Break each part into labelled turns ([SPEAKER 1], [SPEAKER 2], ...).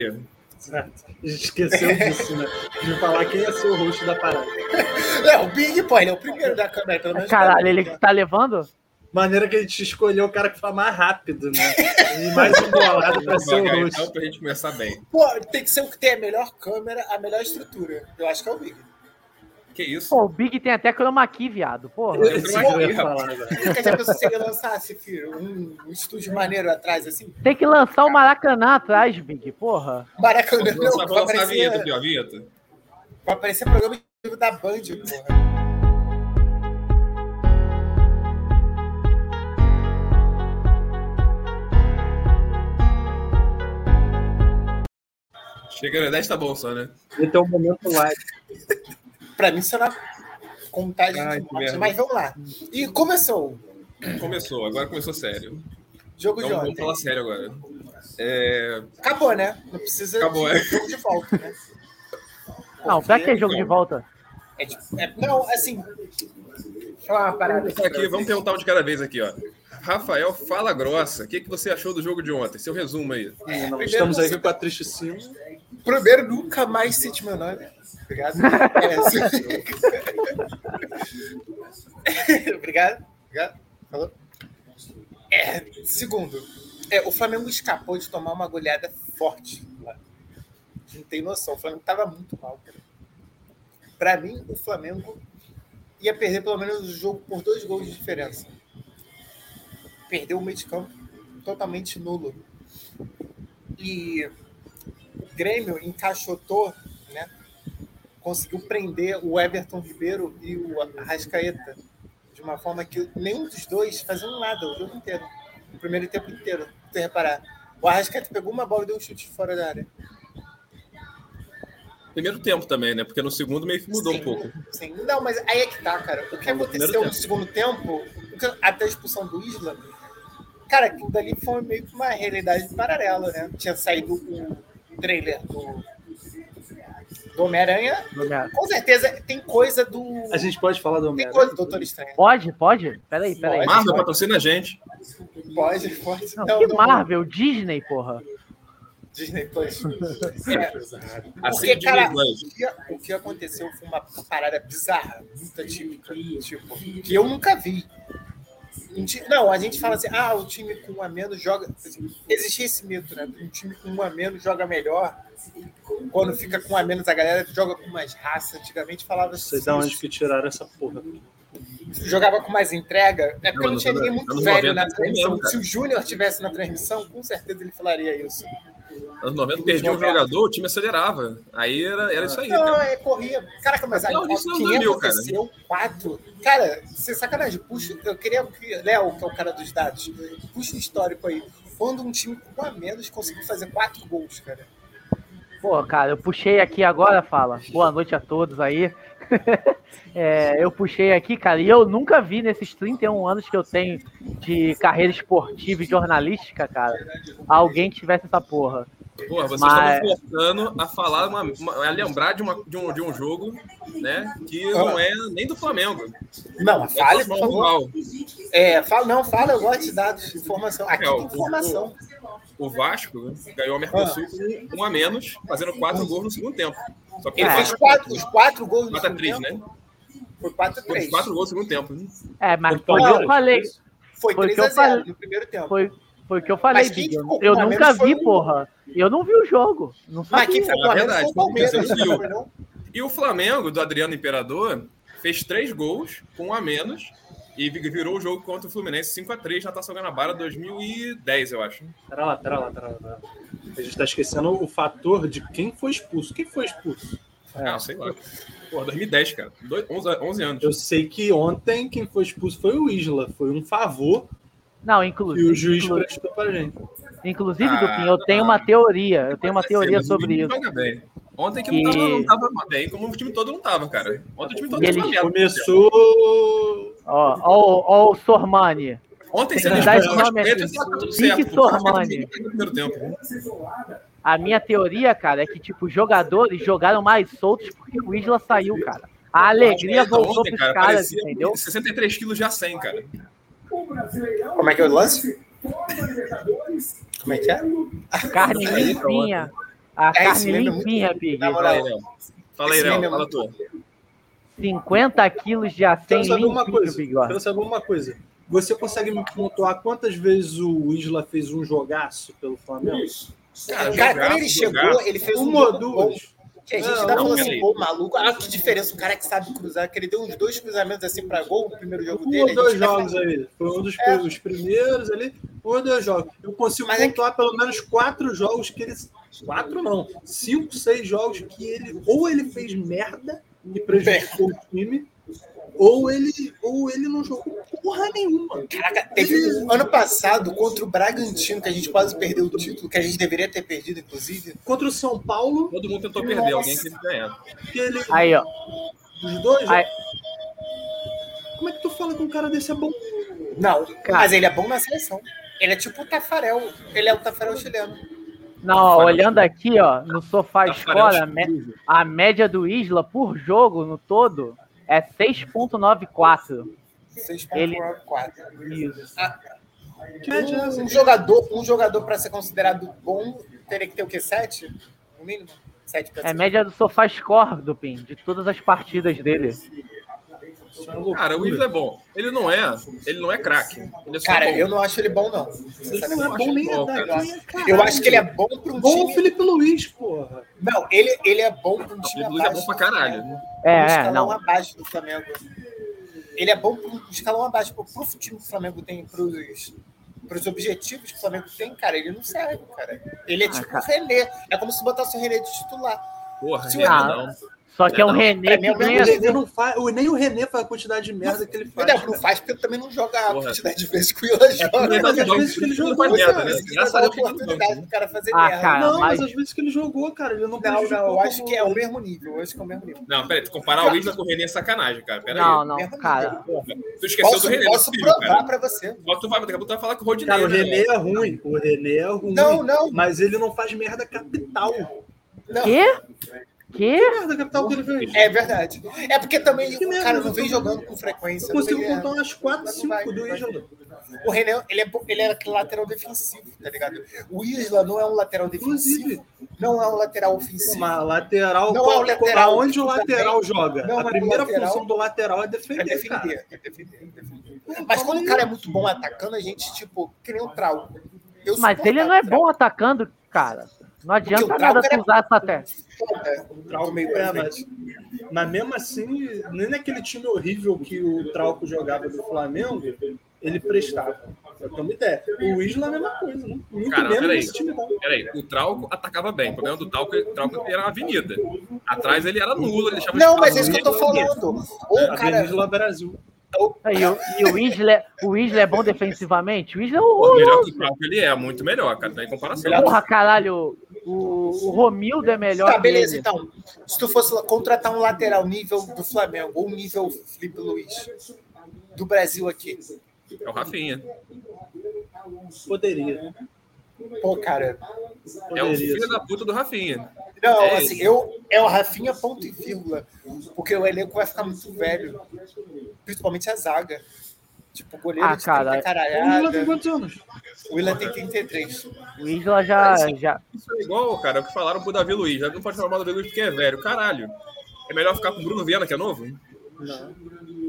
[SPEAKER 1] É,
[SPEAKER 2] Exato. A gente esqueceu disso, né? De falar quem é seu host da parada.
[SPEAKER 3] Não, o Big, pô, ele é né? o primeiro da câmera, pelo menos.
[SPEAKER 4] Caralho, ele tá levando?
[SPEAKER 2] Maneira que a gente escolheu o cara que fala mais rápido, né? E mais embolado pra ser o
[SPEAKER 1] Então,
[SPEAKER 2] host.
[SPEAKER 1] pra gente começar bem.
[SPEAKER 3] Pô, tem que ser o que tem a melhor câmera, a melhor estrutura. Eu acho que é o Big.
[SPEAKER 1] Que isso?
[SPEAKER 4] Pô, o Big tem até chroma key, viado. Porra.
[SPEAKER 2] Eu- Isso que eu ia falar agora.
[SPEAKER 3] Nunca já pensou se ele lançasse, filho, um, um estúdio maneiro atrás, assim?
[SPEAKER 4] Tem que lançar o Maracanã atrás, Big, porra.
[SPEAKER 3] Maracanã,
[SPEAKER 1] Vamos
[SPEAKER 3] não,
[SPEAKER 1] lançar,
[SPEAKER 3] vai
[SPEAKER 1] vamos lançar a
[SPEAKER 3] aparecer,
[SPEAKER 1] vinheta aqui, ó, tá a vinheta.
[SPEAKER 3] vai aparecer programa exclusivo da Band, porra.
[SPEAKER 1] Chega na 10, tá bom só, né?
[SPEAKER 2] Ele tem um momento live.
[SPEAKER 3] Pra mim, isso é na contagem
[SPEAKER 1] Ai,
[SPEAKER 3] de
[SPEAKER 1] que
[SPEAKER 3] morte,
[SPEAKER 1] merda.
[SPEAKER 3] mas vamos lá. E começou.
[SPEAKER 1] Começou, agora começou sério.
[SPEAKER 3] Jogo
[SPEAKER 1] Então
[SPEAKER 3] de
[SPEAKER 1] vamos
[SPEAKER 3] ontem.
[SPEAKER 1] falar sério agora. É,
[SPEAKER 3] Acabou, né? Não precisa
[SPEAKER 1] Acabou,
[SPEAKER 3] de
[SPEAKER 1] é.
[SPEAKER 3] jogo de volta, né?
[SPEAKER 4] Não, pra que jogo de volta?
[SPEAKER 3] É tipo- é- não, assim. Deixa eu falar uma parada.
[SPEAKER 1] vamos, começar aqui, vamos perguntar um de cada vez aqui, ó. Rafael, fala grossa. O que, que você achou do jogo de ontem? Seu resumo aí.
[SPEAKER 2] Não,
[SPEAKER 3] Primeiro
[SPEAKER 2] estamos
[SPEAKER 3] você-
[SPEAKER 2] aqui com a Triste Sim.
[SPEAKER 3] Primeiro, nunca mais cite meu nome. Obrigado. É, se- Obrigado. Obrigado. Falou. É, segundo, é, o Flamengo escapou de tomar uma goleada forte. lá. Não tem noção. O Flamengo estava muito mal. cara. Pra mim, o Flamengo ia perder pelo menos o jogo por dois gols de diferença. Perdeu o meio de campo totalmente nulo. E o Grêmio encaixotou, né? Conseguiu prender o Everton Ribeiro e o Arrascaeta de uma forma que nenhum dos dois faziam nada o jogo inteiro. O primeiro tempo inteiro, se você reparar. O Arrascaeta pegou uma bola e deu um chute fora da área.
[SPEAKER 1] Primeiro tempo também, né? Porque no segundo meio que mudou
[SPEAKER 3] Sim,
[SPEAKER 1] um pouco.
[SPEAKER 3] Sim. Não, mas aí é que tá, cara. O que
[SPEAKER 1] No primeiro
[SPEAKER 3] aconteceu no
[SPEAKER 1] tempo.
[SPEAKER 3] segundo tempo, o que- até a expulsão do Isla, cara, aquilo dali foi meio que uma realidade paralela, né? Tinha saído o trailer do, do Homem-Aranha. Com certeza tem coisa do.
[SPEAKER 2] A gente pode falar do
[SPEAKER 3] Tem
[SPEAKER 2] Homero.
[SPEAKER 3] coisa do Doutor Estranho.
[SPEAKER 4] Pode? Pode? Peraí, peraí.
[SPEAKER 3] Pode.
[SPEAKER 1] Marvel patrocina a gente.
[SPEAKER 3] Pode, pode.
[SPEAKER 4] Não, que Marvel, Disney, porra.
[SPEAKER 3] Disney Plus. É.
[SPEAKER 1] Assim de
[SPEAKER 3] cara,
[SPEAKER 1] inglês.
[SPEAKER 3] O que, o que aconteceu foi uma parada bizarra, muito atípica, tipo, que eu nunca vi. Um ti- Não, a gente fala assim, ah, o time com um a menos joga. Existia esse mito, né? Um time com um a menos joga melhor. Quando fica com um a menos, a galera joga com mais raça. Antigamente falava
[SPEAKER 2] Não sei de onde que tiraram essa porra.
[SPEAKER 3] jogava com mais entrega. É porque
[SPEAKER 1] Não,
[SPEAKER 3] não tinha
[SPEAKER 1] não,
[SPEAKER 3] ninguém
[SPEAKER 1] não,
[SPEAKER 3] muito
[SPEAKER 1] anos
[SPEAKER 3] velho
[SPEAKER 1] 90
[SPEAKER 3] na
[SPEAKER 1] não
[SPEAKER 3] transmissão.
[SPEAKER 1] lembro, cara.
[SPEAKER 3] Se o Júnior estivesse na transmissão, com certeza ele falaria isso.
[SPEAKER 1] Anos 90 perdia um jogador, o time acelerava. Aí era, era isso aí, né? cara.
[SPEAKER 3] Não, é, corria. Caraca, mas aí
[SPEAKER 1] então. Não, isso não
[SPEAKER 3] que
[SPEAKER 1] dormiu, cara.
[SPEAKER 3] aconteceu quatro. Cara, você sacanagem, puxa. Eu queria que. Léo, que é o cara dos dados, puxa o histórico aí. Quando um time com um a menos conseguiu fazer quatro gols, cara.
[SPEAKER 4] Pô, cara, eu puxei aqui agora, fala. Boa noite a todos aí. É, eu puxei aqui, cara, e eu nunca vi nesses 31 anos que eu tenho de carreira esportiva e jornalística, cara, alguém tivesse essa porra.
[SPEAKER 1] Porra, vocês
[SPEAKER 4] Mas-
[SPEAKER 1] estão me forçando a falar, uma, uma- a lembrar de, uma, de, um, de um jogo, né? Que não é nem do Flamengo.
[SPEAKER 3] Não,
[SPEAKER 1] É
[SPEAKER 3] fala,
[SPEAKER 1] do
[SPEAKER 3] por
[SPEAKER 1] Flamengo
[SPEAKER 3] favor.
[SPEAKER 1] rival.
[SPEAKER 3] É, fala, não, fala, eu gosto de dados, informação. Aqui
[SPEAKER 1] É, o-
[SPEAKER 3] tem informação.
[SPEAKER 1] O Vasco ganhou a Mercosul com um a menos, fazendo quatro gols no segundo tempo. Só que
[SPEAKER 3] Ele
[SPEAKER 4] É.
[SPEAKER 3] fez quatro, os quatro gols no
[SPEAKER 1] 4 a
[SPEAKER 3] segundo
[SPEAKER 1] 3,
[SPEAKER 3] tempo.
[SPEAKER 1] né?
[SPEAKER 3] Foi 4 a
[SPEAKER 1] Foi
[SPEAKER 3] 3.
[SPEAKER 1] quatro gols no segundo tempo.
[SPEAKER 4] É, mas
[SPEAKER 2] Então,
[SPEAKER 4] foi o que eu
[SPEAKER 2] cara,
[SPEAKER 4] falei,
[SPEAKER 3] Foi
[SPEAKER 4] Foi o
[SPEAKER 3] 3
[SPEAKER 4] que
[SPEAKER 3] a
[SPEAKER 4] eu
[SPEAKER 3] 0
[SPEAKER 4] falei.
[SPEAKER 3] no primeiro tempo.
[SPEAKER 4] foi, foi o que eu falei,
[SPEAKER 3] Mas quem
[SPEAKER 4] Big.
[SPEAKER 3] ficou com
[SPEAKER 4] eu
[SPEAKER 3] a
[SPEAKER 4] nunca
[SPEAKER 3] menos foi
[SPEAKER 4] vi,
[SPEAKER 3] o-
[SPEAKER 4] porra. Eu não vi o jogo. Não
[SPEAKER 3] Mas quem
[SPEAKER 2] É
[SPEAKER 3] foi
[SPEAKER 4] sabia.
[SPEAKER 3] o menos
[SPEAKER 1] verdade,
[SPEAKER 3] foi o Palmeiras.
[SPEAKER 1] você não viu.
[SPEAKER 3] não?
[SPEAKER 1] E o Flamengo, do Adriano Imperador, fez três gols com um a menos e vi- virou o jogo contra o Fluminense 5 a 3 na Taça Guanabara 2010, eu acho.
[SPEAKER 2] Pera lá, pera lá, pera lá. Pera lá. A gente tá esquecendo o fator de quem foi expulso. Quem foi expulso?
[SPEAKER 1] Ah, sei lá. Pô, 2010, cara. Dois, 11, a- 11 anos.
[SPEAKER 2] Eu sei que ontem quem foi expulso foi o Isla. Foi um favor
[SPEAKER 4] Não,
[SPEAKER 2] que o
[SPEAKER 4] inclusive.
[SPEAKER 2] juiz
[SPEAKER 4] inclu-
[SPEAKER 2] prestou pra gente.
[SPEAKER 4] Inclusive,
[SPEAKER 1] Ah,
[SPEAKER 4] Dupin,
[SPEAKER 3] tá.
[SPEAKER 4] eu tenho uma teoria. Eu tenho uma teoria
[SPEAKER 1] Mas é o
[SPEAKER 4] sobre
[SPEAKER 1] time
[SPEAKER 4] isso.
[SPEAKER 1] joga bem. Ontem que
[SPEAKER 4] E-
[SPEAKER 1] não, tava, não tava bem, como o time todo não tava, cara. Ontem o time todo
[SPEAKER 4] E
[SPEAKER 1] do
[SPEAKER 4] ele
[SPEAKER 1] Flamengo.
[SPEAKER 2] Começou.
[SPEAKER 4] Ó, ó, o- ó o Sormani.
[SPEAKER 1] Ontem se
[SPEAKER 4] Tem que
[SPEAKER 1] eles
[SPEAKER 4] dar esse
[SPEAKER 1] fossem mais
[SPEAKER 4] nome
[SPEAKER 1] pretos,
[SPEAKER 4] aqui.
[SPEAKER 1] tá tudo
[SPEAKER 4] Vicky
[SPEAKER 1] certo. O Flamengo
[SPEAKER 4] Sormani.
[SPEAKER 1] jogou bem no primeiro tempo.
[SPEAKER 4] A minha teoria, cara, é que, tipo, os jogadores jogaram mais soltos porque o Isla saiu, cara. A alegria
[SPEAKER 3] é
[SPEAKER 1] Então,
[SPEAKER 4] voltou
[SPEAKER 1] ontem,
[SPEAKER 4] pros
[SPEAKER 1] cara,
[SPEAKER 4] caras,
[SPEAKER 1] parecia
[SPEAKER 4] entendeu?
[SPEAKER 1] 63 quilos já 100, cara.
[SPEAKER 3] Como é que é o lance? Como é que é?
[SPEAKER 4] Carne
[SPEAKER 1] Aí,
[SPEAKER 4] limpinha. A
[SPEAKER 3] É, esse
[SPEAKER 4] carne
[SPEAKER 3] lembra
[SPEAKER 4] limpinha,
[SPEAKER 3] muito-
[SPEAKER 4] Big.
[SPEAKER 3] Na moral,
[SPEAKER 1] Fala aí, Léo. Fala aí,
[SPEAKER 3] Esse
[SPEAKER 1] Léo.
[SPEAKER 3] meme é
[SPEAKER 1] Fala
[SPEAKER 3] muito
[SPEAKER 1] tu.
[SPEAKER 4] 50 quilos
[SPEAKER 3] Então,
[SPEAKER 4] de acém
[SPEAKER 2] Quero saber uma
[SPEAKER 4] limpinho,
[SPEAKER 2] coisa.
[SPEAKER 4] Big.
[SPEAKER 2] Quero saber uma coisa. Você consegue me pontuar quantas vezes o Isla fez um jogaço pelo Flamengo?
[SPEAKER 1] Cara,
[SPEAKER 3] Cara, quando
[SPEAKER 1] jogaço,
[SPEAKER 3] ele chegou,
[SPEAKER 1] jogaço.
[SPEAKER 3] ele fez um
[SPEAKER 2] Uma ou
[SPEAKER 3] gol bom,
[SPEAKER 2] duas?
[SPEAKER 3] que a gente
[SPEAKER 2] Não,
[SPEAKER 3] ainda
[SPEAKER 1] não,
[SPEAKER 3] falou
[SPEAKER 1] peraí.
[SPEAKER 3] assim, pô, maluco, ah, que diferença, um cara que sabe cruzar, que ele deu uns dois cruzamentos assim pra gol no primeiro jogo
[SPEAKER 2] Um
[SPEAKER 3] dele. a
[SPEAKER 2] ou
[SPEAKER 3] gente tá
[SPEAKER 2] dois
[SPEAKER 3] assim, ainda falou,
[SPEAKER 2] jogos aí. Foi um dos
[SPEAKER 3] É.
[SPEAKER 2] os primeiros ali. Um ou dois jogos. Eu consigo
[SPEAKER 3] Mas é que-
[SPEAKER 2] pontuar pelo menos quatro jogos que ele. Quatro não. Cinco, seis jogos que ele. Ou ele fez merda e prejudicou o time. Ou ele, ou ele não jogou porra nenhuma.
[SPEAKER 3] Caraca, teve um ano passado contra o Bragantino, que a gente quase perdeu o título, que a gente deveria ter perdido, inclusive.
[SPEAKER 2] Contra o São Paulo,
[SPEAKER 1] Todo mundo tentou perder, alguém teve que ganhar.
[SPEAKER 2] que ele.
[SPEAKER 3] Então,
[SPEAKER 4] Aí, ó.
[SPEAKER 2] Os dois.
[SPEAKER 4] Ai.
[SPEAKER 2] Como é que tu fala que um cara desse é bom?
[SPEAKER 3] Não,
[SPEAKER 4] Cara.
[SPEAKER 3] mas ele é bom na seleção. Ele é tipo o Tafarel. Ele é o Tafarel chileno.
[SPEAKER 4] Não, ó,
[SPEAKER 1] Tafarel.
[SPEAKER 4] olhando aqui, ó, no sofá
[SPEAKER 1] Tafarel
[SPEAKER 4] escola, a, me- a média do Isla por jogo no todo é 6.94.
[SPEAKER 3] 6.4.
[SPEAKER 4] Isso.
[SPEAKER 2] Que média é essa?
[SPEAKER 3] Um jogador, um jogador para ser considerado bom teria que ter o quê? 7? No mínimo? 7 pra
[SPEAKER 4] É a
[SPEAKER 3] ser.
[SPEAKER 4] média do sofá score do Pim, de todas as partidas dele.
[SPEAKER 2] Isso é uma loucura.
[SPEAKER 1] Cara, o Isla é bom. Ele não é, ele não é craque. Ele é só
[SPEAKER 3] Cara,
[SPEAKER 1] bom.
[SPEAKER 3] eu não acho ele bom, não.
[SPEAKER 2] Ele não é bom nem é daqui, cara.
[SPEAKER 3] Eu acho que ele é bom para um
[SPEAKER 2] bom o
[SPEAKER 3] time.
[SPEAKER 2] Felipe Luiz, porra.
[SPEAKER 3] Não, ele, ele é bom para um
[SPEAKER 1] Não,
[SPEAKER 3] time.
[SPEAKER 1] Felipe Luiz é
[SPEAKER 3] abaixo
[SPEAKER 1] bom pra
[SPEAKER 3] do
[SPEAKER 1] caralho.
[SPEAKER 3] Flamengo. um
[SPEAKER 4] É, é,
[SPEAKER 3] escalão
[SPEAKER 4] não.
[SPEAKER 3] abaixo do Flamengo. Ele é bom para um escalão abaixo. Pro, pro time que o Flamengo tem, pros, pros objetivos que o Flamengo tem, cara, ele não serve, cara. Ele é
[SPEAKER 4] Ah,
[SPEAKER 3] tipo
[SPEAKER 4] cara.
[SPEAKER 3] o René. É como se botasse o René de titular.
[SPEAKER 1] Porra,
[SPEAKER 3] Se
[SPEAKER 1] René,
[SPEAKER 4] o-
[SPEAKER 1] não.
[SPEAKER 4] Só que é um René
[SPEAKER 3] É
[SPEAKER 4] que
[SPEAKER 3] mesmo,
[SPEAKER 2] O
[SPEAKER 4] ganha.
[SPEAKER 3] é
[SPEAKER 2] René não faz, o- nem o René faz a quantidade de merda que ele é
[SPEAKER 3] Mas
[SPEAKER 2] faz.
[SPEAKER 3] não, não
[SPEAKER 2] cara.
[SPEAKER 3] faz porque ele também não joga a
[SPEAKER 1] né? Porra. É,
[SPEAKER 3] quantidade de vezes que o Ilan joga.
[SPEAKER 2] mas às
[SPEAKER 1] Não,
[SPEAKER 2] vezes que ele
[SPEAKER 1] não
[SPEAKER 2] jogou,
[SPEAKER 1] faz
[SPEAKER 2] cara,
[SPEAKER 1] merda,
[SPEAKER 3] Merda,
[SPEAKER 1] né?
[SPEAKER 3] você
[SPEAKER 1] Graças a
[SPEAKER 3] dá
[SPEAKER 1] Deus que ele não
[SPEAKER 3] é oportunidade
[SPEAKER 1] joga.
[SPEAKER 3] pro cara fazer
[SPEAKER 4] Ah,
[SPEAKER 3] merda.
[SPEAKER 4] cara.
[SPEAKER 3] Não,
[SPEAKER 2] Não, mas
[SPEAKER 4] mas-
[SPEAKER 2] às vezes que ele jogou, cara. Ele não
[SPEAKER 3] não,
[SPEAKER 2] prejudicou
[SPEAKER 3] eu acho
[SPEAKER 2] como-
[SPEAKER 3] que é o mesmo nível. Eu acho que é o mesmo nível.
[SPEAKER 1] Não, peraí, tu comparar o Isla com o René é sacanagem, cara. Peraí.
[SPEAKER 4] Não, não,
[SPEAKER 3] Mesmo
[SPEAKER 4] cara.
[SPEAKER 3] nível, pô.
[SPEAKER 1] Tu esqueceu
[SPEAKER 3] Posso,
[SPEAKER 1] do René.
[SPEAKER 3] posso
[SPEAKER 1] do filho,
[SPEAKER 3] provar
[SPEAKER 1] cara.
[SPEAKER 3] pra você.
[SPEAKER 1] Mas tu vai, daqui a pouco tu vai falar com o Rodinei.
[SPEAKER 2] Cara, o
[SPEAKER 1] né?
[SPEAKER 2] René é ruim. O René é ruim.
[SPEAKER 3] Não, não,
[SPEAKER 2] Mas ele não É. faz merda capital.
[SPEAKER 3] não.
[SPEAKER 4] Quê? Quê?
[SPEAKER 2] Que merda capital que ele fez?
[SPEAKER 3] É verdade. É porque também
[SPEAKER 2] Que
[SPEAKER 3] o
[SPEAKER 2] merda,
[SPEAKER 3] cara não
[SPEAKER 2] eu
[SPEAKER 3] vem
[SPEAKER 2] tô-
[SPEAKER 3] jogando com frequência.
[SPEAKER 2] Eu consigo
[SPEAKER 3] não vem- é,
[SPEAKER 2] contar umas 4, 5 do Isla.
[SPEAKER 3] O Renan, ele, é, bo- ele era aquele lateral defensivo, tá ligado? O Isla não é um lateral defensivo,
[SPEAKER 2] Inclusive,
[SPEAKER 3] não é um lateral ofensivo.
[SPEAKER 2] uma lateral.
[SPEAKER 3] Não é o
[SPEAKER 2] qual-
[SPEAKER 3] lateral,
[SPEAKER 2] aonde o
[SPEAKER 3] tudo
[SPEAKER 2] lateral joga?
[SPEAKER 3] Não, mas
[SPEAKER 2] a
[SPEAKER 3] o
[SPEAKER 2] primeira
[SPEAKER 3] lateral-
[SPEAKER 2] função do lateral é defender.
[SPEAKER 3] É
[SPEAKER 2] cara.
[SPEAKER 3] defender, é defender, é defender. Mas quando o cara é muito bom atacando, a gente, tipo, que nem o Trauco. Eu um
[SPEAKER 4] Mas
[SPEAKER 3] suportava
[SPEAKER 4] ele não é
[SPEAKER 3] o Trauco.
[SPEAKER 4] bom atacando, cara. Não adianta
[SPEAKER 3] o Trauco
[SPEAKER 4] nada tu
[SPEAKER 3] era-
[SPEAKER 4] usar essa técnica.
[SPEAKER 3] Foda, O Trauco meio
[SPEAKER 2] É,
[SPEAKER 3] pra
[SPEAKER 2] mas,
[SPEAKER 3] frente.
[SPEAKER 2] mas mesmo assim, nem naquele time horrível que o Trauco jogava do Flamengo, ele prestava. Pra ter uma ideia. O Isla é a mesma coisa, né? Muito
[SPEAKER 1] Cara,
[SPEAKER 2] menos
[SPEAKER 1] peraí.
[SPEAKER 2] esse time bom.
[SPEAKER 1] Peraí, o Trauco atacava bem. O problema do Trauco, o Trauco é era uma avenida. Atrás ele era nulo, ele deixava
[SPEAKER 3] Não,
[SPEAKER 1] espaço
[SPEAKER 3] mas é isso que eu tô
[SPEAKER 1] livre.
[SPEAKER 3] falando. Ou o
[SPEAKER 2] A
[SPEAKER 3] É, cara.
[SPEAKER 2] Isla Brasil.
[SPEAKER 4] E o, e o Isla, o Isla é bom defensivamente? O Isla é
[SPEAKER 1] Pô, melhor
[SPEAKER 4] horroroso.
[SPEAKER 1] que o Trauco ele é, muito melhor, cara. Tá em comparação.
[SPEAKER 4] Porra, caralho. O, o Romildo é melhor
[SPEAKER 3] Tá, beleza,
[SPEAKER 4] dele.
[SPEAKER 3] então. Se tu fosse lá contratar um lateral nível do Flamengo, ou um nível Felipe Luiz, do Brasil aqui.
[SPEAKER 1] É o Rafinha.
[SPEAKER 2] Poderia.
[SPEAKER 3] Pô, cara.
[SPEAKER 1] É o
[SPEAKER 2] Poderia.
[SPEAKER 1] filho da puta do Rafinha.
[SPEAKER 3] Não,
[SPEAKER 1] É
[SPEAKER 3] assim,
[SPEAKER 1] isso.
[SPEAKER 3] eu, é o Rafinha ponto e vírgula. Porque o elenco vai ficar muito velho. Principalmente a zaga. Tipo, goleiro
[SPEAKER 4] Ah,
[SPEAKER 3] de
[SPEAKER 4] cara,
[SPEAKER 3] 30
[SPEAKER 2] O Isla tem
[SPEAKER 3] caralhada.
[SPEAKER 2] quantos anos?
[SPEAKER 3] O Willian tem 33.
[SPEAKER 4] O Isla já, já.
[SPEAKER 1] Isso é igual, cara, o que falaram pro Davi Luiz. Não pode falar mal do Davi Luiz porque é velho. Caralho. É melhor ficar com o Bruno Viana, que é novo?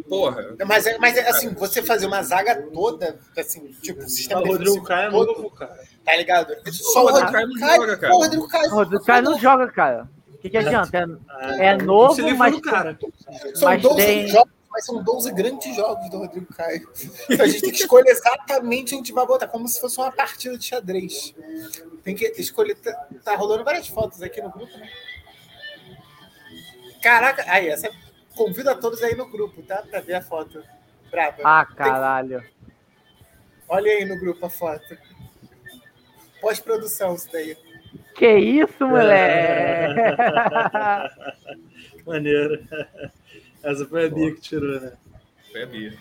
[SPEAKER 1] Porra.
[SPEAKER 3] Mas, é- mas é assim, você fazer uma zaga toda, assim, tipo,
[SPEAKER 2] O
[SPEAKER 3] sistema
[SPEAKER 2] Rodrigo
[SPEAKER 3] defensivo
[SPEAKER 2] Caio é
[SPEAKER 3] todo,
[SPEAKER 2] novo, cara.
[SPEAKER 3] tá ligado? Só o Rodrigo Caio não joga, cara. O Rodrigo Caio,
[SPEAKER 4] O Rodrigo Caio não joga, cara. O que, que adianta? É- É, novo,
[SPEAKER 2] ah, Você nem foi
[SPEAKER 4] mas.
[SPEAKER 2] no cara.
[SPEAKER 3] São
[SPEAKER 4] Mas
[SPEAKER 3] 12
[SPEAKER 4] tem-
[SPEAKER 3] jogos, mas são 12 grandes jogos do Rodrigo Caio. Então a gente tem que escolher exatamente onde vai botar, como se fosse uma partida de xadrez. Tem que escolher. Tá, tá rolando várias fotos aqui no grupo. né? Caraca, aí, essa. Convido a todos aí no grupo, tá? Pra ver a foto. Brava.
[SPEAKER 4] Ah, caralho.
[SPEAKER 3] Olha aí no grupo a foto. Pós-produção, isso daí.
[SPEAKER 4] Que isso, moleque?
[SPEAKER 2] Maneiro. Essa foi a Bia que tirou, né?
[SPEAKER 1] É Bia.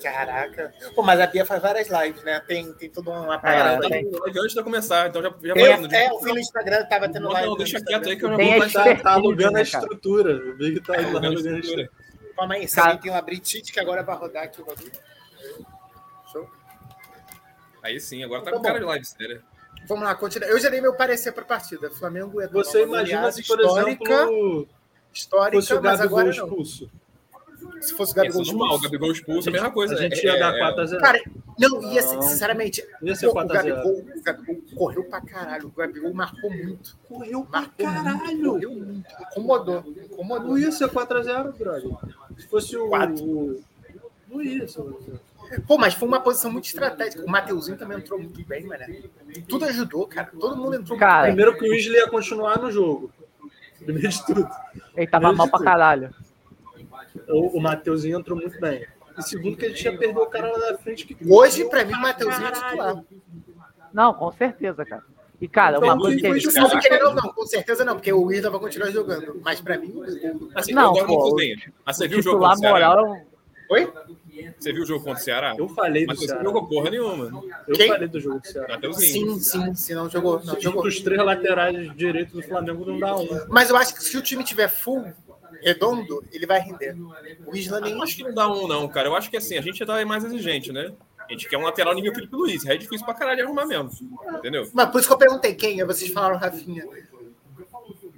[SPEAKER 3] Caraca. Pô, mas a Bia faz várias lives, né? Tem, tem todo um
[SPEAKER 1] Cara,
[SPEAKER 4] É,
[SPEAKER 3] aparato.
[SPEAKER 1] tá
[SPEAKER 4] tem-
[SPEAKER 1] no live antes de eu começar, então já, já vai indo.
[SPEAKER 3] eu, é, eu vi no Instagram, tava tendo
[SPEAKER 1] Não,
[SPEAKER 3] live.
[SPEAKER 1] não,
[SPEAKER 3] no
[SPEAKER 1] deixa
[SPEAKER 3] Instagram.
[SPEAKER 1] quieto aí que eu já
[SPEAKER 4] Tem
[SPEAKER 1] vou
[SPEAKER 4] a
[SPEAKER 1] botar-
[SPEAKER 2] Tá,
[SPEAKER 4] expertise,
[SPEAKER 2] tá alugando a
[SPEAKER 4] né, cara?
[SPEAKER 2] estrutura. O Big tá
[SPEAKER 1] É,
[SPEAKER 2] alugando a estrutura.
[SPEAKER 3] Calma aí, se
[SPEAKER 4] Cara-
[SPEAKER 3] alguém tem um abritite que agora vai rodar aqui o bagulho.
[SPEAKER 1] Aí sim, agora tá com cara tá de live séria.
[SPEAKER 3] Vamos lá, continua. Eu já dei meu parecer para a partida. Flamengo é
[SPEAKER 2] Você
[SPEAKER 3] uma
[SPEAKER 2] imagina se, por
[SPEAKER 3] goleada
[SPEAKER 2] exemplo,
[SPEAKER 3] histórica,
[SPEAKER 2] fosse o
[SPEAKER 3] histórica mas
[SPEAKER 2] Gabigol
[SPEAKER 3] agora não.
[SPEAKER 2] expulso.
[SPEAKER 3] Se fosse o
[SPEAKER 1] Isso
[SPEAKER 3] Gabigol
[SPEAKER 1] é normal, o
[SPEAKER 3] expulso.
[SPEAKER 1] Gabigol expulso é a mesma coisa.
[SPEAKER 2] A gente
[SPEAKER 1] É-
[SPEAKER 2] ia dar
[SPEAKER 1] é-
[SPEAKER 2] 4x0.
[SPEAKER 3] Cara, não, ia ser,
[SPEAKER 2] Não.
[SPEAKER 3] sinceramente,
[SPEAKER 2] ia ser
[SPEAKER 3] pô, o
[SPEAKER 2] 4x0.
[SPEAKER 3] Gabigol, o Gabigol correu pra caralho. O Gabigol marcou muito.
[SPEAKER 2] Correu pra
[SPEAKER 3] Marcou muito,
[SPEAKER 2] caralho.
[SPEAKER 3] correu muito. Incomodou. Incomodou.
[SPEAKER 2] Não ia ser 4x0, brother. Se fosse o.
[SPEAKER 3] Quatro.
[SPEAKER 2] o- Não ia ser. 4x0.
[SPEAKER 3] Pô, mas foi uma posição muito estratégica. O Mateuzinho também entrou muito bem, mano. Tudo ajudou, cara. Todo mundo entrou
[SPEAKER 4] Cara,
[SPEAKER 3] muito bem.
[SPEAKER 2] Primeiro que o Weasley ia continuar no jogo. Primeiro de tudo.
[SPEAKER 4] Ele tava mal pra caralho.
[SPEAKER 2] O, o Mateuzinho entrou muito bem. E segundo que ele tinha perdido o cara lá da frente. Que
[SPEAKER 3] Hoje, pra mim, o Mateuzinho é titular.
[SPEAKER 4] Não, com certeza, cara. E, cara,
[SPEAKER 2] Então,
[SPEAKER 4] uma coisa que a
[SPEAKER 2] foi
[SPEAKER 4] gente.
[SPEAKER 2] justo.
[SPEAKER 3] Não, querendo ou não, com certeza não, porque o Isla vai continuar jogando. Mas pra mim, o-
[SPEAKER 1] Assim,
[SPEAKER 4] Não,
[SPEAKER 1] eu gosto
[SPEAKER 4] pô,
[SPEAKER 1] do Coutinho. Mas você viu o jogo contra
[SPEAKER 4] Titular
[SPEAKER 1] o Ceará?
[SPEAKER 4] moral. é um-
[SPEAKER 3] Oi?
[SPEAKER 1] Você viu o jogo contra o Ceará?
[SPEAKER 2] Eu falei do
[SPEAKER 1] Mas você não
[SPEAKER 2] Ceará.
[SPEAKER 1] jogou porra nenhuma.
[SPEAKER 2] Eu
[SPEAKER 3] Quem?
[SPEAKER 2] falei do jogo do Ceará.
[SPEAKER 1] Mateuzinho.
[SPEAKER 3] Sim, sim, sim, não jogou. Não jogou.
[SPEAKER 2] Os três laterais direitos do Flamengo não dá um.
[SPEAKER 3] Mas eu acho que se o time tiver full, redondo, ele vai render. O Isla
[SPEAKER 1] Eu
[SPEAKER 3] nem.
[SPEAKER 1] não acho que não dá um, não, cara. Eu acho que assim, a gente já tá mais exigente, né? A gente quer um lateral nível Felipe Luiz. É difícil pra caralho arrumar mesmo. Entendeu?
[SPEAKER 3] Mas por isso que eu perguntei quem, aí vocês falaram Rafinha.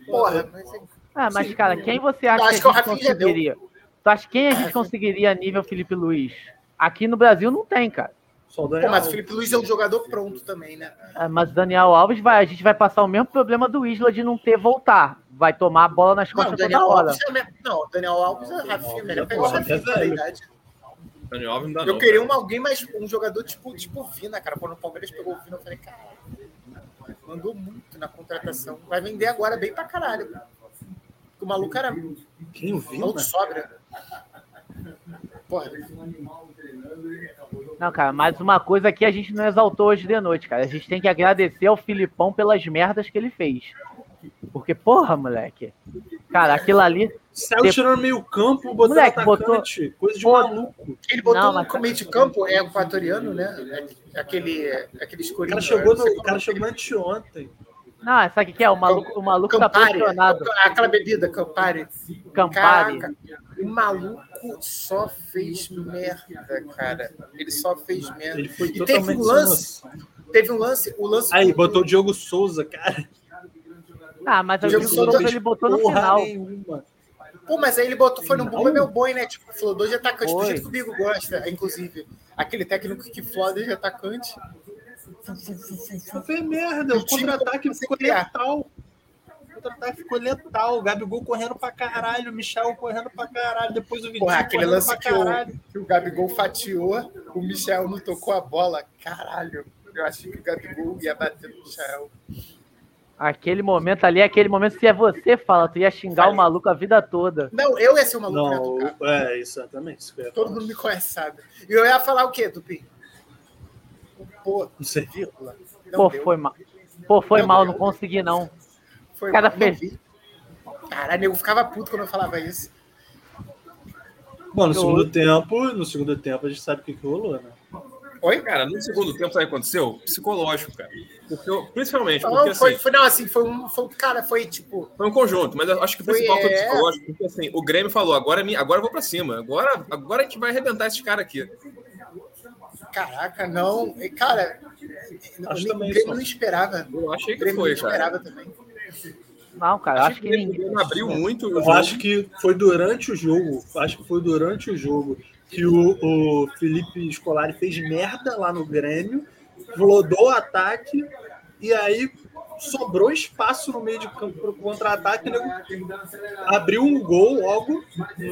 [SPEAKER 3] Porra, mas é-
[SPEAKER 4] Ah, mas, cara, quem você acha
[SPEAKER 3] Eu acho
[SPEAKER 4] que a
[SPEAKER 3] que o
[SPEAKER 4] gente
[SPEAKER 3] Rafinha já deu.
[SPEAKER 4] conseguiria? Tu acha quem a gente conseguiria a nível Felipe Luiz? Aqui no Brasil não tem, cara.
[SPEAKER 2] Só do
[SPEAKER 3] Pô,
[SPEAKER 2] Real.
[SPEAKER 3] mas o Felipe Luiz é um jogador pronto também, né?
[SPEAKER 4] Ah, Mas o Daniel Alves vai, a gente vai passar o mesmo problema do Isla de não ter voltar. Vai tomar a bola nas
[SPEAKER 3] Não,
[SPEAKER 4] costas
[SPEAKER 3] o
[SPEAKER 4] toda
[SPEAKER 3] Daniel
[SPEAKER 4] hora.
[SPEAKER 3] Alves é mesmo. Não, o Daniel Alves é Rafinha, melhor pegar o
[SPEAKER 2] Nossa,
[SPEAKER 3] Rafinha
[SPEAKER 2] até
[SPEAKER 3] na
[SPEAKER 2] velho.
[SPEAKER 3] idade.
[SPEAKER 1] Daniel Alves não dá, não.
[SPEAKER 3] Eu queria um, alguém mais, um jogador tipo, tipo Vina, cara. Quando o Palmeiras pegou o Vina, eu falei, cara, mandou muito na contratação. Vai vender agora bem pra caralho. Porque O maluco era mão
[SPEAKER 2] Quem o viu?
[SPEAKER 3] de
[SPEAKER 2] né?
[SPEAKER 3] sobra. Porra,
[SPEAKER 4] Não, cara, mas uma coisa que a gente não exaltou hoje de noite, cara. A gente tem que agradecer ao Filipão pelas merdas que ele fez. Porque, porra, moleque. Cara, aquilo ali.
[SPEAKER 2] Saiu
[SPEAKER 4] De-
[SPEAKER 2] tirando meio campo, botando
[SPEAKER 4] Moleque,
[SPEAKER 2] atacante. Coisa de
[SPEAKER 4] Pô,
[SPEAKER 2] maluco.
[SPEAKER 3] ele botou
[SPEAKER 4] Não,
[SPEAKER 3] um
[SPEAKER 4] mas-
[SPEAKER 3] no meio de campo, é equatoriano, né? É Aquele, aquele
[SPEAKER 2] O
[SPEAKER 3] escurinho.
[SPEAKER 2] cara chegou,
[SPEAKER 3] não sei
[SPEAKER 2] no, o
[SPEAKER 3] como
[SPEAKER 2] cara
[SPEAKER 3] é que
[SPEAKER 2] chegou anteontem.
[SPEAKER 4] Não, sabe o que que é? O maluco, o maluco tá
[SPEAKER 3] Campari,
[SPEAKER 4] posicionado.
[SPEAKER 3] Aquela bebida, Campari.
[SPEAKER 4] Campari.
[SPEAKER 3] Caraca, o maluco só fez merda, cara. Ele só fez merda.
[SPEAKER 2] Ele foi
[SPEAKER 3] E
[SPEAKER 2] totalmente
[SPEAKER 3] teve um
[SPEAKER 2] sem
[SPEAKER 3] lance. Teve um lance, o lance.
[SPEAKER 2] Aí, botou o Diogo Souza, cara.
[SPEAKER 4] Ah, mas o
[SPEAKER 3] Diogo
[SPEAKER 4] Diogo
[SPEAKER 3] Souza
[SPEAKER 4] Souza
[SPEAKER 3] fez
[SPEAKER 4] ele botou no
[SPEAKER 2] Porra
[SPEAKER 3] né?
[SPEAKER 4] final.
[SPEAKER 2] nenhuma.
[SPEAKER 3] Pô, mas aí ele botou, foi no bumba
[SPEAKER 2] Não.
[SPEAKER 3] meu boi, né? Tipo, falou dois atacantes, do
[SPEAKER 4] Foi.
[SPEAKER 3] jeito que o Bigo gosta, inclusive. Aquele técnico que floda dois atacantes.
[SPEAKER 2] Só fez merda.
[SPEAKER 3] O
[SPEAKER 2] O
[SPEAKER 3] time
[SPEAKER 2] contra-ataque
[SPEAKER 3] consegue
[SPEAKER 2] ficou
[SPEAKER 3] criar.
[SPEAKER 2] letal. O contra-ataque ficou letal. O Gabigol correndo pra caralho. O Michel correndo pra caralho. Depois o Vitinho
[SPEAKER 3] Porra, aquele
[SPEAKER 2] correndo
[SPEAKER 3] lance
[SPEAKER 2] pra
[SPEAKER 3] que o,
[SPEAKER 2] caralho.
[SPEAKER 3] que o Gabigol fatiou, o Michel não tocou a bola. Caralho, eu achei que o Gabigol ia bater no Michel.
[SPEAKER 4] Aquele momento ali, aquele momento, se é você, fala, tu ia xingar o maluco a vida toda.
[SPEAKER 3] Não, eu ia ser o maluco pra
[SPEAKER 2] Não,
[SPEAKER 3] tocar.
[SPEAKER 2] o- é, exatamente. isso que eu ia
[SPEAKER 3] Todo
[SPEAKER 2] falar.
[SPEAKER 3] mundo me conhece, sabe? E eu ia falar o quê, Tupi? Pô,
[SPEAKER 2] Não sei.
[SPEAKER 3] vírgula. Não
[SPEAKER 4] Pô,
[SPEAKER 3] deu.
[SPEAKER 4] foi mal. Pô, foi
[SPEAKER 3] Não
[SPEAKER 4] mal,
[SPEAKER 3] deu.
[SPEAKER 4] não consegui não.
[SPEAKER 3] Foi
[SPEAKER 4] Cara,
[SPEAKER 3] mal,
[SPEAKER 4] fez.
[SPEAKER 3] não vi. Caralho, eu ficava puto quando eu falava isso.
[SPEAKER 2] Bom, no
[SPEAKER 4] Eu-
[SPEAKER 2] segundo tempo, no segundo tempo a gente sabe o que, que rolou, né?
[SPEAKER 3] um- Oi?
[SPEAKER 1] Cara, no segundo tempo, sabe o que aconteceu? Psicológico, cara. Porque eu- principalmente, porque
[SPEAKER 3] Não, foi,
[SPEAKER 1] assim,
[SPEAKER 3] foi, não, assim, foi um. Foi, cara, foi tipo.
[SPEAKER 1] foi um conjunto, mas eu acho que o principal
[SPEAKER 3] Foi,
[SPEAKER 1] foi o
[SPEAKER 3] é.
[SPEAKER 1] psicológico, porque assim, o Grêmio falou, agora, me- agora eu vou pra cima, agora, agora a gente vai arrebentar esses caras aqui.
[SPEAKER 3] Caraca, não. E, Cara,
[SPEAKER 2] Acho
[SPEAKER 3] o
[SPEAKER 2] também
[SPEAKER 3] Grêmio
[SPEAKER 2] isso.
[SPEAKER 3] não esperava.
[SPEAKER 1] Eu achei
[SPEAKER 3] O
[SPEAKER 1] que
[SPEAKER 3] Grêmio
[SPEAKER 1] foi,
[SPEAKER 3] não
[SPEAKER 1] cara.
[SPEAKER 3] esperava também.
[SPEAKER 4] Não, cara, eu
[SPEAKER 1] Achei que
[SPEAKER 4] acho que
[SPEAKER 1] o Grêmio
[SPEAKER 4] ninguém.
[SPEAKER 1] abriu muito o
[SPEAKER 2] Eu
[SPEAKER 1] jogo.
[SPEAKER 2] acho que foi durante o jogo, acho que foi durante o jogo que o, o Felipe Scolari fez merda lá no Grêmio, rodou o ataque e aí sobrou espaço no meio de campo pro contra-ataque, né? abriu um gol logo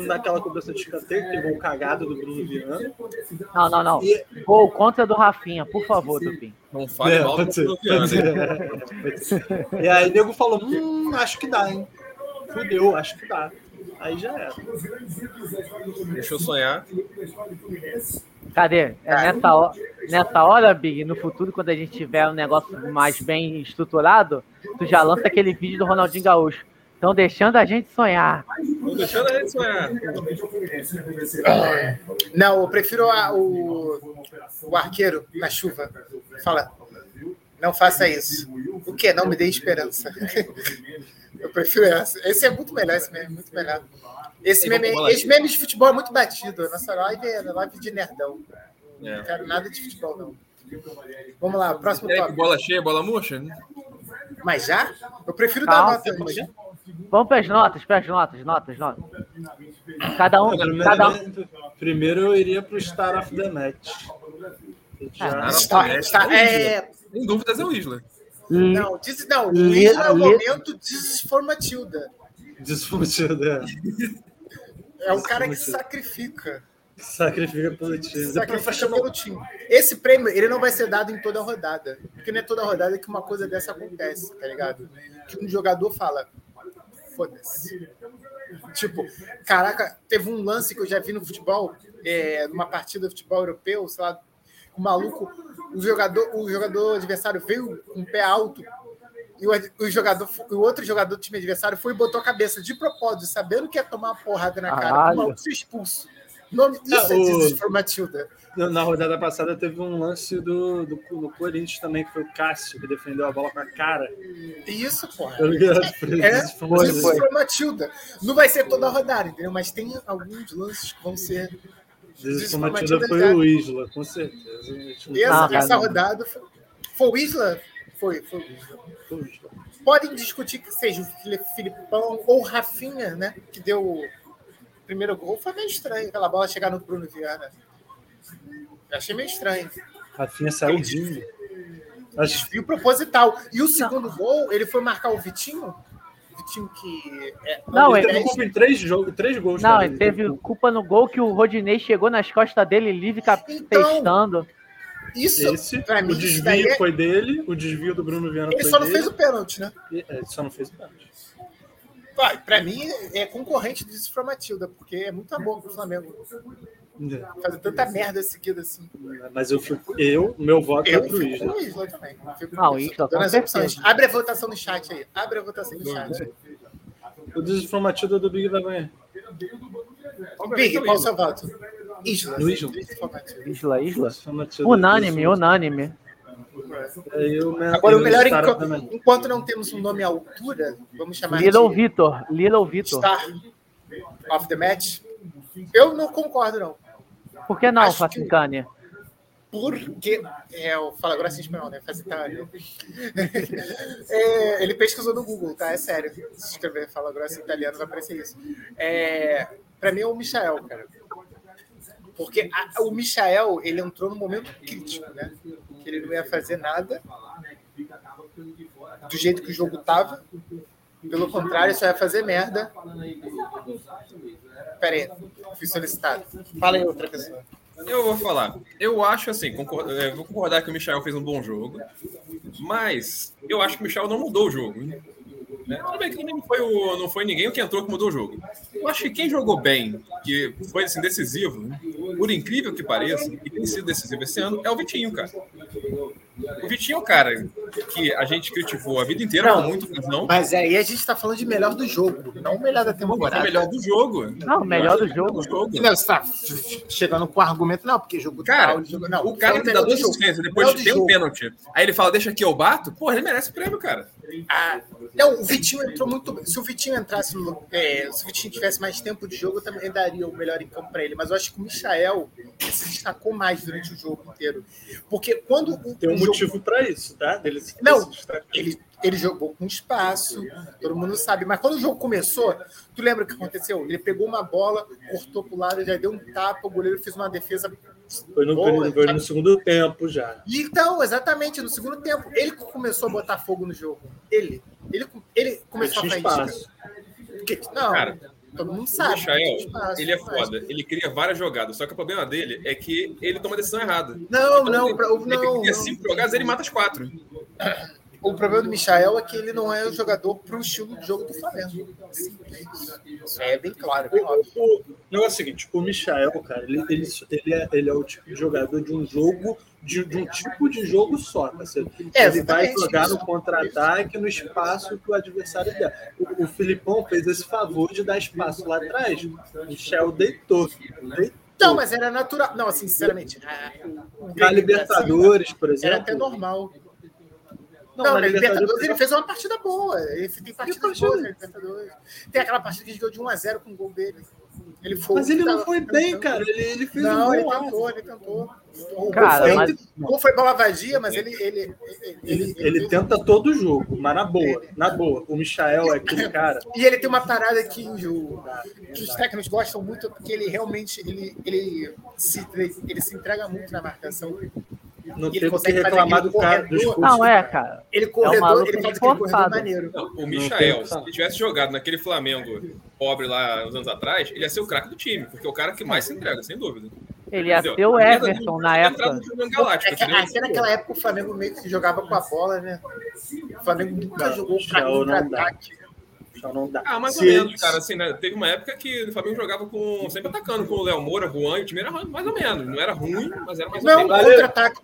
[SPEAKER 2] naquela cobrança de escanteio, que gol cagado do Bruno Viana.
[SPEAKER 4] Não, não, não.
[SPEAKER 2] E-
[SPEAKER 4] Gol contra é do Rafinha, por favor, Tupim.
[SPEAKER 1] Não fale
[SPEAKER 2] É,
[SPEAKER 1] mal do né?
[SPEAKER 2] pode ser,
[SPEAKER 1] Bruno
[SPEAKER 2] pode
[SPEAKER 1] Viana, hein?
[SPEAKER 2] ser. Pode ser. E aí o nego falou: hum, acho que dá, hein? Fudeu, acho que dá. Aí já era.
[SPEAKER 1] Deixa eu sonhar.
[SPEAKER 4] Cadê? É nessa, ho- nessa hora, Big, no futuro, quando a gente tiver um negócio mais bem estruturado, tu já lança aquele vídeo do Ronaldinho Gaúcho. Estão deixando a gente sonhar.
[SPEAKER 1] Não deixando a gente é sonhar.
[SPEAKER 3] Não, eu prefiro a- o, o arqueiro na chuva. Fala. Não faça isso. O que? Não me dê esperança. Eu prefiro essa. Esse é muito melhor, esse meme, é muito melhor. Esse meme, esse meme de futebol é muito batido. Nossa live é live de nerdão.
[SPEAKER 1] É.
[SPEAKER 3] Não quero nada de futebol, não. Vamos lá, próximo
[SPEAKER 1] Pepe,
[SPEAKER 3] tópico.
[SPEAKER 1] é bola cheia, bola murcha? né?
[SPEAKER 3] Mas já? Eu
[SPEAKER 1] Ah,
[SPEAKER 3] prefiro
[SPEAKER 4] Calma,
[SPEAKER 3] dar nota.
[SPEAKER 2] mas já?
[SPEAKER 3] Mas...
[SPEAKER 4] Vamos para as notas, para as notas, notas, notas. Cada um,
[SPEAKER 2] Primeiro,
[SPEAKER 4] cada um.
[SPEAKER 2] primeiro eu iria pro Star of the Match. Já-
[SPEAKER 1] Ah,
[SPEAKER 3] Está,
[SPEAKER 1] não,
[SPEAKER 3] está,
[SPEAKER 1] é-
[SPEAKER 3] é,
[SPEAKER 1] Sem dúvidas é o Isla.
[SPEAKER 3] não, diz, não,
[SPEAKER 4] Le-
[SPEAKER 3] Isla é o
[SPEAKER 4] Le-
[SPEAKER 3] momento desformatilda.
[SPEAKER 2] Desfundido, é.
[SPEAKER 3] É um cara que sacrifica.
[SPEAKER 2] Sacrifica pelo time. Depois vai
[SPEAKER 3] Sacrifica
[SPEAKER 2] chamar
[SPEAKER 3] pelo time. Esse prêmio, ele não vai ser dado em toda rodada. Porque não é toda rodada que uma coisa dessa acontece, tá ligado? Que um jogador fala, foda-se. Tipo, caraca, teve um lance que eu já vi no futebol, é, numa partida de futebol europeu, sei lá, o maluco, o jogador, o jogador adversário veio com o pé alto e o, ad- o jogador, o outro jogador do time adversário foi e botou a cabeça de propósito, sabendo que ia tomar uma porrada na cara, o
[SPEAKER 4] Caralho.
[SPEAKER 3] maluco se expulso. O nome disso
[SPEAKER 2] Ah,
[SPEAKER 3] é
[SPEAKER 2] o-
[SPEAKER 3] desformatilda.
[SPEAKER 2] Na na rodada passada teve um lance do, do, do Corinthians também, que foi o Cássio, que defendeu a bola com a cara.
[SPEAKER 3] Isso, porra.
[SPEAKER 2] Tá ligado?
[SPEAKER 3] É,
[SPEAKER 2] Foi,
[SPEAKER 3] isso
[SPEAKER 2] foi.
[SPEAKER 3] foi Matilda. Não vai ser toda a rodada, entendeu? Mas tem alguns lances que vão ser.
[SPEAKER 2] Isso, Matilda foi
[SPEAKER 3] é.
[SPEAKER 2] o Isla, com certeza. O último
[SPEAKER 3] Essa,
[SPEAKER 4] Ah, cara,
[SPEAKER 3] essa
[SPEAKER 4] não.
[SPEAKER 3] rodada foi. Foi o Isla? Foi, foi o Isla.
[SPEAKER 2] foi o Isla.
[SPEAKER 3] Podem discutir que seja o Fili- Filipão ou o Rafinha, né? Que deu o primeiro gol. Foi meio estranho aquela bola chegar no Bruno Viana. Eu achei meio estranho.
[SPEAKER 2] Rafinha saiu rindo. Acho
[SPEAKER 3] E o proposital. E o segundo gol, ele foi marcar o Vitinho? Vitinho que. É,
[SPEAKER 4] Não,
[SPEAKER 2] que ele
[SPEAKER 4] ele-
[SPEAKER 2] teve culpa em três, jogos, três gols.
[SPEAKER 4] Não,
[SPEAKER 2] cara.
[SPEAKER 4] ele teve culpa no gol que o Rodinei chegou nas costas dele livre, testando.
[SPEAKER 3] Isso,
[SPEAKER 2] Esse,
[SPEAKER 3] pra mim,
[SPEAKER 2] o
[SPEAKER 3] isso daí
[SPEAKER 2] desvio
[SPEAKER 3] é-
[SPEAKER 2] foi dele, o desvio do Bruno Viana
[SPEAKER 3] Ele
[SPEAKER 2] foi
[SPEAKER 3] só não
[SPEAKER 2] dele.
[SPEAKER 3] fez o pênalti, né?
[SPEAKER 2] e- é, só não fez o pênalti.
[SPEAKER 3] Vai, pra mim é concorrente disso pra Matilda, porque é muito amor pro Flamengo.
[SPEAKER 2] É,
[SPEAKER 3] Fazer tanta merda seguida assim.
[SPEAKER 2] Mas eu fico. Eu, meu voto
[SPEAKER 3] Eu
[SPEAKER 2] é pro
[SPEAKER 3] fico
[SPEAKER 2] Isla.
[SPEAKER 3] com o Isla também. Fico
[SPEAKER 4] Ah, o
[SPEAKER 3] com isso.
[SPEAKER 4] Isla,
[SPEAKER 3] Dando
[SPEAKER 4] com
[SPEAKER 3] as opções.
[SPEAKER 4] certeza.
[SPEAKER 3] Abre a votação no chat aí. Abre a votação no
[SPEAKER 2] né?
[SPEAKER 3] chat.
[SPEAKER 2] O desinformativo do Big é vai ganhar.
[SPEAKER 3] Big, qual o seu voto? Isla.
[SPEAKER 2] é No Isla.
[SPEAKER 3] Desinformativo.
[SPEAKER 4] Isla, Isla.
[SPEAKER 2] Desinformativo do
[SPEAKER 4] Unânime,
[SPEAKER 2] Isla.
[SPEAKER 4] unânime.
[SPEAKER 2] É, eu, né,
[SPEAKER 3] Agora,
[SPEAKER 2] eu
[SPEAKER 3] o melhor,
[SPEAKER 2] Star
[SPEAKER 3] enquanto,
[SPEAKER 2] também.
[SPEAKER 3] enquanto não temos um nome à altura, vamos chamar
[SPEAKER 4] Little
[SPEAKER 3] de
[SPEAKER 4] Vitor, Little Vitor.
[SPEAKER 3] Star of the Match. Eu não concordo, não.
[SPEAKER 4] Por que não,
[SPEAKER 3] Acho que-
[SPEAKER 4] Facincani?
[SPEAKER 3] Porque. É, eu falo agora assim em espanhol, né? Faz italiano. É, ele pesquisou no Google, tá? É sério. Se escrever fala agora assim em italiano, vai aparecer isso. É, pra mim é o Michael, cara. Porque a- o Michael, ele entrou num momento crítico, né? Que ele não ia fazer nada do jeito que o jogo tava. Pelo contrário, só ia fazer merda. Pera aí, fui solicitado. Fala aí, outra pessoa.
[SPEAKER 1] Eu vou falar. Eu acho assim, concor- eh, vou concordar que o Michel fez um bom jogo, mas eu acho que o Michel não mudou o jogo. Né? Tudo bem que não foi, o, não foi ninguém que entrou que mudou o jogo. Eu acho que quem jogou bem, que foi assim, decisivo, né? por incrível que pareça, e tem sido decisivo esse ano, é o Vitinho, cara. O Vitinho é um cara que a gente criticou a vida inteira
[SPEAKER 3] Não.
[SPEAKER 1] com muita razão.
[SPEAKER 3] Mas aí a gente tá falando de melhor do jogo, não melhor da
[SPEAKER 1] Mas
[SPEAKER 3] temporada.
[SPEAKER 1] é o melhor do jogo.
[SPEAKER 4] Não, o melhor do jogo.
[SPEAKER 1] Do jogo.
[SPEAKER 3] Não, você tá chegando com argumento, não, porque jogo
[SPEAKER 1] Cara,
[SPEAKER 3] tal, jogo... não,
[SPEAKER 1] O cara
[SPEAKER 3] é
[SPEAKER 1] que dá
[SPEAKER 3] melhor do
[SPEAKER 1] duas
[SPEAKER 3] jogo.
[SPEAKER 1] assistências
[SPEAKER 3] Melhor
[SPEAKER 1] depois
[SPEAKER 3] do
[SPEAKER 1] de ter um
[SPEAKER 3] jogo.
[SPEAKER 1] pênalti. Aí ele fala, deixa aqui, eu bato. Porra, ele merece o prêmio, cara.
[SPEAKER 3] Ah, não, o Vitinho entrou muito bem. Se o Vitinho entrasse no- é, se o Vitinho tivesse mais tempo de jogo, eu também daria o melhor em campo pra ele. Mas eu acho que o Michael se destacou mais durante o jogo inteiro. Porque quando o,
[SPEAKER 2] Tem
[SPEAKER 3] o
[SPEAKER 2] um
[SPEAKER 3] jogo-
[SPEAKER 2] motivo pra isso, tá? Dele se-
[SPEAKER 3] Não,
[SPEAKER 2] se destacar.
[SPEAKER 3] ele, ele jogou com espaço, todo mundo sabe. Mas quando o jogo começou, tu lembra o que aconteceu? Ele pegou uma bola, cortou pro lado, já deu um tapa, o goleiro fez uma defesa.
[SPEAKER 2] Foi no,
[SPEAKER 3] boa,
[SPEAKER 2] foi
[SPEAKER 3] sabe?
[SPEAKER 2] no segundo tempo já.
[SPEAKER 3] Então, exatamente, no segundo tempo, ele que começou a botar fogo no jogo. Ele. Ele, ele começou
[SPEAKER 2] Tinha
[SPEAKER 3] a fazer
[SPEAKER 2] espaço.
[SPEAKER 3] isso. Não,
[SPEAKER 1] Cara,
[SPEAKER 3] todo mundo
[SPEAKER 1] O
[SPEAKER 3] sabe.
[SPEAKER 1] Michael,
[SPEAKER 3] tinha espaço,
[SPEAKER 1] ele é
[SPEAKER 3] mas-
[SPEAKER 1] foda. Ele cria várias jogadas. Só que o problema dele é que ele toma a decisão errada.
[SPEAKER 3] Não, não, pra-
[SPEAKER 1] Ele é assim.
[SPEAKER 3] não,
[SPEAKER 1] cria
[SPEAKER 3] não.
[SPEAKER 1] cinco jogadas ele mata as quatro.
[SPEAKER 3] O problema do Michael é que ele não é o jogador pro estilo de jogo do Flamengo. Simples. Isso é bem claro, bem óbvio.
[SPEAKER 2] O, o- não é o seguinte, o Michael, cara, ele, ele, ele, é, ele é o tipo de jogador de um jogo, de, de um tipo de jogo só. Tá certo?
[SPEAKER 3] É,
[SPEAKER 2] ele vai
[SPEAKER 3] exatamente
[SPEAKER 2] jogar
[SPEAKER 3] isso.
[SPEAKER 2] no contra-ataque, no espaço que o adversário der. O, o Filipão fez esse favor de dar espaço lá atrás. O Michael deitou. deitou.
[SPEAKER 3] Então, mas era natural. Não, assim, sinceramente. a-
[SPEAKER 2] Na Libertadores, por
[SPEAKER 3] assim, Era
[SPEAKER 2] exemplo.
[SPEAKER 3] até normal.
[SPEAKER 2] Não,
[SPEAKER 3] Não,
[SPEAKER 2] na
[SPEAKER 3] na Libertadores ele
[SPEAKER 2] ele
[SPEAKER 3] fez uma partida boa. Ele tem partidas
[SPEAKER 2] partida?
[SPEAKER 3] um boas na Libertadores. Tem aquela partida que ele ganhou de 1x0 com o gol dele. Ele foi,
[SPEAKER 2] Mas ele não
[SPEAKER 3] tava
[SPEAKER 2] foi bem,
[SPEAKER 3] tentando.
[SPEAKER 2] cara. Ele, ele fez
[SPEAKER 3] Não,
[SPEAKER 2] um
[SPEAKER 3] ele
[SPEAKER 2] bom ar.
[SPEAKER 3] tentou, ele tentou. O
[SPEAKER 4] Cara,
[SPEAKER 3] gol, foi,
[SPEAKER 4] mas-
[SPEAKER 3] o gol foi bola vadia, mas ele. Ele, ele,
[SPEAKER 2] Ele, ele tenta todo jogo, mas na boa, na boa. O Michael é aquele cara.
[SPEAKER 3] E ele tem uma parada que, o- que os técnicos gostam muito, porque ele realmente ele, ele, se, ele se entrega muito na marcação.
[SPEAKER 2] Não
[SPEAKER 3] Ele
[SPEAKER 2] tem o que
[SPEAKER 3] consegue fazer
[SPEAKER 2] reclamar do
[SPEAKER 3] aquele
[SPEAKER 2] cara do
[SPEAKER 3] corredor.
[SPEAKER 2] discurso.
[SPEAKER 4] Não, é, cara.
[SPEAKER 3] Ele
[SPEAKER 4] É um
[SPEAKER 3] corredor,
[SPEAKER 4] maluco
[SPEAKER 3] ele faz aquele corredor
[SPEAKER 4] esforçado.
[SPEAKER 3] maneiro.
[SPEAKER 1] Não, o
[SPEAKER 2] tem o
[SPEAKER 1] Michael,
[SPEAKER 2] que
[SPEAKER 1] se
[SPEAKER 2] falar.
[SPEAKER 1] ele tivesse jogado naquele Flamengo pobre lá uns anos atrás, ele ia ser o craque do time, porque é o cara que mais se entrega, sem dúvida.
[SPEAKER 4] Ele ia
[SPEAKER 1] Entendeu?
[SPEAKER 4] ser o
[SPEAKER 1] A merda
[SPEAKER 4] Everton
[SPEAKER 1] do-
[SPEAKER 4] na
[SPEAKER 1] a
[SPEAKER 4] época.
[SPEAKER 1] entrada do Julian Galáctico,
[SPEAKER 3] É que,
[SPEAKER 1] entendeu?
[SPEAKER 3] até naquela época o Flamengo meio que jogava com a bola, né? O Flamengo nunca
[SPEAKER 2] Não,
[SPEAKER 3] jogou pra
[SPEAKER 2] já não dá.
[SPEAKER 3] contra-ataque.
[SPEAKER 2] Só não dá.
[SPEAKER 1] Ah, mais
[SPEAKER 2] Se
[SPEAKER 1] ou
[SPEAKER 2] ele-
[SPEAKER 1] menos, cara. Assim, né? Teve uma época que o Flamengo jogava com. sempre atacando com o Léo Moura, Juan, e o time era mais ou menos. Não era ruim, mas era mais ou
[SPEAKER 3] Não, um
[SPEAKER 1] menos.
[SPEAKER 2] Valeu.
[SPEAKER 3] contra-ataque.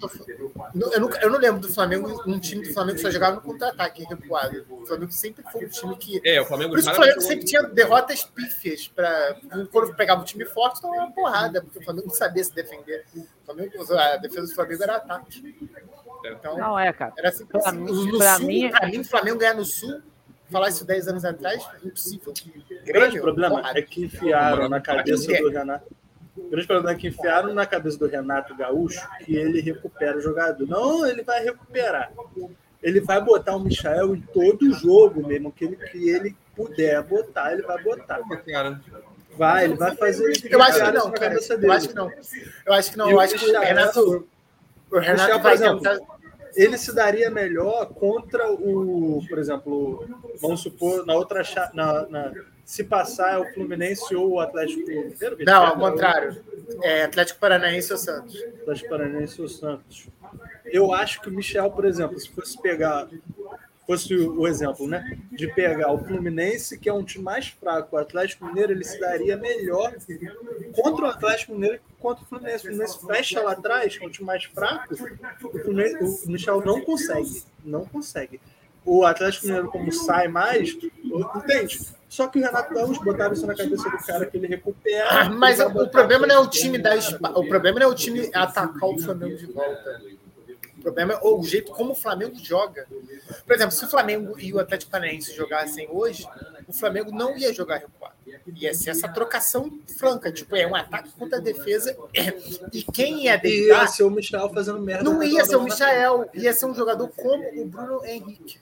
[SPEAKER 3] do- Eu, nunca- eu não lembro do Flamengo, um time do Flamengo que só jogava no contra-ataque recuado. O Flamengo sempre foi um time que.
[SPEAKER 1] É, o Flamengo
[SPEAKER 3] Por isso que o Flamengo sempre tinha derrotas pífias. Pra... Quando pegava um time forte, então era uma porrada, porque o Flamengo não sabia se defender. O Flamengo- a defesa do Flamengo era ataque. Então,
[SPEAKER 4] Não, é, cara.
[SPEAKER 3] era sempre
[SPEAKER 4] Pra
[SPEAKER 3] assim.
[SPEAKER 4] mim-
[SPEAKER 3] No
[SPEAKER 4] pra
[SPEAKER 3] sul,
[SPEAKER 4] mim-
[SPEAKER 3] pra mim, o Flamengo ganhar no Sul, falar isso 10 anos atrás, impossível.
[SPEAKER 2] O grande
[SPEAKER 3] Grêmio,
[SPEAKER 2] problema
[SPEAKER 3] porrada.
[SPEAKER 2] é que enfiaram na cabeça do Renato. O grande problema é que enfiaram na cabeça do Renato Gaúcho que ele recupera o jogador. Não, ele vai recuperar. Ele vai botar o Michael em todo jogo mesmo, que ele, que ele puder botar, ele vai botar.
[SPEAKER 1] Cara,
[SPEAKER 2] Vai, ele vai fazer isso.
[SPEAKER 3] Eu acho que
[SPEAKER 2] Enfiaram
[SPEAKER 3] não,
[SPEAKER 2] isso na
[SPEAKER 3] cara.
[SPEAKER 2] cabeça
[SPEAKER 3] Eu
[SPEAKER 2] dele.
[SPEAKER 3] acho que não. Eu acho que não.
[SPEAKER 2] E
[SPEAKER 3] Eu
[SPEAKER 2] o
[SPEAKER 3] acho que o
[SPEAKER 2] Michel-
[SPEAKER 3] Renato, o Renato
[SPEAKER 2] Michel,
[SPEAKER 3] vai
[SPEAKER 2] por exemplo,
[SPEAKER 3] tentar.
[SPEAKER 2] ele se daria melhor contra o, por exemplo, vamos supor, na outra cha- na, na- se passar é o Fluminense ou o Atlético Mineiro.
[SPEAKER 3] Não, ao contrário. É Atlético Paranaense ou Santos.
[SPEAKER 2] das Paranaense ou Santos. Eu acho que o Michel, por exemplo, se fosse pegar, fosse o o exemplo, né? De pegar o Fluminense, que é um time mais fraco, o Atlético Mineiro, ele se daria melhor contra o Atlético Mineiro que contra o Fluminense. O Fluminense fecha lá atrás, que é um time mais fraco, o, Fluminense- o Michel não consegue. Não consegue. O Atlético Mineiro, como sai mais, o- entende? Só que o Renato Gaúcho botaram isso na cabeça do cara que ele recupera.
[SPEAKER 3] Ah, Mas
[SPEAKER 2] ele vai
[SPEAKER 3] o
[SPEAKER 2] botar
[SPEAKER 3] problema não é o
[SPEAKER 2] frente,
[SPEAKER 3] time dar espa- O problema não é o time atacar o Flamengo de
[SPEAKER 2] né,
[SPEAKER 3] volta. O problema é o jeito como o Flamengo joga. Por exemplo, se o Flamengo e o Atlético Paranaense jogassem hoje, o Flamengo não ia jogar recuado. Ia ser essa trocação franca, tipo, é um ataque contra a defesa. E quem ia
[SPEAKER 2] E ah,
[SPEAKER 3] deitar
[SPEAKER 2] ia ser o Michel fazendo merda.
[SPEAKER 3] Não
[SPEAKER 2] pra
[SPEAKER 3] ia ser o
[SPEAKER 2] jogar na
[SPEAKER 3] Michael, ia ser um jogador como o Bruno Henrique.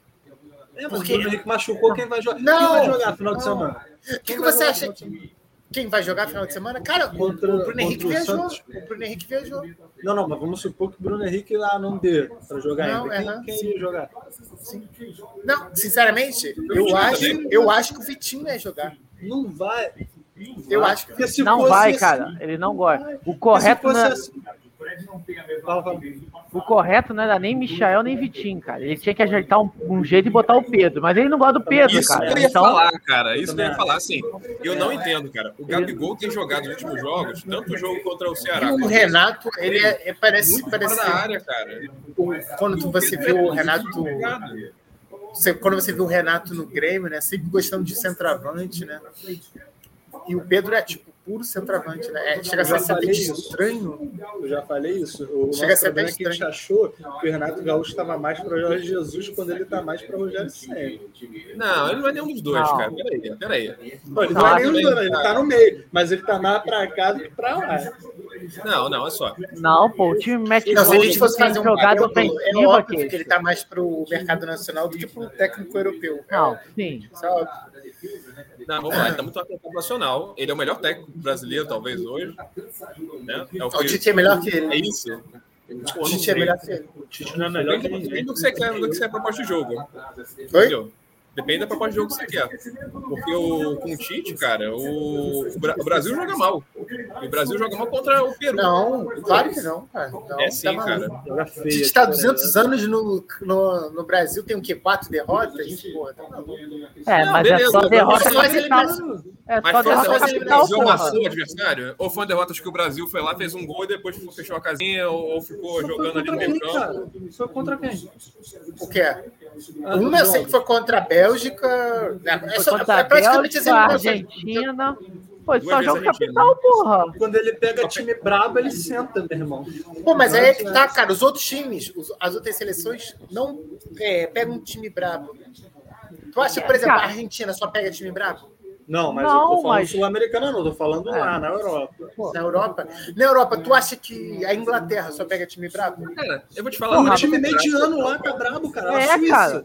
[SPEAKER 2] É, mas
[SPEAKER 3] Porque-
[SPEAKER 2] o Bruno Henrique machucou, quem vai jogar?
[SPEAKER 3] Não!
[SPEAKER 2] Quem vai jogar final de
[SPEAKER 3] Não.
[SPEAKER 2] semana?
[SPEAKER 3] O que, que você acha? que- Quem vai jogar final de semana? Cara, o-
[SPEAKER 2] Contra-
[SPEAKER 3] o Bruno Henrique
[SPEAKER 2] contra o
[SPEAKER 3] viajou.
[SPEAKER 2] Santos.
[SPEAKER 3] O Bruno Henrique viajou.
[SPEAKER 2] Não, não, mas vamos supor que o Bruno Henrique lá não dê pra jogar ainda.
[SPEAKER 3] Não,
[SPEAKER 2] Quem,
[SPEAKER 3] aham,
[SPEAKER 2] quem
[SPEAKER 3] sim.
[SPEAKER 2] iria jogar?
[SPEAKER 3] Não, sinceramente, eu
[SPEAKER 1] Vitinho
[SPEAKER 3] acho,
[SPEAKER 1] também.
[SPEAKER 3] eu acho que o Vitinho ia jogar.
[SPEAKER 2] Não vai. não
[SPEAKER 3] Eu
[SPEAKER 2] vai.
[SPEAKER 3] acho que-
[SPEAKER 2] Porque se
[SPEAKER 4] Não
[SPEAKER 2] fosse
[SPEAKER 4] vai,
[SPEAKER 2] assim-
[SPEAKER 4] cara. Ele não gosta. O correto,
[SPEAKER 2] Porque se
[SPEAKER 4] não,
[SPEAKER 2] fosse
[SPEAKER 4] é-
[SPEAKER 2] assim- Fala, fala.
[SPEAKER 4] o correto não era nem Michael nem Vitinho, cara. Ele tinha que ajeitar um, um jeito e botar o Pedro. Mas ele não gosta do Pedro,
[SPEAKER 1] Isso
[SPEAKER 4] cara.
[SPEAKER 1] que eu ia
[SPEAKER 4] Então,
[SPEAKER 1] falar, cara. Isso que eu ia
[SPEAKER 3] né?
[SPEAKER 2] Também
[SPEAKER 1] falar, assim. Eu não entendo, cara. O Gabigol tem jogado nos últimos jogos, tanto o jogo contra o
[SPEAKER 3] E
[SPEAKER 1] Ceará.
[SPEAKER 3] o
[SPEAKER 1] quanto
[SPEAKER 3] Renato, ele é, é- parece.
[SPEAKER 1] muito fora
[SPEAKER 3] parece
[SPEAKER 1] da área, cara.
[SPEAKER 3] o- quando você viu o Renato. você- quando você viu o Renato no Grêmio, né? Sempre gostando de centroavante, né? E o Pedro é tipo puro centroavante, né? É, chega a ser
[SPEAKER 2] Eu já
[SPEAKER 3] até
[SPEAKER 2] falei isso.
[SPEAKER 3] estranho.
[SPEAKER 2] Eu já falei isso. O
[SPEAKER 3] Chega a
[SPEAKER 2] nosso
[SPEAKER 3] ser até
[SPEAKER 2] problema é que a gente achou que o Renato Gaúcho estava mais para Jorge Jesus quando ele está mais para Rogério Senna.
[SPEAKER 1] Não, ele não é nenhum dos dois,
[SPEAKER 4] Não.
[SPEAKER 1] cara. Peraí, peraí.
[SPEAKER 2] Não, ele
[SPEAKER 4] Tá
[SPEAKER 2] não
[SPEAKER 4] lá
[SPEAKER 2] é nem os
[SPEAKER 1] também,
[SPEAKER 2] dois, ele
[SPEAKER 1] cara.
[SPEAKER 2] está no meio, mas ele está mais para cá do que para lá.
[SPEAKER 1] Não, não, é só.
[SPEAKER 4] não, pô, o time mete
[SPEAKER 3] Não, se a
[SPEAKER 4] gol,
[SPEAKER 3] gente fosse
[SPEAKER 4] tem
[SPEAKER 3] fazer um
[SPEAKER 4] jogada
[SPEAKER 3] paralelo, é
[SPEAKER 4] ofensiva
[SPEAKER 3] óbvio que ele
[SPEAKER 4] aqui.
[SPEAKER 3] tá mais pro mercado nacional do que pro técnico europeu.
[SPEAKER 4] Não, sim.
[SPEAKER 3] Só-
[SPEAKER 1] Não, vamos lá, ele tá muito atacado nacional. Ele é o melhor técnico brasileiro, talvez, hoje. Né? É
[SPEAKER 3] o Tite é melhor que
[SPEAKER 1] É
[SPEAKER 3] ele.
[SPEAKER 1] isso. Tipo, eu
[SPEAKER 3] O
[SPEAKER 1] não
[SPEAKER 3] Tite
[SPEAKER 1] sei.
[SPEAKER 3] é melhor que ele.
[SPEAKER 2] O Tite não é melhor que
[SPEAKER 1] Depende
[SPEAKER 2] ninguém.
[SPEAKER 1] do que você quer, do que você quer proposta de jogo.
[SPEAKER 3] Oi?
[SPEAKER 1] Entendeu? Depende da proposta de jogo que você quer. Porque o, com o Tite, cara, o, o Bra- o Brasil joga mal. E o Brasil joga mal contra o Peru.
[SPEAKER 3] Não, claro que não, cara. Não,
[SPEAKER 1] é sim,
[SPEAKER 3] tá maluco.
[SPEAKER 1] cara.
[SPEAKER 2] Joga
[SPEAKER 3] O
[SPEAKER 2] feio.
[SPEAKER 3] Tite tá há
[SPEAKER 2] cara.
[SPEAKER 3] 200 anos no, no, no Brasil, tem o quê? Quatro derrotas? Gente, porra, tá maluco.
[SPEAKER 4] É,
[SPEAKER 1] Não,
[SPEAKER 4] mas
[SPEAKER 1] beleza,
[SPEAKER 4] é só
[SPEAKER 1] mas
[SPEAKER 4] derrota
[SPEAKER 3] você vai ser
[SPEAKER 4] capital. É
[SPEAKER 1] Mas
[SPEAKER 4] só
[SPEAKER 1] foi uma
[SPEAKER 4] derrota
[SPEAKER 1] derrota que o
[SPEAKER 4] capital,
[SPEAKER 1] Brasil
[SPEAKER 4] porra.
[SPEAKER 1] amassou o adversário? Ou foi uma derrota que o Brasil foi lá, fez um gol e depois fechou a casinha ou, ou ficou
[SPEAKER 2] Só foi
[SPEAKER 1] jogando ali no
[SPEAKER 2] contra
[SPEAKER 1] meio
[SPEAKER 2] quem,
[SPEAKER 1] campo?
[SPEAKER 2] cara? Só contra quem?
[SPEAKER 3] O que é?
[SPEAKER 2] Ah,
[SPEAKER 3] Uma eu sei
[SPEAKER 2] não.
[SPEAKER 3] que foi contra a Bélgica. É, só,
[SPEAKER 4] Contra a
[SPEAKER 3] é praticamente
[SPEAKER 4] Bélgica,
[SPEAKER 3] assim.
[SPEAKER 4] a
[SPEAKER 3] Argentina.
[SPEAKER 4] Argentina. Pô, isso
[SPEAKER 1] Duas
[SPEAKER 4] só
[SPEAKER 1] vezes
[SPEAKER 4] jogo
[SPEAKER 1] Argentina. né?
[SPEAKER 4] capital, porra.
[SPEAKER 2] Quando ele pega time brabo, ele senta, meu irmão.
[SPEAKER 3] Pô, mas aí é que tá, cara. Os outros times, os- as outras seleções, não é, pegam um time brabo. Tu acha, por exemplo, a
[SPEAKER 4] Cara.
[SPEAKER 3] Argentina só pega time brabo?
[SPEAKER 2] Não, mas
[SPEAKER 4] Não,
[SPEAKER 2] eu tô falando
[SPEAKER 4] mas-
[SPEAKER 2] sul-americana, não, eu tô falando
[SPEAKER 4] É.
[SPEAKER 2] lá na Europa.
[SPEAKER 3] Na Europa? Na Europa, tu acha que a Inglaterra só pega time brabo?
[SPEAKER 1] Cara, eu vou te falar.
[SPEAKER 2] Pô, o
[SPEAKER 1] Rafa,
[SPEAKER 2] time
[SPEAKER 1] cara,
[SPEAKER 2] mediano lá tá brabo, cara. A
[SPEAKER 4] É,
[SPEAKER 2] Suíça.
[SPEAKER 4] cara.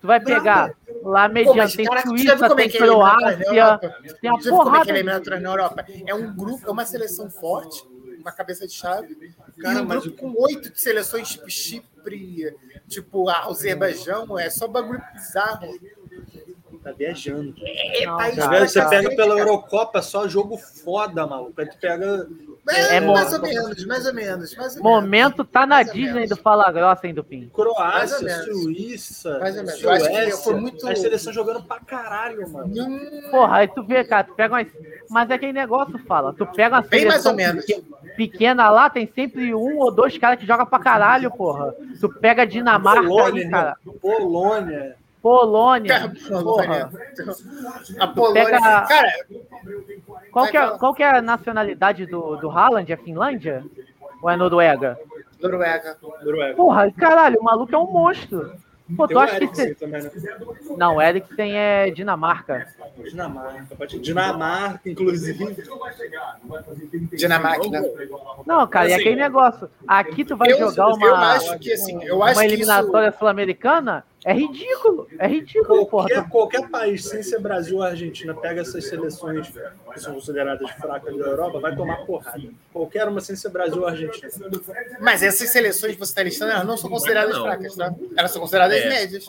[SPEAKER 4] Tu vai pegar lá mediante, tem
[SPEAKER 3] caraca, tu já viu
[SPEAKER 4] Suíça, tem
[SPEAKER 3] é eliminado na
[SPEAKER 4] Croácia,
[SPEAKER 3] Europa?
[SPEAKER 4] tem uma
[SPEAKER 3] Tu já viu como é que
[SPEAKER 4] porrada.
[SPEAKER 3] é eliminado atrás na Europa? É um grupo, é uma seleção forte, uma cabeça de chave,
[SPEAKER 2] Cara,
[SPEAKER 3] e um
[SPEAKER 2] mas
[SPEAKER 3] grupo com oito seleções tipo Chipre, tipo Azerbaijão, é só bagulho bizarro.
[SPEAKER 2] Tá viajando. Cara.
[SPEAKER 3] É
[SPEAKER 4] Não,
[SPEAKER 3] país
[SPEAKER 4] cara.
[SPEAKER 3] pra
[SPEAKER 2] Você pega
[SPEAKER 3] cacete,
[SPEAKER 2] pela
[SPEAKER 3] cara.
[SPEAKER 2] Eurocopa, só jogo foda, maluco. Aí tu pega.
[SPEAKER 3] É,
[SPEAKER 4] É
[SPEAKER 3] mais
[SPEAKER 4] bom.
[SPEAKER 3] ou menos, mais ou menos. Mais ou
[SPEAKER 4] Momento tá na
[SPEAKER 3] Mais ou
[SPEAKER 4] Disney
[SPEAKER 3] menos.
[SPEAKER 4] do Fala Grossa, hein, Dupin?
[SPEAKER 2] Croácia,
[SPEAKER 3] Mais ou menos.
[SPEAKER 2] Suíça,
[SPEAKER 3] Mais ou menos. Eu acho que
[SPEAKER 2] Suécia,
[SPEAKER 3] foi muito-
[SPEAKER 2] as seleções jogando pra caralho, mano.
[SPEAKER 3] menos. Hum,
[SPEAKER 4] Porra, aí tu vê, cara, tu pega umas. Mas é aquele negócio, fala. Tu pega uma
[SPEAKER 3] Bem mais ou
[SPEAKER 4] seleção
[SPEAKER 3] menos.
[SPEAKER 4] pequena lá, tem sempre um ou dois caras que jogam pra caralho, porra. Tu pega a Dinamarca
[SPEAKER 2] Polônia,
[SPEAKER 4] aí, cara.
[SPEAKER 2] irmão. Polônia.
[SPEAKER 3] Cara,
[SPEAKER 4] Polônia.
[SPEAKER 3] Polônia.
[SPEAKER 4] Porra.
[SPEAKER 3] um A Polônia.
[SPEAKER 4] Pega-
[SPEAKER 3] Cara,
[SPEAKER 4] Qual que, é,
[SPEAKER 3] Vai,
[SPEAKER 4] qual que é a nacionalidade do, do Haaland? É Finlândia? Ou é Noruega?
[SPEAKER 3] Noruega.
[SPEAKER 2] Noruega.
[SPEAKER 4] Porra, caralho, o maluco é um monstro. Pô,
[SPEAKER 2] Tem
[SPEAKER 4] tu
[SPEAKER 2] o
[SPEAKER 4] acha que.
[SPEAKER 2] Eriksen
[SPEAKER 4] Você...
[SPEAKER 2] também, né?
[SPEAKER 4] Não, Eriksen é Dinamarca.
[SPEAKER 2] Dinamarca. pode- Dinamarca, inclusive.
[SPEAKER 3] Dinamarca.
[SPEAKER 4] Não, cara, é
[SPEAKER 1] Assim,
[SPEAKER 4] aquele negócio. Aqui tu vai
[SPEAKER 3] eu,
[SPEAKER 4] jogar uma.
[SPEAKER 3] eu acho que assim, eu acho
[SPEAKER 4] uma
[SPEAKER 3] que isso,
[SPEAKER 4] eliminatória sul-americana é ridículo. É ridículo, porra.
[SPEAKER 2] Qualquer, qualquer país, sem ser Brasil ou Argentina, pega essas seleções que são consideradas fracas da Europa, vai tomar porrada. Qualquer uma, sem ser Brasil ou Argentina.
[SPEAKER 3] Mas essas seleções que você está listando, elas não são consideradas
[SPEAKER 1] Não.
[SPEAKER 3] fracas, tá? Elas são consideradas
[SPEAKER 1] É.
[SPEAKER 3] médias.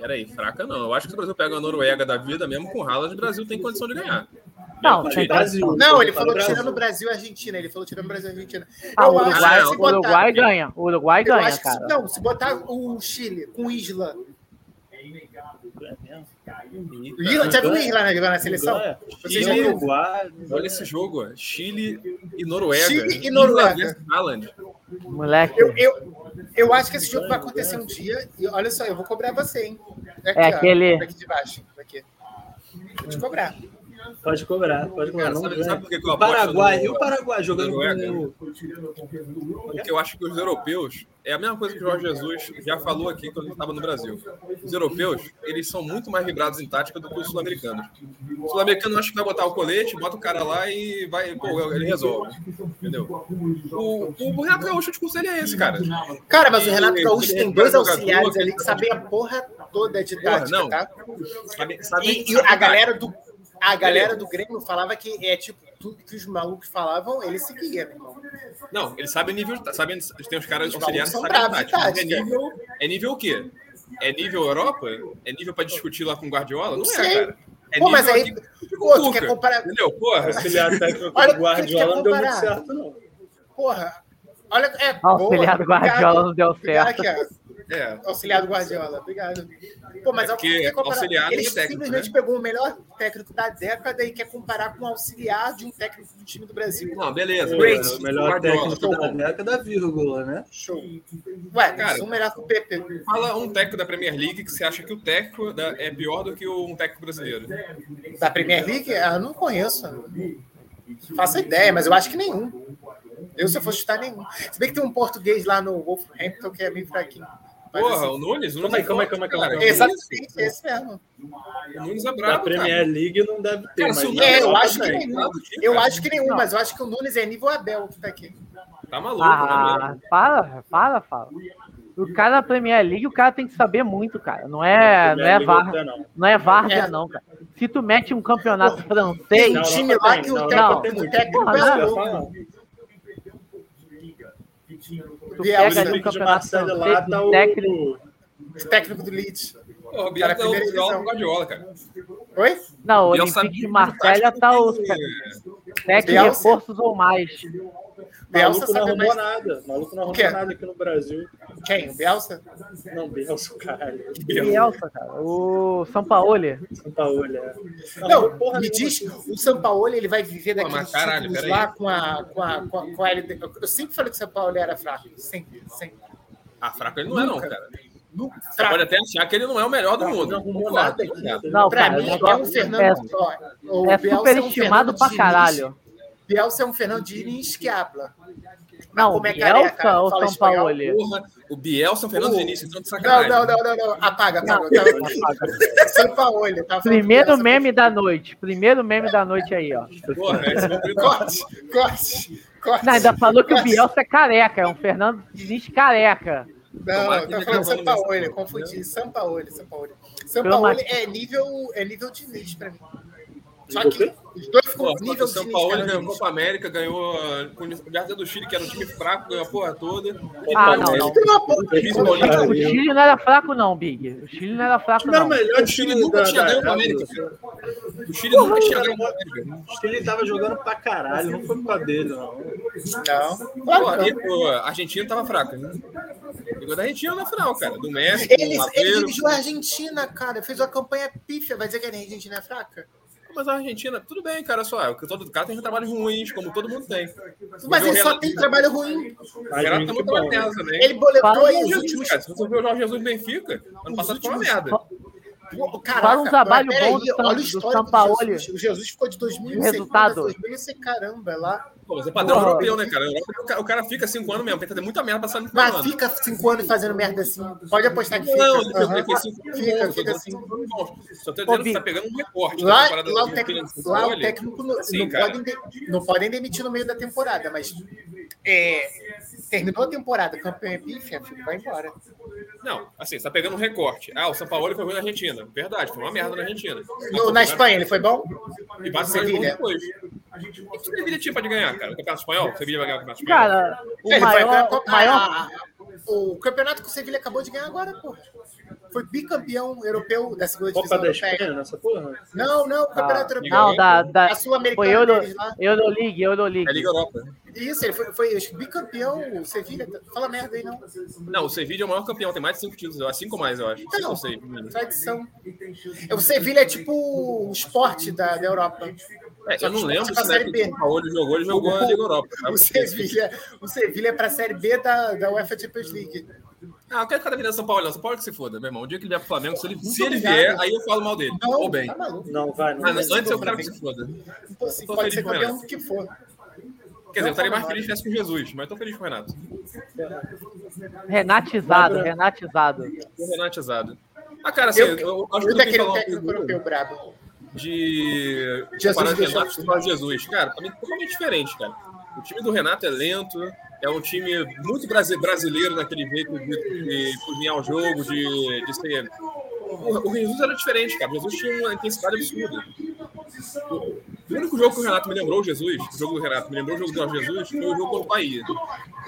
[SPEAKER 1] Peraí, fraca não. Eu acho que se o Brasil pega a Noruega da vida mesmo com o Haaland, o Brasil tem condição de ganhar.
[SPEAKER 4] Não,
[SPEAKER 1] Mesmo com o Tite.
[SPEAKER 4] tem
[SPEAKER 2] Brasil.
[SPEAKER 3] Não, ele
[SPEAKER 2] Fala
[SPEAKER 3] falou
[SPEAKER 2] Brasil.
[SPEAKER 3] tirando Brasil e Argentina. Ele falou tirando Brasil e Argentina.
[SPEAKER 4] Ah, o
[SPEAKER 3] Eu acho
[SPEAKER 4] Uruguai,
[SPEAKER 3] que se
[SPEAKER 4] o
[SPEAKER 3] botar-
[SPEAKER 4] Uruguai ganha. O Uruguai
[SPEAKER 3] Eu
[SPEAKER 4] ganha,
[SPEAKER 3] acho que se,
[SPEAKER 4] cara.
[SPEAKER 3] não, se botar o Chile com o Isla.
[SPEAKER 1] É,
[SPEAKER 3] O Isla já viu o Isla né, na seleção?
[SPEAKER 2] Uruguai,
[SPEAKER 3] Vocês
[SPEAKER 2] Chile,
[SPEAKER 3] já viu?
[SPEAKER 2] É. Uruguai.
[SPEAKER 1] Olha esse jogo, ó. Chile e Noruega.
[SPEAKER 3] Chile e Noruega.
[SPEAKER 1] Isla versus Haaland.
[SPEAKER 4] Moleque.
[SPEAKER 3] Eu, eu, eu acho que esse jogo vai acontecer um dia. E olha só, eu vou cobrar você, hein?
[SPEAKER 4] É
[SPEAKER 3] ó,
[SPEAKER 4] aquele-
[SPEAKER 3] Daqui de baixo. Daqui. Vou te cobrar.
[SPEAKER 2] Pode cobrar, pode cobrar.
[SPEAKER 1] Cara,
[SPEAKER 2] não
[SPEAKER 1] sabe-
[SPEAKER 2] ganha.
[SPEAKER 1] sabe por que que eu
[SPEAKER 2] O é
[SPEAKER 1] aposto
[SPEAKER 2] Paraguai,
[SPEAKER 1] no-
[SPEAKER 2] e o Paraguai jogando
[SPEAKER 1] Noruega?
[SPEAKER 2] com o...
[SPEAKER 1] Porque eu acho que os europeus. É a mesma coisa que o Jorge Jesus já falou aqui quando estava no Brasil. Os europeus, eles são muito mais vibrados em tática do que os sul-americanos. O sul-americano acho que vai botar o colete, bota o cara lá e vai. Pô, ele resolve. Entendeu? O, o Renato Gaúcho de conselho é esse, cara.
[SPEAKER 3] Cara, mas o Renato
[SPEAKER 1] E-
[SPEAKER 3] Gaúcho
[SPEAKER 1] e-
[SPEAKER 3] tem dois
[SPEAKER 1] é jogador,
[SPEAKER 3] auxiliares
[SPEAKER 1] que- tá
[SPEAKER 3] ali que sabem a porra toda de
[SPEAKER 1] Porra,
[SPEAKER 3] tática,
[SPEAKER 1] não.
[SPEAKER 3] tá?
[SPEAKER 1] Sabe, sabe-
[SPEAKER 3] E, e
[SPEAKER 1] sabe-
[SPEAKER 3] a galera do a galera do Grêmio falava que é tipo tudo que os malucos falavam, ele seguia, meu irmão.
[SPEAKER 1] Não, eles sabem nível. de tá- Sabem, tem os caras
[SPEAKER 3] Os
[SPEAKER 1] auxiliares que
[SPEAKER 3] malucos
[SPEAKER 1] sabem
[SPEAKER 3] são
[SPEAKER 1] tática.
[SPEAKER 3] bravos de
[SPEAKER 1] É
[SPEAKER 3] tática.
[SPEAKER 1] nível, é nível o quê? É nível Europa? É nível pra discutir lá com o Guardiola? Não, é,
[SPEAKER 3] sei.
[SPEAKER 1] cara. É
[SPEAKER 3] Pô, mas aí-
[SPEAKER 1] aqui com
[SPEAKER 3] Pô,
[SPEAKER 1] o
[SPEAKER 3] tu
[SPEAKER 1] Cuca,
[SPEAKER 3] quer comparar,
[SPEAKER 1] Entendeu? é, Porra.
[SPEAKER 2] Auxiliar técnico
[SPEAKER 3] Olha,
[SPEAKER 2] do Guardiola não deu muito
[SPEAKER 3] comparar.
[SPEAKER 2] certo, não.
[SPEAKER 3] porra. Olha, é boa,
[SPEAKER 4] Auxiliar do Guardiola não deu
[SPEAKER 3] Obrigado,
[SPEAKER 4] certo.
[SPEAKER 3] obrigado aqui,
[SPEAKER 1] É.
[SPEAKER 3] ó. Auxiliar do Guardiola, obrigado. Pô, mas
[SPEAKER 1] É porque
[SPEAKER 3] quer comparar-
[SPEAKER 1] auxiliar
[SPEAKER 3] ele
[SPEAKER 1] não é técnico,
[SPEAKER 3] simplesmente pegou o melhor técnico da década e quer comparar com o auxiliar de um técnico do time do Brasil.
[SPEAKER 1] Não, beleza.
[SPEAKER 2] Pô,
[SPEAKER 1] beleza.
[SPEAKER 2] o melhor
[SPEAKER 1] Guardiola,
[SPEAKER 2] técnico
[SPEAKER 1] tá
[SPEAKER 2] da
[SPEAKER 1] bom.
[SPEAKER 2] década, vírgula, né?
[SPEAKER 3] Show. Ué,
[SPEAKER 1] Cara.
[SPEAKER 3] isso é um melhor que o PP.
[SPEAKER 1] Fala um técnico da Premier League que você acha que o técnico da- é pior do que um técnico brasileiro.
[SPEAKER 3] Da Premier League? Ah, eu não conheço. Não faço ideia, mas eu acho que nenhum. Eu, se eu for chutar, nenhum. Se bem que tem um português lá no Wolverhampton que é meio fraquinho. Mas,
[SPEAKER 1] Porra,
[SPEAKER 3] assim,
[SPEAKER 1] o Nunes? O
[SPEAKER 2] Calma aí,
[SPEAKER 1] Nunes
[SPEAKER 2] calma aí,
[SPEAKER 1] é
[SPEAKER 2] calma
[SPEAKER 1] forte,
[SPEAKER 2] aí, calma aí.
[SPEAKER 1] cara.
[SPEAKER 2] o-
[SPEAKER 3] Exatamente, é esse mesmo.
[SPEAKER 1] O Nunes é
[SPEAKER 2] Da
[SPEAKER 1] brabo,
[SPEAKER 2] Premier
[SPEAKER 1] cara.
[SPEAKER 2] League não deve ter,
[SPEAKER 1] Cara,
[SPEAKER 2] mas...
[SPEAKER 1] se o
[SPEAKER 2] na
[SPEAKER 1] Nunes
[SPEAKER 3] É, eu
[SPEAKER 2] Europa
[SPEAKER 3] acho que
[SPEAKER 2] tem.
[SPEAKER 3] nenhum.
[SPEAKER 1] Brabo aqui,
[SPEAKER 3] Eu
[SPEAKER 1] cara.
[SPEAKER 3] acho que nenhum, mas eu acho que o Nunes é nível Abel que tá aqui.
[SPEAKER 1] Tá maluco, né?
[SPEAKER 4] Ah,
[SPEAKER 1] mano?
[SPEAKER 4] para, para, fala. O cara na Premier League, o cara tem que saber muito, cara. Não é, não
[SPEAKER 2] Premier
[SPEAKER 4] é,
[SPEAKER 2] League
[SPEAKER 4] var,
[SPEAKER 2] tem, não.
[SPEAKER 4] não é várzea,
[SPEAKER 3] É.
[SPEAKER 4] não, cara. Se tu mete um campeonato
[SPEAKER 3] Tem
[SPEAKER 4] francês,
[SPEAKER 2] Não,
[SPEAKER 3] time
[SPEAKER 2] não,
[SPEAKER 3] lá
[SPEAKER 2] tem,
[SPEAKER 3] que
[SPEAKER 2] não, tá
[SPEAKER 3] o
[SPEAKER 4] não,
[SPEAKER 3] técnico- o
[SPEAKER 2] tem.
[SPEAKER 3] técnico
[SPEAKER 4] Porra,
[SPEAKER 3] é
[SPEAKER 4] não.
[SPEAKER 2] tá
[SPEAKER 3] maluco.
[SPEAKER 2] Olympique
[SPEAKER 3] Bielsa,
[SPEAKER 4] tu pega ali um
[SPEAKER 2] de
[SPEAKER 4] campeonato
[SPEAKER 2] Marseille lá
[SPEAKER 4] francês,
[SPEAKER 2] tá
[SPEAKER 4] um
[SPEAKER 2] o...
[SPEAKER 4] técnico.
[SPEAKER 3] O técnico do Leeds.
[SPEAKER 1] Porra, o
[SPEAKER 3] Cara,
[SPEAKER 1] Bielsa é o
[SPEAKER 3] primeira
[SPEAKER 1] Guardiola
[SPEAKER 3] divisão.
[SPEAKER 1] do Guardiola, cara.
[SPEAKER 3] Oi?
[SPEAKER 4] Não, o
[SPEAKER 1] Bielsa
[SPEAKER 4] Olympique
[SPEAKER 1] sabe
[SPEAKER 4] de Marselha
[SPEAKER 1] tática
[SPEAKER 4] tá o
[SPEAKER 1] do que-
[SPEAKER 4] técnico
[SPEAKER 3] Bielsa.
[SPEAKER 4] reforços ou mais.
[SPEAKER 2] Maluco
[SPEAKER 3] Bielsa
[SPEAKER 2] não
[SPEAKER 3] sabe
[SPEAKER 2] arrumou
[SPEAKER 3] mais.
[SPEAKER 2] nada. Maluco não
[SPEAKER 3] Quê?
[SPEAKER 2] arrumou nada aqui no Brasil.
[SPEAKER 3] Quem? O Bielsa?
[SPEAKER 2] Não, Bielsa, caralho.
[SPEAKER 4] Bielsa, cara. O Sampaoli.
[SPEAKER 2] São Paulo, é.
[SPEAKER 3] Não,
[SPEAKER 2] porra
[SPEAKER 3] me
[SPEAKER 2] nenhuma.
[SPEAKER 3] diz, o Sampaoli ele vai viver
[SPEAKER 1] Pô,
[SPEAKER 3] daqueles
[SPEAKER 1] mas caralho,
[SPEAKER 3] títulos
[SPEAKER 1] peraí.
[SPEAKER 3] lá com a, com a, com a, com a LD. Eu sempre falei que o Sampaoli era fraco. Sempre, sempre.
[SPEAKER 1] Ah, fraco ele não é, não, cara.
[SPEAKER 3] Nunca.
[SPEAKER 1] Você pode
[SPEAKER 3] Fraco.
[SPEAKER 1] até achar que ele não é o melhor do mundo.
[SPEAKER 2] Não arrumou
[SPEAKER 1] Concordo,
[SPEAKER 2] nada
[SPEAKER 1] tá
[SPEAKER 2] aqui.
[SPEAKER 1] ligado?
[SPEAKER 2] entendeu?
[SPEAKER 4] Não,
[SPEAKER 3] é Pra
[SPEAKER 4] cara,
[SPEAKER 3] mim,
[SPEAKER 4] eu
[SPEAKER 3] é um
[SPEAKER 4] gosto- é-
[SPEAKER 3] Fernando. ó, o
[SPEAKER 4] É
[SPEAKER 3] Bielsa um
[SPEAKER 4] superestimado
[SPEAKER 3] Fernando
[SPEAKER 4] pra
[SPEAKER 3] Diniz.
[SPEAKER 4] caralho.
[SPEAKER 3] Bielsa é um Fernando Diniz que habla.
[SPEAKER 4] Não,
[SPEAKER 3] como é
[SPEAKER 4] Bielsa
[SPEAKER 3] careca,
[SPEAKER 4] ou
[SPEAKER 3] fala
[SPEAKER 4] São
[SPEAKER 3] espanhol.
[SPEAKER 4] Paulo?
[SPEAKER 1] Porra, o Bielsa, o Fernando
[SPEAKER 3] O-
[SPEAKER 1] Diniz, estão de
[SPEAKER 3] Não,
[SPEAKER 1] sacanagem.
[SPEAKER 3] não, não, não, não. Apaga, apaga. São Paulo. ele tava falando
[SPEAKER 4] Primeiro
[SPEAKER 3] dessa-
[SPEAKER 4] meme da noite. Primeiro meme da noite aí, ó.
[SPEAKER 1] Porra, esse é o primeiro
[SPEAKER 3] Corte, corte, corte. tá
[SPEAKER 4] Não, ainda falou que o
[SPEAKER 3] Corte.
[SPEAKER 4] Bielsa é careca, é um Fernando Diniz careca.
[SPEAKER 3] Não,
[SPEAKER 1] Tomara que
[SPEAKER 3] tá
[SPEAKER 1] ele
[SPEAKER 3] falando
[SPEAKER 1] acabou
[SPEAKER 3] São Paulo,
[SPEAKER 1] nessa
[SPEAKER 3] eu
[SPEAKER 1] porra,
[SPEAKER 3] confundi. São Paulo, São Paulo. São
[SPEAKER 4] Pelo
[SPEAKER 3] Paulo
[SPEAKER 4] Matheus.
[SPEAKER 3] é nível, é nível de Diniz pra mim. Só que
[SPEAKER 2] você?
[SPEAKER 3] os dois ficam
[SPEAKER 1] Pô,
[SPEAKER 3] nível
[SPEAKER 1] o
[SPEAKER 3] de
[SPEAKER 1] São é um
[SPEAKER 3] Diniz,
[SPEAKER 1] Paulo
[SPEAKER 3] cara,
[SPEAKER 1] ganhou a
[SPEAKER 3] Diniz.
[SPEAKER 1] Copa América, ganhou com o Garda do Chile, que era um time fraco, ganhou a porra toda. Então,
[SPEAKER 4] Ah,
[SPEAKER 1] Copa
[SPEAKER 4] não,
[SPEAKER 1] América.
[SPEAKER 4] não.
[SPEAKER 3] Tem uma porra.
[SPEAKER 2] Fez
[SPEAKER 4] O Chile, o
[SPEAKER 2] Caralho.
[SPEAKER 4] Chile não era fraco, não, Big. O Chile não era fraco,
[SPEAKER 2] Não,
[SPEAKER 3] é
[SPEAKER 4] não.
[SPEAKER 2] melhor
[SPEAKER 1] é, O Chile
[SPEAKER 2] time
[SPEAKER 1] nunca
[SPEAKER 2] da-
[SPEAKER 1] tinha
[SPEAKER 2] da-
[SPEAKER 1] ganho o
[SPEAKER 2] da-
[SPEAKER 1] América. O Chile nunca tinha ganho o América.
[SPEAKER 2] O Chile tava jogando pra caralho, não foi culpa dele, não.
[SPEAKER 3] Não.
[SPEAKER 1] Pô,
[SPEAKER 3] Claro que
[SPEAKER 1] e,
[SPEAKER 3] não.
[SPEAKER 1] pô, a Argentina tava fraca. né? Pegou da Argentina na final, cara. Do Messi,
[SPEAKER 3] Ele,
[SPEAKER 1] do
[SPEAKER 3] ele
[SPEAKER 1] Agüero.
[SPEAKER 3] dirigiu a Argentina, cara. Fez uma campanha pífia. Vai dizer que a Argentina é fraca?
[SPEAKER 1] Mas a Argentina, tudo bem, cara. Só, é, todo cara tem trabalhos ruins, como todo mundo tem.
[SPEAKER 3] Mas
[SPEAKER 1] Mas
[SPEAKER 3] ele
[SPEAKER 1] o é
[SPEAKER 3] só
[SPEAKER 1] Renato-
[SPEAKER 3] tem trabalho ruim.
[SPEAKER 1] O
[SPEAKER 2] Mas
[SPEAKER 1] Renato também
[SPEAKER 2] muito bom.
[SPEAKER 1] tava nessa, também.
[SPEAKER 3] Ele boletou
[SPEAKER 4] Fala
[SPEAKER 3] aí
[SPEAKER 1] Jorge
[SPEAKER 3] os
[SPEAKER 1] Jesus,
[SPEAKER 3] últimos.
[SPEAKER 1] cara. Se você ver o Jorge Jesus no Benfica, ano passado foi uma merda.
[SPEAKER 3] Pô,
[SPEAKER 4] Fala um trabalho
[SPEAKER 3] mas peraí,
[SPEAKER 4] bom do Sam-
[SPEAKER 3] olha o
[SPEAKER 4] do
[SPEAKER 3] histórico
[SPEAKER 4] Sampaoli.
[SPEAKER 3] Jesus. O Jesus ficou de 2006
[SPEAKER 4] Resultado.
[SPEAKER 3] pra 2006, caramba, lá.
[SPEAKER 1] Pô, mas é padrão
[SPEAKER 4] Porra.
[SPEAKER 1] europeu, né, cara? O cara- O cara fica cinco anos mesmo, tem que fazer muita merda pra sair no primeiro
[SPEAKER 3] Mas
[SPEAKER 1] ano.
[SPEAKER 3] fica cinco anos fazendo merda assim. Pode apostar que fica.
[SPEAKER 1] Não, não,
[SPEAKER 3] Aham.
[SPEAKER 1] uhum. foi cinco anos
[SPEAKER 3] Fica,
[SPEAKER 1] bons,
[SPEAKER 3] fica
[SPEAKER 1] tô-
[SPEAKER 3] assim.
[SPEAKER 1] bons. Só tô
[SPEAKER 4] Ô,
[SPEAKER 1] dizendo que
[SPEAKER 4] Bi.
[SPEAKER 1] tá pegando um recorte.
[SPEAKER 3] Lá,
[SPEAKER 1] comparado
[SPEAKER 3] lá,
[SPEAKER 1] ao
[SPEAKER 3] o,
[SPEAKER 1] que
[SPEAKER 3] técnico,
[SPEAKER 1] ele-
[SPEAKER 3] lá o
[SPEAKER 1] olha,
[SPEAKER 3] técnico não,
[SPEAKER 1] assim,
[SPEAKER 3] não
[SPEAKER 1] cara.
[SPEAKER 3] podem de- não podem demitir no meio da temporada, mas é, terminou a temporada, campeão é pífia, filho, vai embora.
[SPEAKER 1] Não, assim, você tá pegando um recorte. Ah, o São Paulo foi ruim na Argentina. Verdade, foi uma merda na Argentina.
[SPEAKER 3] No- na Espanha, ele foi bom?
[SPEAKER 1] E bate seis pontos
[SPEAKER 3] Sevilha.
[SPEAKER 1] depois. O que Sevilha tinha pra ganhar, cara? O Campeonato Espanhol? Sevilha vai ganhar o Campeonato Espanhol?
[SPEAKER 4] Cara, o
[SPEAKER 3] Ele vai ganhar a
[SPEAKER 4] maior,
[SPEAKER 3] Copa-
[SPEAKER 4] o maior
[SPEAKER 3] a- o campeonato que o Sevilha acabou de ganhar agora, pô. Foi bicampeão europeu da segunda
[SPEAKER 2] Copa
[SPEAKER 3] divisão
[SPEAKER 2] da
[SPEAKER 3] europeia.
[SPEAKER 2] Espanha, nessa porra.
[SPEAKER 3] Não,
[SPEAKER 4] Ah,
[SPEAKER 3] não, campeonato europeu.
[SPEAKER 4] Não, da, da,
[SPEAKER 3] A Sul-Americana
[SPEAKER 4] foi Euro,
[SPEAKER 3] deles lá.
[SPEAKER 4] Euroleague, Euroleague.
[SPEAKER 1] É Liga Europa.
[SPEAKER 3] Isso, ele foi, foi acho que, bicampeão, o Sevilha. Fala merda aí, não.
[SPEAKER 1] Não, o Sevilha é o maior campeão, tem mais de cinco títulos, eu acho. Cinco ou mais, eu acho. Cinco
[SPEAKER 3] Não,
[SPEAKER 1] ou seis. né?
[SPEAKER 3] tradição. O Sevilha é tipo o esporte da, da Europa.
[SPEAKER 1] É, eu não lembro
[SPEAKER 3] Pra
[SPEAKER 1] se na
[SPEAKER 3] Série
[SPEAKER 1] época que
[SPEAKER 3] B.
[SPEAKER 1] o Paulo jogou, ele jogou a Liga Europa. né?
[SPEAKER 3] O Sevilha, o Sevilha é para a Série B da, da UEFA Champions League.
[SPEAKER 1] Ah, eu quero que o cara virar São Paulo, não. São Paulo que se foda, meu irmão. O dia que ele vier pro Flamengo, se ele, se
[SPEAKER 3] Muito
[SPEAKER 1] ele
[SPEAKER 3] obrigado.
[SPEAKER 1] vier, aí eu falo mal dele.
[SPEAKER 3] Não,
[SPEAKER 1] Ou bem. Ah,
[SPEAKER 3] tá maluco.
[SPEAKER 2] Não, vai, não.
[SPEAKER 1] Mas
[SPEAKER 2] vai.
[SPEAKER 1] antes eu quero que se foda. Quer
[SPEAKER 3] Impossível.
[SPEAKER 1] Tô
[SPEAKER 3] Pode
[SPEAKER 1] feliz
[SPEAKER 3] ser
[SPEAKER 1] com
[SPEAKER 3] campeão
[SPEAKER 1] ela.
[SPEAKER 3] do que for.
[SPEAKER 1] dizer, eu estaria mais feliz se tivesse com Jesus, mas tô feliz com o Renato.
[SPEAKER 4] Renatizado,
[SPEAKER 2] Abra-
[SPEAKER 4] renatizado.
[SPEAKER 1] Tô renatizado. é Ah, cara, assim, eu, eu acho que
[SPEAKER 3] Eu
[SPEAKER 1] eu tenho que
[SPEAKER 3] daquele
[SPEAKER 1] falar uma
[SPEAKER 3] técnico europeu
[SPEAKER 1] figura
[SPEAKER 3] brabo.
[SPEAKER 1] de
[SPEAKER 3] Jesus
[SPEAKER 1] comparar
[SPEAKER 3] deixou.
[SPEAKER 1] Renato com o Jesus. Cara, pra mim é totalmente diferente, cara. O time do Renato é lento, é um time muito brasi- brasileiro naquele jeito de, de cozinhar o jogo, de, de ser. O, o Jesus era diferente, cara. O Jesus tinha uma intensidade absurda. O o único jogo que o Renato me lembrou, o Jesus, o jogo do Renato me lembrou o jogo do Jorge Jesus, foi o jogo contra o Bahia.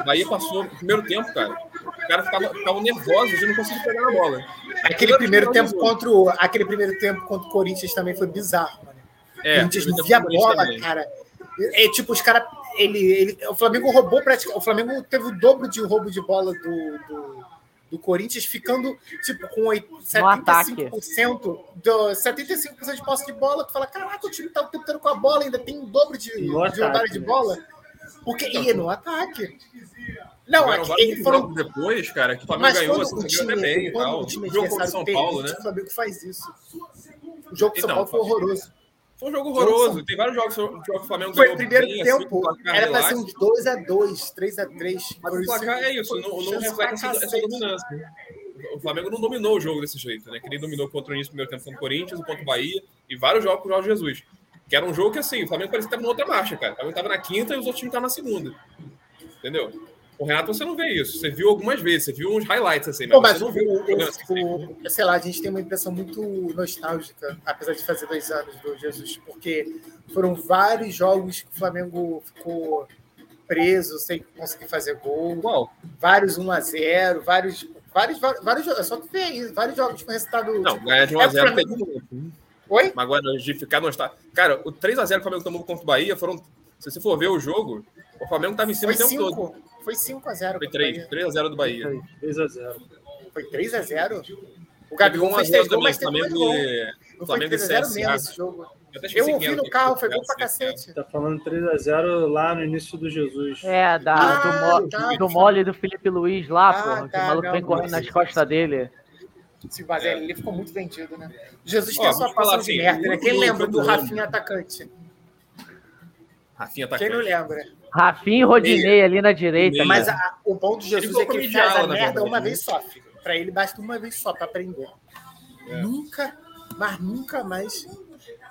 [SPEAKER 1] O Bahia passou o primeiro tempo, cara. O cara ficava, ficava nervoso de não conseguir pegar na bola.
[SPEAKER 3] Aquele primeiro
[SPEAKER 1] Primeiro
[SPEAKER 3] tempo
[SPEAKER 1] jogo.
[SPEAKER 3] contra o, aquele primeiro tempo contra o Corinthians também foi bizarro. Mano.
[SPEAKER 1] É,
[SPEAKER 3] o Corinthians
[SPEAKER 1] primeiro tempo
[SPEAKER 3] não via
[SPEAKER 1] do Corinthians
[SPEAKER 3] bola,
[SPEAKER 1] também.
[SPEAKER 3] cara. É, é tipo, os caras. Ele, ele, o Flamengo roubou praticamente. O Flamengo teve o dobro de roubo de bola do, do, do Corinthians, ficando tipo com oit-
[SPEAKER 4] ataque.
[SPEAKER 3] 75%, do, 75% de posse de bola. Tu fala, caraca, o time tá o tempo todo com a bola, ainda tem o dobro de, de
[SPEAKER 2] No ataque,
[SPEAKER 3] rodada de
[SPEAKER 2] né?
[SPEAKER 3] bola. Porque
[SPEAKER 1] Tá
[SPEAKER 3] ia no ataque. Não,
[SPEAKER 1] Tiveram
[SPEAKER 3] aqui,
[SPEAKER 1] vários
[SPEAKER 3] eles foram
[SPEAKER 1] jogos depois, cara, que o Flamengo
[SPEAKER 3] mas
[SPEAKER 1] ganhou,
[SPEAKER 3] quando
[SPEAKER 1] assim,
[SPEAKER 3] o
[SPEAKER 1] ganhou
[SPEAKER 3] time,
[SPEAKER 1] até bem e
[SPEAKER 3] quando
[SPEAKER 1] tal.
[SPEAKER 3] o time
[SPEAKER 1] O jogo contra o
[SPEAKER 3] adversário
[SPEAKER 1] São
[SPEAKER 3] perde,
[SPEAKER 1] Paulo, né?
[SPEAKER 3] o Flamengo faz isso. O jogo do São
[SPEAKER 1] Então,
[SPEAKER 3] Paulo foi horroroso.
[SPEAKER 1] Foi um jogo horroroso. Tem vários jogos jogo que o Flamengo
[SPEAKER 3] Foi
[SPEAKER 1] ganhou
[SPEAKER 3] o primeiro
[SPEAKER 1] bem, assim, com
[SPEAKER 3] tempo,
[SPEAKER 1] placar
[SPEAKER 3] era pra ser um assim,
[SPEAKER 1] relax.
[SPEAKER 3] uns 2x2, 3x3.
[SPEAKER 1] Mas o placar é isso,
[SPEAKER 3] um
[SPEAKER 1] não, não reflete essa, né, essa dominância. O Flamengo não dominou o jogo desse jeito, né? Que nem dominou contra o início do primeiro tempo contra o Corinthians, contra o Bahia e vários jogos com o Jorge Jesus. Que era um jogo que, assim, o Flamengo parecia que estava em outra marcha, cara. O Flamengo estava na quinta e os outros times estavam na segunda. Entendeu? O Renato, você não vê isso. Você viu algumas vezes, você viu uns highlights, assim, mas,
[SPEAKER 3] Pô, mas
[SPEAKER 1] você
[SPEAKER 3] o,
[SPEAKER 1] não viu jogando assim.
[SPEAKER 3] o- o- sei lá, a gente tem uma impressão muito nostálgica, apesar de fazer dois anos do Jesus, porque foram vários jogos que o Flamengo ficou preso, sem conseguir fazer gol.
[SPEAKER 1] Igual.
[SPEAKER 3] vários 1x0, vários, vários, vários, vários jogos. Só que tem aí, vários jogos com resultado.
[SPEAKER 1] Não,
[SPEAKER 3] tipo,
[SPEAKER 1] ganhar de
[SPEAKER 3] é
[SPEAKER 1] 1x0
[SPEAKER 3] pra-
[SPEAKER 1] teve muito.
[SPEAKER 3] Oi?
[SPEAKER 1] Mas agora de ficar não está. Cara, o 3x0 que o Flamengo tomou contra o Bahia foram. Se você for ver o jogo, o Flamengo tava em cima
[SPEAKER 3] Foi
[SPEAKER 1] o tempo todo.
[SPEAKER 3] 5. Foi 5x0.
[SPEAKER 1] um Foi 3, 3x0 do Bahia.
[SPEAKER 2] 3x0.
[SPEAKER 3] Foi 3x0. O
[SPEAKER 1] Teve
[SPEAKER 3] Gabigol fez
[SPEAKER 1] 1x0 também.
[SPEAKER 3] 3 gols, mas teve dois
[SPEAKER 1] Flamengo
[SPEAKER 3] gols.
[SPEAKER 1] e.
[SPEAKER 3] Não foi
[SPEAKER 1] Flamengo e
[SPEAKER 3] 3x0 mesmo
[SPEAKER 1] CSA.
[SPEAKER 3] esse jogo.
[SPEAKER 1] Eu até esqueci
[SPEAKER 3] Eu
[SPEAKER 1] quem
[SPEAKER 3] ouvi
[SPEAKER 1] era
[SPEAKER 3] no
[SPEAKER 1] que
[SPEAKER 3] carro, foi gol pra
[SPEAKER 1] CSA.
[SPEAKER 3] cacete.
[SPEAKER 2] Tá falando 3x0 lá no início do Jesus.
[SPEAKER 4] É, da, do,
[SPEAKER 3] Ah,
[SPEAKER 4] mo-
[SPEAKER 3] tá.
[SPEAKER 4] do mole do Felipe Luiz lá,
[SPEAKER 3] Ah,
[SPEAKER 4] porra. Que
[SPEAKER 3] tá,
[SPEAKER 4] o maluco
[SPEAKER 3] não,
[SPEAKER 4] vem correndo
[SPEAKER 3] não.
[SPEAKER 4] nas costas dele.
[SPEAKER 3] Se vazer,
[SPEAKER 1] É.
[SPEAKER 3] ele ficou muito vendido, né? Jesus
[SPEAKER 1] Ó,
[SPEAKER 3] tem a
[SPEAKER 1] vou
[SPEAKER 3] sua
[SPEAKER 1] te falar
[SPEAKER 3] passagem
[SPEAKER 1] assim,
[SPEAKER 3] de merda,
[SPEAKER 1] o
[SPEAKER 3] né? Quem
[SPEAKER 1] último
[SPEAKER 3] lembra
[SPEAKER 1] jogo
[SPEAKER 3] do
[SPEAKER 1] do
[SPEAKER 3] Rafinha atacante?
[SPEAKER 1] Rafinha
[SPEAKER 3] Quem não
[SPEAKER 1] atacante.
[SPEAKER 3] lembra?
[SPEAKER 4] Rafinha e Rodinei ali na direita.
[SPEAKER 1] Meia.
[SPEAKER 4] Mas
[SPEAKER 3] É, Mas a- o bom do Jesus
[SPEAKER 1] Ele
[SPEAKER 3] é que ele
[SPEAKER 1] colocou
[SPEAKER 3] faz a
[SPEAKER 1] midiala, na
[SPEAKER 3] merda
[SPEAKER 1] verdade,
[SPEAKER 3] uma
[SPEAKER 1] né?
[SPEAKER 3] vez só, filho. Pra ele basta uma vez só pra aprender.
[SPEAKER 1] É.
[SPEAKER 3] Nunca, mas nunca mais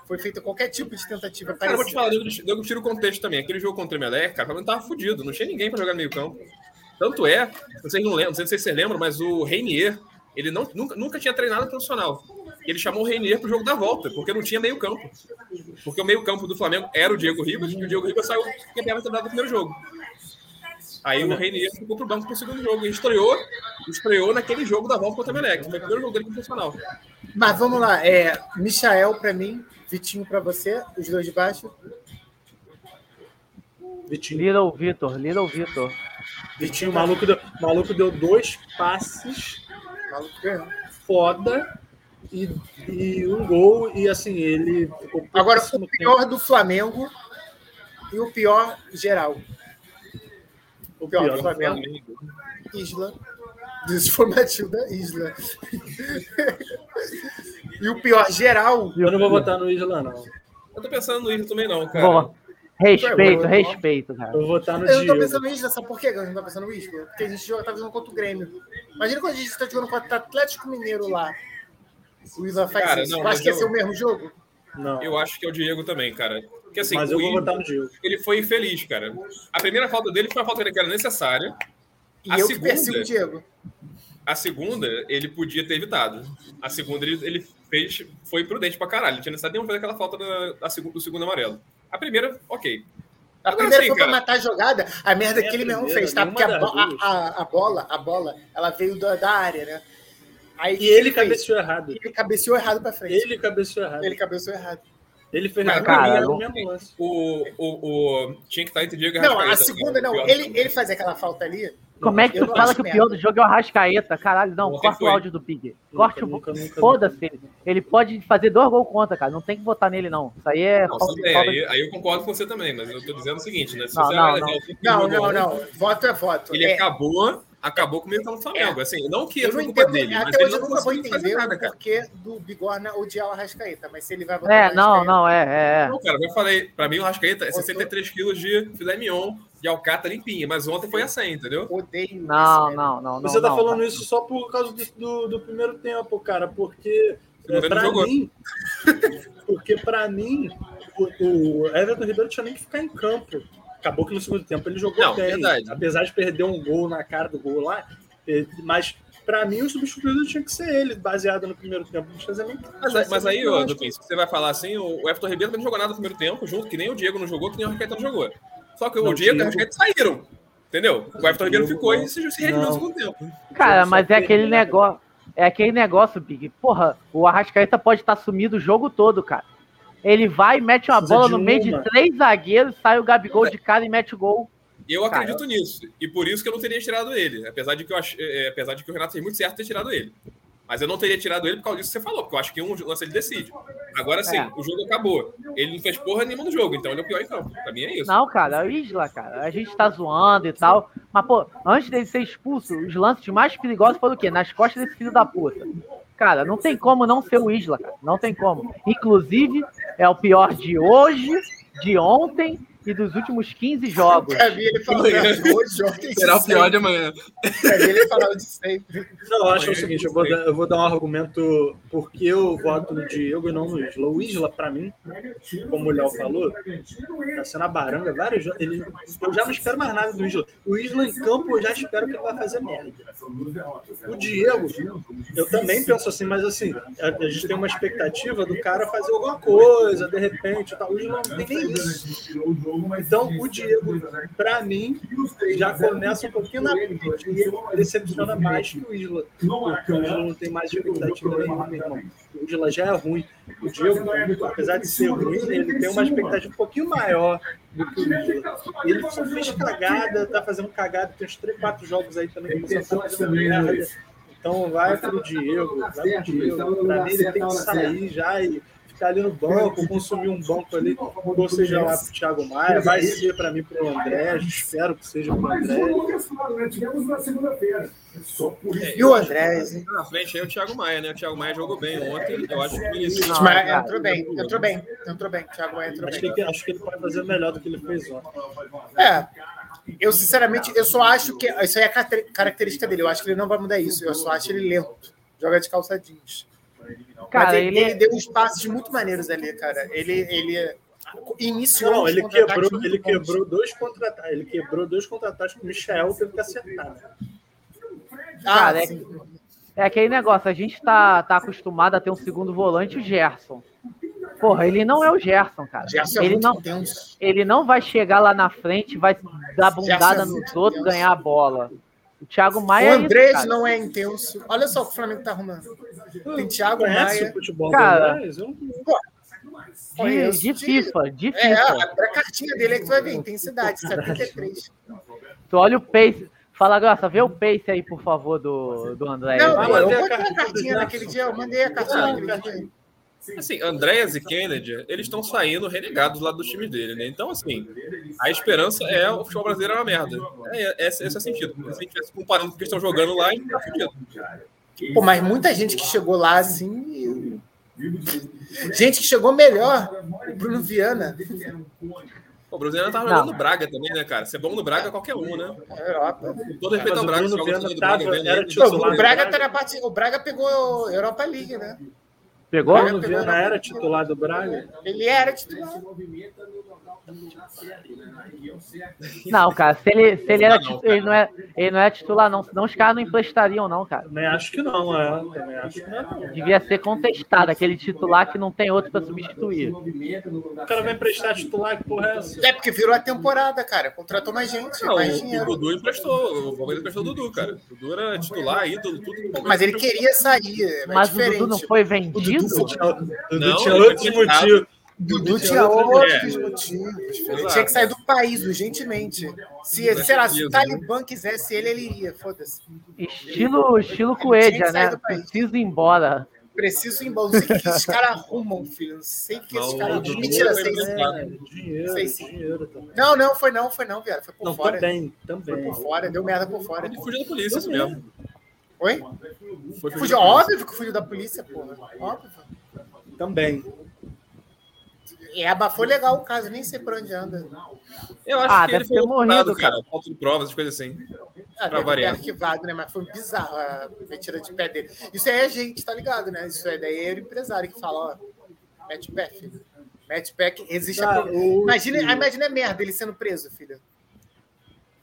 [SPEAKER 3] foi feita qualquer tipo de tentativa
[SPEAKER 1] Cara, eu vou te
[SPEAKER 3] parecida.
[SPEAKER 1] falar, eu, eu tiro o contexto também. Aquele jogo contra o Emelec, cara, o Flamengo tava fudido, não tinha ninguém pra jogar no meio-campo. Tanto é, vocês não lembram, não sei se vocês lembram, mas o Reinier, ele não, nunca, nunca tinha treinado profissional. Ele chamou o Reinier pro jogo da volta, porque não tinha meio-campo. Porque o meio-campo do Flamengo era o Diego Ribas, e o Diego Ribas saiu porque era temporada do primeiro jogo. Aí o Reinier ficou pro banco pro segundo jogo. E estreou, estreou naquele jogo da volta contra o Emelec. Foi o primeiro jogo dele como profissional.
[SPEAKER 3] Mas vamos lá, é, Michael pra mim, Vitinho pra você, os dois de baixo.
[SPEAKER 2] Vitinho,
[SPEAKER 4] Little Vitor, Little Vitor.
[SPEAKER 2] Vitinho, o um maluco deu, o maluco deu dois passes
[SPEAKER 3] Maluco ganhou.
[SPEAKER 2] foda e, e um gol. E assim, ele ficou
[SPEAKER 3] Agora,
[SPEAKER 2] pouquíssimo
[SPEAKER 3] o
[SPEAKER 2] tempo.
[SPEAKER 3] pior do Flamengo e o pior geral. O pior,
[SPEAKER 2] pior tá
[SPEAKER 3] do
[SPEAKER 2] do
[SPEAKER 3] Flamengo, Isla. Isso foi Matilda Isla. e o pior geral,
[SPEAKER 2] Eu não vou votar no Isla, não.
[SPEAKER 1] Eu tô pensando no Isla também, não, cara.
[SPEAKER 4] Bom, respeito,
[SPEAKER 3] Ué,
[SPEAKER 4] respeito, cara.
[SPEAKER 2] Eu vou votar no
[SPEAKER 3] Eu não tô
[SPEAKER 2] Diego.
[SPEAKER 3] pensando no Isla, sabe por quê? que Eu não tô pensando no Isla. Porque a gente joga, tá jogando contra o Grêmio. Imagina quando a gente tá jogando contra o Atlético Mineiro lá. O Isla faz
[SPEAKER 1] Cara,
[SPEAKER 3] isso.
[SPEAKER 1] não,
[SPEAKER 3] Vai
[SPEAKER 1] mas
[SPEAKER 3] esquecer
[SPEAKER 1] eu-
[SPEAKER 3] o mesmo jogo?
[SPEAKER 2] Não,
[SPEAKER 1] Eu acho que é o Diego também, cara. Porque assim,
[SPEAKER 2] mas
[SPEAKER 1] o
[SPEAKER 2] eu vou
[SPEAKER 1] Isla-
[SPEAKER 2] votar no Diego.
[SPEAKER 1] ele foi infeliz, cara. A primeira falta dele foi uma falta que era necessária.
[SPEAKER 3] E
[SPEAKER 1] A
[SPEAKER 3] eu que
[SPEAKER 1] segunda-
[SPEAKER 3] persigo o Diego.
[SPEAKER 1] A segunda, ele podia ter evitado. A segunda, ele, ele fez, foi prudente pra caralho. Ele tinha necessidade nenhuma de fazer aquela falta da, da segunda, do segundo amarelo. A primeira, ok.
[SPEAKER 3] A
[SPEAKER 1] Agora
[SPEAKER 3] primeira
[SPEAKER 1] sim,
[SPEAKER 3] foi pra
[SPEAKER 1] cara.
[SPEAKER 3] matar a jogada, a merda
[SPEAKER 2] É a
[SPEAKER 3] que ele mesmo
[SPEAKER 2] primeira,
[SPEAKER 3] fez, tá? Porque a,
[SPEAKER 2] nenhuma
[SPEAKER 3] bo-
[SPEAKER 2] das duas.
[SPEAKER 3] a, a- a bola, a bola, ela veio da, da área, né? Aí
[SPEAKER 2] E ele
[SPEAKER 3] fez?
[SPEAKER 2] cabeceou errado.
[SPEAKER 3] Ele cabeceou errado pra frente.
[SPEAKER 2] Ele cabeceou errado.
[SPEAKER 3] Ele cabeceou errado.
[SPEAKER 2] Ele fez
[SPEAKER 1] Mas,
[SPEAKER 2] errado
[SPEAKER 4] cara,
[SPEAKER 2] no
[SPEAKER 4] eu-
[SPEAKER 2] mesmo lance.
[SPEAKER 1] O, o, o, tinha que estar entre Diego e
[SPEAKER 3] Não, a
[SPEAKER 1] Arrascaeta,
[SPEAKER 3] segunda
[SPEAKER 1] cara.
[SPEAKER 3] não.
[SPEAKER 1] Pior
[SPEAKER 3] Ele,
[SPEAKER 1] que-
[SPEAKER 3] ele fazia aquela falta ali.
[SPEAKER 4] Como é que
[SPEAKER 3] Eu
[SPEAKER 4] tu
[SPEAKER 3] não
[SPEAKER 4] fala
[SPEAKER 3] acho
[SPEAKER 4] que o
[SPEAKER 3] merda.
[SPEAKER 4] pior do jogo é o Rascaeta? Caralho, não,
[SPEAKER 1] Ontem
[SPEAKER 4] corta o
[SPEAKER 1] foi.
[SPEAKER 4] áudio do Big. Corte o.
[SPEAKER 2] nunca, nunca,
[SPEAKER 4] Foda-se. ele. Ele pode fazer dois gols contra, cara. Não tem que votar nele, não. Isso aí é.
[SPEAKER 1] Não,
[SPEAKER 4] falta-
[SPEAKER 1] tudo bem,
[SPEAKER 4] falta-
[SPEAKER 1] aí, aí eu concordo com você também, mas eu tô dizendo o seguinte, né? Se
[SPEAKER 4] Não,
[SPEAKER 1] você
[SPEAKER 4] não,
[SPEAKER 1] analisar
[SPEAKER 4] não.
[SPEAKER 1] o tempo de
[SPEAKER 3] Não,
[SPEAKER 1] jogo
[SPEAKER 3] não,
[SPEAKER 1] ontem,
[SPEAKER 3] não. Voto é voto.
[SPEAKER 1] Ele
[SPEAKER 3] É,
[SPEAKER 1] acabou, acabou com o meio campo do Flamengo. Assim, não que
[SPEAKER 3] eu
[SPEAKER 1] foi
[SPEAKER 3] não
[SPEAKER 1] culpa
[SPEAKER 3] entendo,
[SPEAKER 1] dele, mas
[SPEAKER 3] até
[SPEAKER 1] ele
[SPEAKER 3] hoje eu
[SPEAKER 1] não
[SPEAKER 3] nunca vou
[SPEAKER 1] conseguiu fazer
[SPEAKER 3] entender
[SPEAKER 1] nada,
[SPEAKER 3] o
[SPEAKER 1] cara.
[SPEAKER 3] porquê do Bigorna odiar o Arrascaeta, mas se ele vai votar
[SPEAKER 4] É,
[SPEAKER 3] no
[SPEAKER 4] não,
[SPEAKER 3] Arrascaeta-
[SPEAKER 4] não, é, é. é.
[SPEAKER 1] Não, cara, eu já falei, pra mim o Rascaeta é
[SPEAKER 3] Botou.
[SPEAKER 1] 63 quilos de filé mignon de alcata limpinha, mas ontem foi a 100, entendeu?
[SPEAKER 3] Odeio
[SPEAKER 4] Não,
[SPEAKER 3] isso,
[SPEAKER 4] não, não. não,
[SPEAKER 2] Você tá
[SPEAKER 4] não,
[SPEAKER 2] falando
[SPEAKER 4] cara.
[SPEAKER 2] isso só por causa do, do, do primeiro tempo, cara, porque
[SPEAKER 1] Você
[SPEAKER 2] é,
[SPEAKER 1] não vê no
[SPEAKER 2] pra
[SPEAKER 1] jogo.
[SPEAKER 2] mim, porque pra mim, o, o Everton Ribeiro tinha nem que ficar em campo. Acabou que no segundo tempo ele jogou
[SPEAKER 1] Não,
[SPEAKER 2] bem,
[SPEAKER 1] verdade.
[SPEAKER 2] apesar de perder um gol na cara do gol lá, eh, mas pra mim o substituído tinha que ser ele, baseado no primeiro tempo. Não tinha nem
[SPEAKER 1] Mas, aí- mas aí, ô, Dupin, se você vai falar assim, o o Everton Ribeiro também não jogou nada no primeiro tempo, junto, que nem o Diego não jogou, que nem o Rascaeta não jogou. Só que
[SPEAKER 2] Não,
[SPEAKER 1] o Diego e o
[SPEAKER 2] Diego-
[SPEAKER 1] Rascaeta saíram, entendeu? O Everton Ribeiro
[SPEAKER 2] Diego
[SPEAKER 1] ficou
[SPEAKER 2] não.
[SPEAKER 1] e se se redimiu
[SPEAKER 2] Não.
[SPEAKER 1] no segundo tempo.
[SPEAKER 4] Cara,
[SPEAKER 2] Só
[SPEAKER 4] mas é aquele
[SPEAKER 2] terminar.
[SPEAKER 4] negócio. É aquele negócio, Big. Porra, o Arrascaeta pode estar sumido o jogo todo, cara. Ele vai, mete uma
[SPEAKER 2] Precisa
[SPEAKER 4] bola
[SPEAKER 2] de
[SPEAKER 4] no meio
[SPEAKER 2] uma.
[SPEAKER 4] de três zagueiros, sai o Gabigol de cara e mete o gol.
[SPEAKER 1] Eu
[SPEAKER 4] Cara,
[SPEAKER 1] acredito nisso, e por isso que eu não teria tirado ele, apesar de que, eu ach... eh, apesar de que o Renato fez muito certo ter tirado ele. Mas eu não teria tirado ele por causa disso que você falou, porque eu acho que um lance ele decide. Agora sim,
[SPEAKER 4] É.
[SPEAKER 1] o jogo acabou. Ele não fez porra nenhuma no jogo, então ele é o pior em campo. Pra mim é isso.
[SPEAKER 4] Não, cara, o Isla, cara, a gente tá zoando e tal. Mas, pô, antes dele ser expulso, os lances mais perigosos foram o quê? Nas costas desse filho da puta. Cara, não tem como não ser o Isla, cara. Não tem como. Inclusive, é o pior de hoje, de ontem e dos últimos 15 jogos.
[SPEAKER 3] Pra mim, ele falou hoje, ontem.
[SPEAKER 1] Será o
[SPEAKER 3] de
[SPEAKER 1] pior de amanhã.
[SPEAKER 3] sempre. Pra mim, ele falou de sempre.
[SPEAKER 2] Não, eu acho o seguinte, eu vou, dar, eu vou dar um argumento porque eu voto no Diego e não no Isla. O Isla, pra mim, como o Léo falou, tá sendo a baranga vários jogos. Ele- Eu já não espero mais nada do Isla. O Isla em campo, eu já espero que ele vai fazer merda. O Diego, eu também penso assim, mas assim, a, a gente tem uma expectativa do cara fazer alguma coisa, de repente, e tal. o Isla não tem nem isso. Então, o Diego, pra mim, já começa um pouquinho na frente e ele decepciona mais que o Isla. Porque o Isla não tem mais expectativa nenhuma, meu irmão. O Isla já é ruim. O Diego, apesar de ser ruim, ele tem uma expectativa um pouquinho maior do que o Isla. Ele só fez cagada, tá fazendo cagada, tem uns 3, 4 jogos aí também que ele só tá fazendo merda. tá Então vai pro Diego, vai pro Diego. Pra mim ele tem que sair já e ficar ali no banco, consumir um banco ali, ou seja lá pro Thiago Maia, vai ser para mim pro André, espero que seja pro
[SPEAKER 5] Mas
[SPEAKER 2] André.
[SPEAKER 5] foi o que eu falo, né? Tivemos na segunda-feira. Só por
[SPEAKER 1] É,
[SPEAKER 5] isso.
[SPEAKER 3] E o André, gente,
[SPEAKER 1] Na frente aí o Thiago Maia, né? O Thiago Maia jogou bem ontem. Eu acho que é o Vinicius.
[SPEAKER 4] Não,
[SPEAKER 3] mas
[SPEAKER 4] cara,
[SPEAKER 3] entrou bem, entrou bem, entrou bem. Thiago Maia entrou
[SPEAKER 2] Acho
[SPEAKER 3] bem.
[SPEAKER 2] que, acho que ele pode fazer melhor do que ele fez ontem.
[SPEAKER 3] É. Eu, sinceramente, eu só acho que. Isso aí é a cate- característica dele. Eu acho que ele não vai mudar isso. Eu só acho ele lento. Joga de calça jeans. Mas é
[SPEAKER 4] Cara,
[SPEAKER 3] ele,
[SPEAKER 4] ele, é,
[SPEAKER 3] ele deu uns passes muito maneiros ali, cara. Ele, ele iniciou.
[SPEAKER 2] Não,
[SPEAKER 3] uns
[SPEAKER 2] ele
[SPEAKER 3] contra-ataques
[SPEAKER 2] quebrou, ele
[SPEAKER 3] muito bons.
[SPEAKER 2] quebrou dois contra-ataques. Ele quebrou dois contra-ataques com o Michael, teve que acertar. né?
[SPEAKER 3] Ah,
[SPEAKER 4] Cara, é-
[SPEAKER 3] sim.
[SPEAKER 4] É aquele negócio, a gente tá, tá acostumado a ter um segundo volante, o Gerson. Porra, ele não é o Gerson, cara.
[SPEAKER 3] Gerson é
[SPEAKER 4] ele,
[SPEAKER 3] muito
[SPEAKER 4] não,
[SPEAKER 3] intenso.
[SPEAKER 4] ele não vai chegar lá na frente, vai dar bundada
[SPEAKER 3] é
[SPEAKER 4] nos
[SPEAKER 3] muito
[SPEAKER 4] outros,
[SPEAKER 3] intenso.
[SPEAKER 4] ganhar a bola. O Thiago
[SPEAKER 3] O
[SPEAKER 4] Maia é isso,
[SPEAKER 3] Andrés
[SPEAKER 4] cara.
[SPEAKER 3] não é intenso. Olha só o que o Flamengo tá arrumando. Tem Thiago
[SPEAKER 2] Conhece o
[SPEAKER 3] Maia.
[SPEAKER 2] futebol
[SPEAKER 4] Cara.
[SPEAKER 2] do Andrés? Eu não
[SPEAKER 4] de,
[SPEAKER 3] conheço
[SPEAKER 4] de
[SPEAKER 3] de-
[SPEAKER 4] FIFA, de
[SPEAKER 3] É,
[SPEAKER 4] FIFA.
[SPEAKER 3] abre a cartinha dele é que tu vai ver. Intensidade, 73.
[SPEAKER 4] Tu olha o pace, fala, Graça, vê o pace aí, por favor, do, do André.
[SPEAKER 3] Não,
[SPEAKER 2] Ah,
[SPEAKER 3] pô, eu
[SPEAKER 2] mandei a
[SPEAKER 3] botei a
[SPEAKER 2] cartinha do
[SPEAKER 3] cartinha
[SPEAKER 2] Jackson.
[SPEAKER 3] naquele dia. Eu mandei a cartinha
[SPEAKER 2] Ah,
[SPEAKER 3] naquele dia.
[SPEAKER 1] Assim, Andréas e Kennedy, eles estão saindo renegados lá do time dele, né? Então, assim, a esperança é o futebol brasileiro é uma merda. É, é- esse, esse é o sentido. Se a gente estivesse comparando com o que estão jogando lá, a gente tá fudido.
[SPEAKER 3] Pô, mas muita gente que chegou lá assim. e- Gente que chegou melhor. O Bruno Viana,
[SPEAKER 1] Pô, O brasileiro tava
[SPEAKER 4] Não.
[SPEAKER 1] jogando no Braga também, né, cara? Ser bom no Braga é qualquer um, né?
[SPEAKER 3] na Europa.
[SPEAKER 1] Com todo respeito
[SPEAKER 2] Mas
[SPEAKER 1] ao
[SPEAKER 2] o
[SPEAKER 1] Braga,
[SPEAKER 2] Bruno
[SPEAKER 1] joga
[SPEAKER 2] Viana
[SPEAKER 1] do
[SPEAKER 2] tava-
[SPEAKER 1] vem,
[SPEAKER 2] era
[SPEAKER 1] né?
[SPEAKER 2] titular.
[SPEAKER 3] O Braga tá na parte. O Braga pegou Europa League, né?
[SPEAKER 4] Pegou?
[SPEAKER 2] Bruno Viana era titular do Braga.
[SPEAKER 3] Ele era titular.
[SPEAKER 4] Não, cara, se ele, se ele,
[SPEAKER 1] Não
[SPEAKER 4] era,
[SPEAKER 1] dá não,
[SPEAKER 4] titu- ele,
[SPEAKER 1] cara.
[SPEAKER 4] não é, ele não é titular, não. Senão os caras não emprestariam, não, cara.
[SPEAKER 2] Também acho que não, é. Também acho que não.
[SPEAKER 4] Devia ser contestado, aquele titular que não tem outro pra substituir.
[SPEAKER 2] O cara vai emprestar titular, que porra é essa?
[SPEAKER 3] É porque virou a temporada, cara. Contratou mais gente,
[SPEAKER 1] Não,
[SPEAKER 3] mais
[SPEAKER 1] o, o
[SPEAKER 3] dinheiro.
[SPEAKER 1] Dudu emprestou. O Palmeiras emprestou o Dudu, cara. O Dudu era titular, ídolo, tudo. que o Palmeiras
[SPEAKER 3] Mas ele
[SPEAKER 1] emprestou.
[SPEAKER 3] queria sair. É
[SPEAKER 4] Mas
[SPEAKER 3] diferente.
[SPEAKER 4] o Dudu não foi
[SPEAKER 2] O Dudu,
[SPEAKER 4] vendido?
[SPEAKER 2] tinha, o Dudu
[SPEAKER 1] Não,
[SPEAKER 2] tinha
[SPEAKER 1] ele
[SPEAKER 2] outros
[SPEAKER 1] foi testado.
[SPEAKER 2] motivos.
[SPEAKER 3] Dudu tinha outros motivos. Ele
[SPEAKER 1] É, Exato.
[SPEAKER 3] tinha que sair do país urgentemente. Se, sei lá, se o
[SPEAKER 1] né?
[SPEAKER 3] Talibã quisesse ele, ele iria. Foda-se.
[SPEAKER 4] Estilo, estilo
[SPEAKER 3] Tinha
[SPEAKER 4] Coelha,
[SPEAKER 3] que sair
[SPEAKER 4] né?
[SPEAKER 3] do país.
[SPEAKER 4] Preciso ir embora.
[SPEAKER 3] Preciso ir embora. Não sei o que esses caras arrumam, filho. Não sei o que esses
[SPEAKER 1] Não,
[SPEAKER 3] caras
[SPEAKER 1] o Dudu
[SPEAKER 3] arrumam. Mentira,
[SPEAKER 1] foi
[SPEAKER 3] sei sim.
[SPEAKER 1] inventado.
[SPEAKER 2] É, dinheiro,
[SPEAKER 3] Sei sim.
[SPEAKER 2] dinheiro tá também.
[SPEAKER 3] Não, não, foi não, foi não, viado. Foi por
[SPEAKER 2] Não,
[SPEAKER 3] fora.
[SPEAKER 2] também,
[SPEAKER 3] Foi
[SPEAKER 2] também.
[SPEAKER 3] por fora, deu merda por fora.
[SPEAKER 1] Ele fugiu da polícia, isso mesmo.
[SPEAKER 3] Oi?
[SPEAKER 1] Foi fugir
[SPEAKER 3] Fugiu,
[SPEAKER 1] da polícia.
[SPEAKER 3] óbvio que fugiu da polícia, porra. Óbvio.
[SPEAKER 2] Também.
[SPEAKER 3] É, abafou legal o caso, nem sei por onde anda.
[SPEAKER 1] Eu acho
[SPEAKER 4] Ah,
[SPEAKER 1] que
[SPEAKER 4] deve
[SPEAKER 1] ele foi
[SPEAKER 4] ter morrido,
[SPEAKER 1] multado,
[SPEAKER 4] cara.
[SPEAKER 1] Falta de provas, essas coisas assim. Pra
[SPEAKER 3] Ah, deve ter
[SPEAKER 1] variar.
[SPEAKER 3] arquivado, né? Mas foi bizarro a metida de pé dele. Isso aí é gente, tá ligado, né? Isso aí daí é o empresário que fala, ó, mete o pé, filho. Mete o pé que existe a...
[SPEAKER 2] Cara, Tá, o-
[SPEAKER 3] Imagina, imagina a merda ele sendo preso,
[SPEAKER 1] É,
[SPEAKER 3] filho.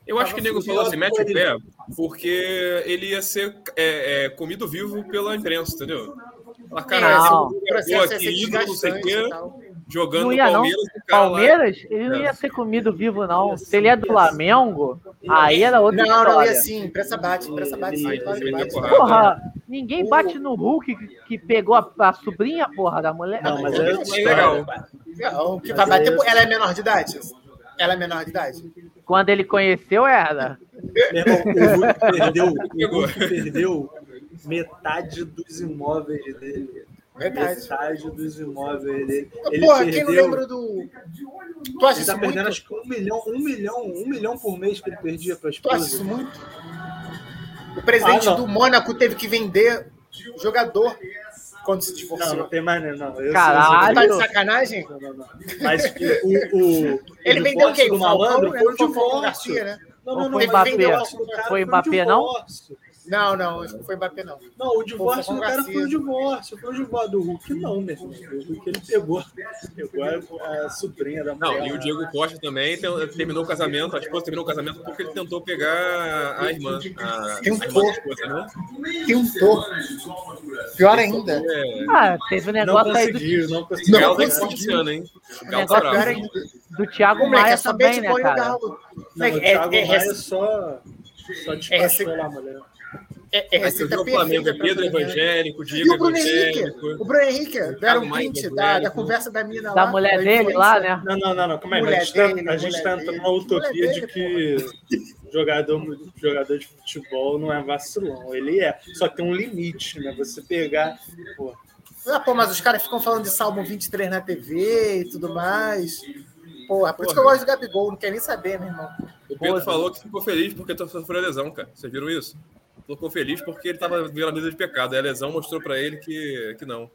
[SPEAKER 1] Eu acho que o nego falou assim, mete o pé, porque ele ia ser é, é, comido vivo pela imprensa, entendeu? Fala,
[SPEAKER 3] É, esse-
[SPEAKER 1] caralho,
[SPEAKER 4] Não.
[SPEAKER 3] o
[SPEAKER 1] Boa,
[SPEAKER 3] processo ia ser
[SPEAKER 1] querido, não sei o
[SPEAKER 3] desgastante tá?
[SPEAKER 1] quê.
[SPEAKER 3] e tal.
[SPEAKER 1] jogando
[SPEAKER 4] Não
[SPEAKER 1] no
[SPEAKER 4] ia, não.
[SPEAKER 1] Palmeiras, o cara lá-
[SPEAKER 4] Palmeiras, ele não
[SPEAKER 1] É.
[SPEAKER 4] ia ser comido vivo, não. Se ele é do Flamengo, aí era outra
[SPEAKER 3] Não, não, e
[SPEAKER 4] história.
[SPEAKER 3] assim, pressa bate, pressa bate,
[SPEAKER 2] Ele-
[SPEAKER 3] sai,
[SPEAKER 2] ele
[SPEAKER 3] bate,
[SPEAKER 1] meteu
[SPEAKER 3] bate.
[SPEAKER 1] porrada.
[SPEAKER 4] Porra, ninguém bate no Hulk que, que pegou a, a sobrinha, porra, da mulher.
[SPEAKER 2] Não, mas
[SPEAKER 1] Isso
[SPEAKER 2] é
[SPEAKER 1] é legal.
[SPEAKER 3] Não, que vai
[SPEAKER 2] Mas
[SPEAKER 3] bater.
[SPEAKER 2] aí-
[SPEAKER 3] por- Ela é menor de idade? Ela é menor de idade?
[SPEAKER 4] Quando ele conheceu, era.
[SPEAKER 2] Meu irmão, o Hulk perdeu, o
[SPEAKER 1] Pegou.
[SPEAKER 2] Hulk perdeu metade dos imóveis dele.
[SPEAKER 3] Verdade.
[SPEAKER 2] Metade dos imóveis dele. Ele
[SPEAKER 3] Porra, quem
[SPEAKER 2] perdeu,
[SPEAKER 3] não lembra do. Tu acha
[SPEAKER 2] Ele
[SPEAKER 3] isso
[SPEAKER 2] tá perdendo
[SPEAKER 3] muito?
[SPEAKER 2] acho que um milhão, um milhão, um milhão por mês que ele perdia para
[SPEAKER 3] Tu acha isso
[SPEAKER 2] esposa.
[SPEAKER 3] muito? O presidente
[SPEAKER 2] Ah, não.
[SPEAKER 3] do Mônaco teve que vender jogador quando se
[SPEAKER 2] Não, não
[SPEAKER 3] divorciou.
[SPEAKER 2] tem mais, né? não. Eu
[SPEAKER 4] Caralho.
[SPEAKER 3] Tá de sacanagem?
[SPEAKER 2] Sei, eu sei. Não, não, não. Mas o, o,
[SPEAKER 3] Ele
[SPEAKER 2] o
[SPEAKER 3] vendeu
[SPEAKER 2] divórcio
[SPEAKER 3] quem?
[SPEAKER 2] do
[SPEAKER 3] O Falcão,
[SPEAKER 2] malandro
[SPEAKER 3] né?
[SPEAKER 2] foi um
[SPEAKER 3] O Falcão
[SPEAKER 2] divórcio.
[SPEAKER 3] Garcia, né?
[SPEAKER 2] Não,
[SPEAKER 4] Ou
[SPEAKER 2] não, não. mas
[SPEAKER 4] foi
[SPEAKER 2] ele
[SPEAKER 4] Mbappé?
[SPEAKER 2] vendeu- o cara
[SPEAKER 4] Foi
[SPEAKER 2] um
[SPEAKER 4] Mbappé, não?
[SPEAKER 2] divórcio.
[SPEAKER 3] Não, não, acho que foi Mbappé, não.
[SPEAKER 2] Não, o divórcio
[SPEAKER 3] Foi
[SPEAKER 2] do cara foi
[SPEAKER 3] Garcia.
[SPEAKER 2] o divórcio. Foi o divórcio do Hulk, não, meu irmão. O Hulk ele pegou, pegou a, a sobrinha da mulher.
[SPEAKER 1] Não, e o Diego Costa também tem- terminou o casamento, a esposa terminou o casamento porque ele tentou pegar a irmã. A,
[SPEAKER 3] Tentou.
[SPEAKER 1] a irmã da esposa, né?
[SPEAKER 3] Tentou. um Pior ainda.
[SPEAKER 1] É,
[SPEAKER 4] Ah, teve um
[SPEAKER 2] Não
[SPEAKER 4] negócio aí do,
[SPEAKER 2] conseguiu, não
[SPEAKER 1] o
[SPEAKER 2] conseguiu.
[SPEAKER 3] Não assim,
[SPEAKER 1] Galo tem
[SPEAKER 2] Não,
[SPEAKER 3] consegui.
[SPEAKER 1] forte esse ano, hein? O Galo tá
[SPEAKER 4] Negócio é
[SPEAKER 3] Pior
[SPEAKER 1] bravo.
[SPEAKER 3] ainda.
[SPEAKER 4] do Thiago
[SPEAKER 3] Moleque, é
[SPEAKER 4] Maia
[SPEAKER 3] só
[SPEAKER 4] também,
[SPEAKER 3] beijo
[SPEAKER 4] né,
[SPEAKER 3] põe no
[SPEAKER 4] cara?
[SPEAKER 3] galo.
[SPEAKER 2] o
[SPEAKER 3] Moleque, É,
[SPEAKER 2] Thiago
[SPEAKER 3] é,
[SPEAKER 2] Maia
[SPEAKER 3] rece-
[SPEAKER 2] só, só despachou lá, mulher.
[SPEAKER 3] é, é
[SPEAKER 1] Aí você
[SPEAKER 4] tá
[SPEAKER 3] receita
[SPEAKER 1] viu o
[SPEAKER 3] perfeita
[SPEAKER 1] Flamengo, é
[SPEAKER 3] pra
[SPEAKER 4] né?
[SPEAKER 1] Pedro
[SPEAKER 3] Flamengo.
[SPEAKER 1] evangélico,
[SPEAKER 3] E
[SPEAKER 1] Diego
[SPEAKER 3] o Bruno Henrique? O
[SPEAKER 1] evangélico.
[SPEAKER 3] Bruno Henrique, deram um
[SPEAKER 1] Thiago Maia,
[SPEAKER 3] print
[SPEAKER 1] Bruno
[SPEAKER 3] da, da
[SPEAKER 1] Henrique.
[SPEAKER 3] conversa da mina lá.
[SPEAKER 4] Da mulher dele lá, né?
[SPEAKER 2] Não, não, não, não. Calma aí,
[SPEAKER 3] Mulher
[SPEAKER 2] a gente tá,
[SPEAKER 3] dele,
[SPEAKER 2] a gente tá
[SPEAKER 3] mulher
[SPEAKER 2] entrando
[SPEAKER 3] dele.
[SPEAKER 2] na utopia
[SPEAKER 3] Mulher
[SPEAKER 2] de
[SPEAKER 3] dele,
[SPEAKER 2] que jogador, jogador de futebol não é vacilão. Ele é. Só que tem um limite, né? Você pegar. Pô,
[SPEAKER 3] Ah, pô, mas os caras ficam falando de Salmo 23 na TV e tudo mais. Porra, por isso que eu gosto do Gabigol, não quer nem saber, meu irmão.
[SPEAKER 1] O Pedro falou que ficou feliz porque sofreu lesão, cara. Vocês viram isso? Ficou feliz porque ele tava na mesa de pecado. Aí a lesão mostrou pra ele que, que não.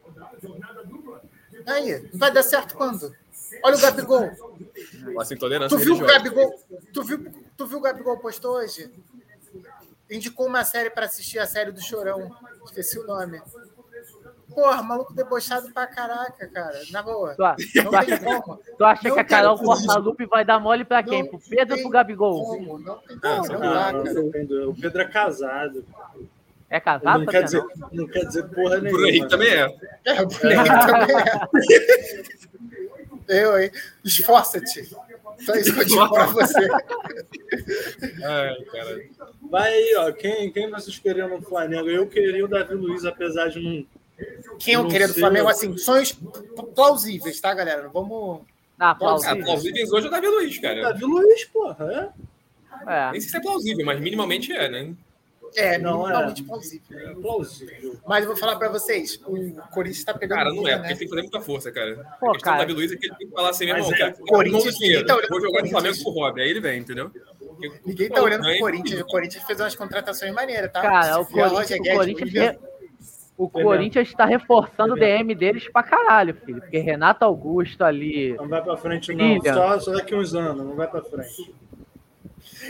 [SPEAKER 3] Aí, vai dar certo quando? Olha o Gabigol.
[SPEAKER 1] Essa intolerância
[SPEAKER 3] Tu viu o
[SPEAKER 1] Assim, religiosa.
[SPEAKER 3] Gabigol? Tu viu, tu viu o Gabigol postou hoje? Indicou uma série pra assistir a série do Chorão. Esqueci o nome. Porra, maluco debochado pra caraca, cara. Na boa.
[SPEAKER 4] Tu, a-
[SPEAKER 3] Não
[SPEAKER 4] tu acha,
[SPEAKER 3] tem como.
[SPEAKER 4] tu acha
[SPEAKER 3] Não
[SPEAKER 4] que a
[SPEAKER 3] tem
[SPEAKER 4] Carol
[SPEAKER 3] como.
[SPEAKER 4] Portalupe vai dar mole pra quem?
[SPEAKER 3] Não
[SPEAKER 4] Pro Pedro ou
[SPEAKER 3] tem
[SPEAKER 4] pro Gabigol?
[SPEAKER 3] Como? Não tem
[SPEAKER 1] Ah,
[SPEAKER 3] como.
[SPEAKER 1] só
[SPEAKER 3] Não
[SPEAKER 1] pra-
[SPEAKER 3] dá,
[SPEAKER 6] Ah,
[SPEAKER 3] cara.
[SPEAKER 6] não, Pedro, o Pedro é casado.
[SPEAKER 4] É casado,
[SPEAKER 6] não, quer
[SPEAKER 4] Fabiano?
[SPEAKER 6] dizer, não quer dizer porra
[SPEAKER 1] O
[SPEAKER 6] nenhuma.
[SPEAKER 1] Bruno Henrique também é.
[SPEAKER 3] É, o Bruno também é. Eu, hein? Esforça-te. Só isso que eu digo pra você.
[SPEAKER 1] Ai, cara.
[SPEAKER 6] Vai aí, ó. Quem, quem vocês queriam no Flamengo? Eu queria o Davi Luiz, apesar de não.
[SPEAKER 3] Quem eu
[SPEAKER 6] Não
[SPEAKER 3] queria do
[SPEAKER 6] sei,
[SPEAKER 3] Flamengo,
[SPEAKER 6] não.
[SPEAKER 3] assim, sonhos pl- plausíveis, tá, galera? Não vamos.
[SPEAKER 4] Ah,
[SPEAKER 1] Ah,
[SPEAKER 4] plausível.
[SPEAKER 1] plausível hoje é o Davi Luiz, cara.
[SPEAKER 6] Davi Luiz, porra. É?
[SPEAKER 4] É.
[SPEAKER 1] Nem sei se é plausível, mas minimamente é, né?
[SPEAKER 3] É,
[SPEAKER 6] Não,
[SPEAKER 3] não,
[SPEAKER 6] é.
[SPEAKER 3] realmente plausível.
[SPEAKER 6] É plausível.
[SPEAKER 3] Mas eu vou falar pra vocês, o Corinthians tá pegando.
[SPEAKER 1] Cara, não é,
[SPEAKER 3] Milan,
[SPEAKER 1] porque ele tem que fazer muita força, cara.
[SPEAKER 4] Pô,
[SPEAKER 1] a questão
[SPEAKER 4] cara.
[SPEAKER 1] do Davi Luiz é que ele tem que falar assim, meu
[SPEAKER 6] Mas
[SPEAKER 1] irmão,
[SPEAKER 6] é,
[SPEAKER 1] cara,
[SPEAKER 3] o Corinthians-
[SPEAKER 1] mão do dinheiro.
[SPEAKER 3] tá olhando
[SPEAKER 1] Vou
[SPEAKER 3] pro
[SPEAKER 1] jogar no Flamengo
[SPEAKER 3] Corinthians.
[SPEAKER 1] pro Rob, aí ele vem, entendeu? Porque-
[SPEAKER 3] Ninguém tá
[SPEAKER 1] Pô,
[SPEAKER 3] olhando
[SPEAKER 1] ganha-
[SPEAKER 3] pro Corinthians. O Corinthians fez umas contratações maneiras, tá?
[SPEAKER 4] Cara, o
[SPEAKER 3] Se vier
[SPEAKER 4] Corinthians,
[SPEAKER 3] Roger
[SPEAKER 4] o
[SPEAKER 3] Guedes,
[SPEAKER 4] Corinthians, é-
[SPEAKER 3] Willian,
[SPEAKER 4] re- o Corinthians está reforçando o DM deles pra caralho, filho. Porque Renato Augusto ali.
[SPEAKER 6] Não vai pra frente, não.
[SPEAKER 4] Filha.
[SPEAKER 6] Só, só daqui uns anos, não vai pra frente.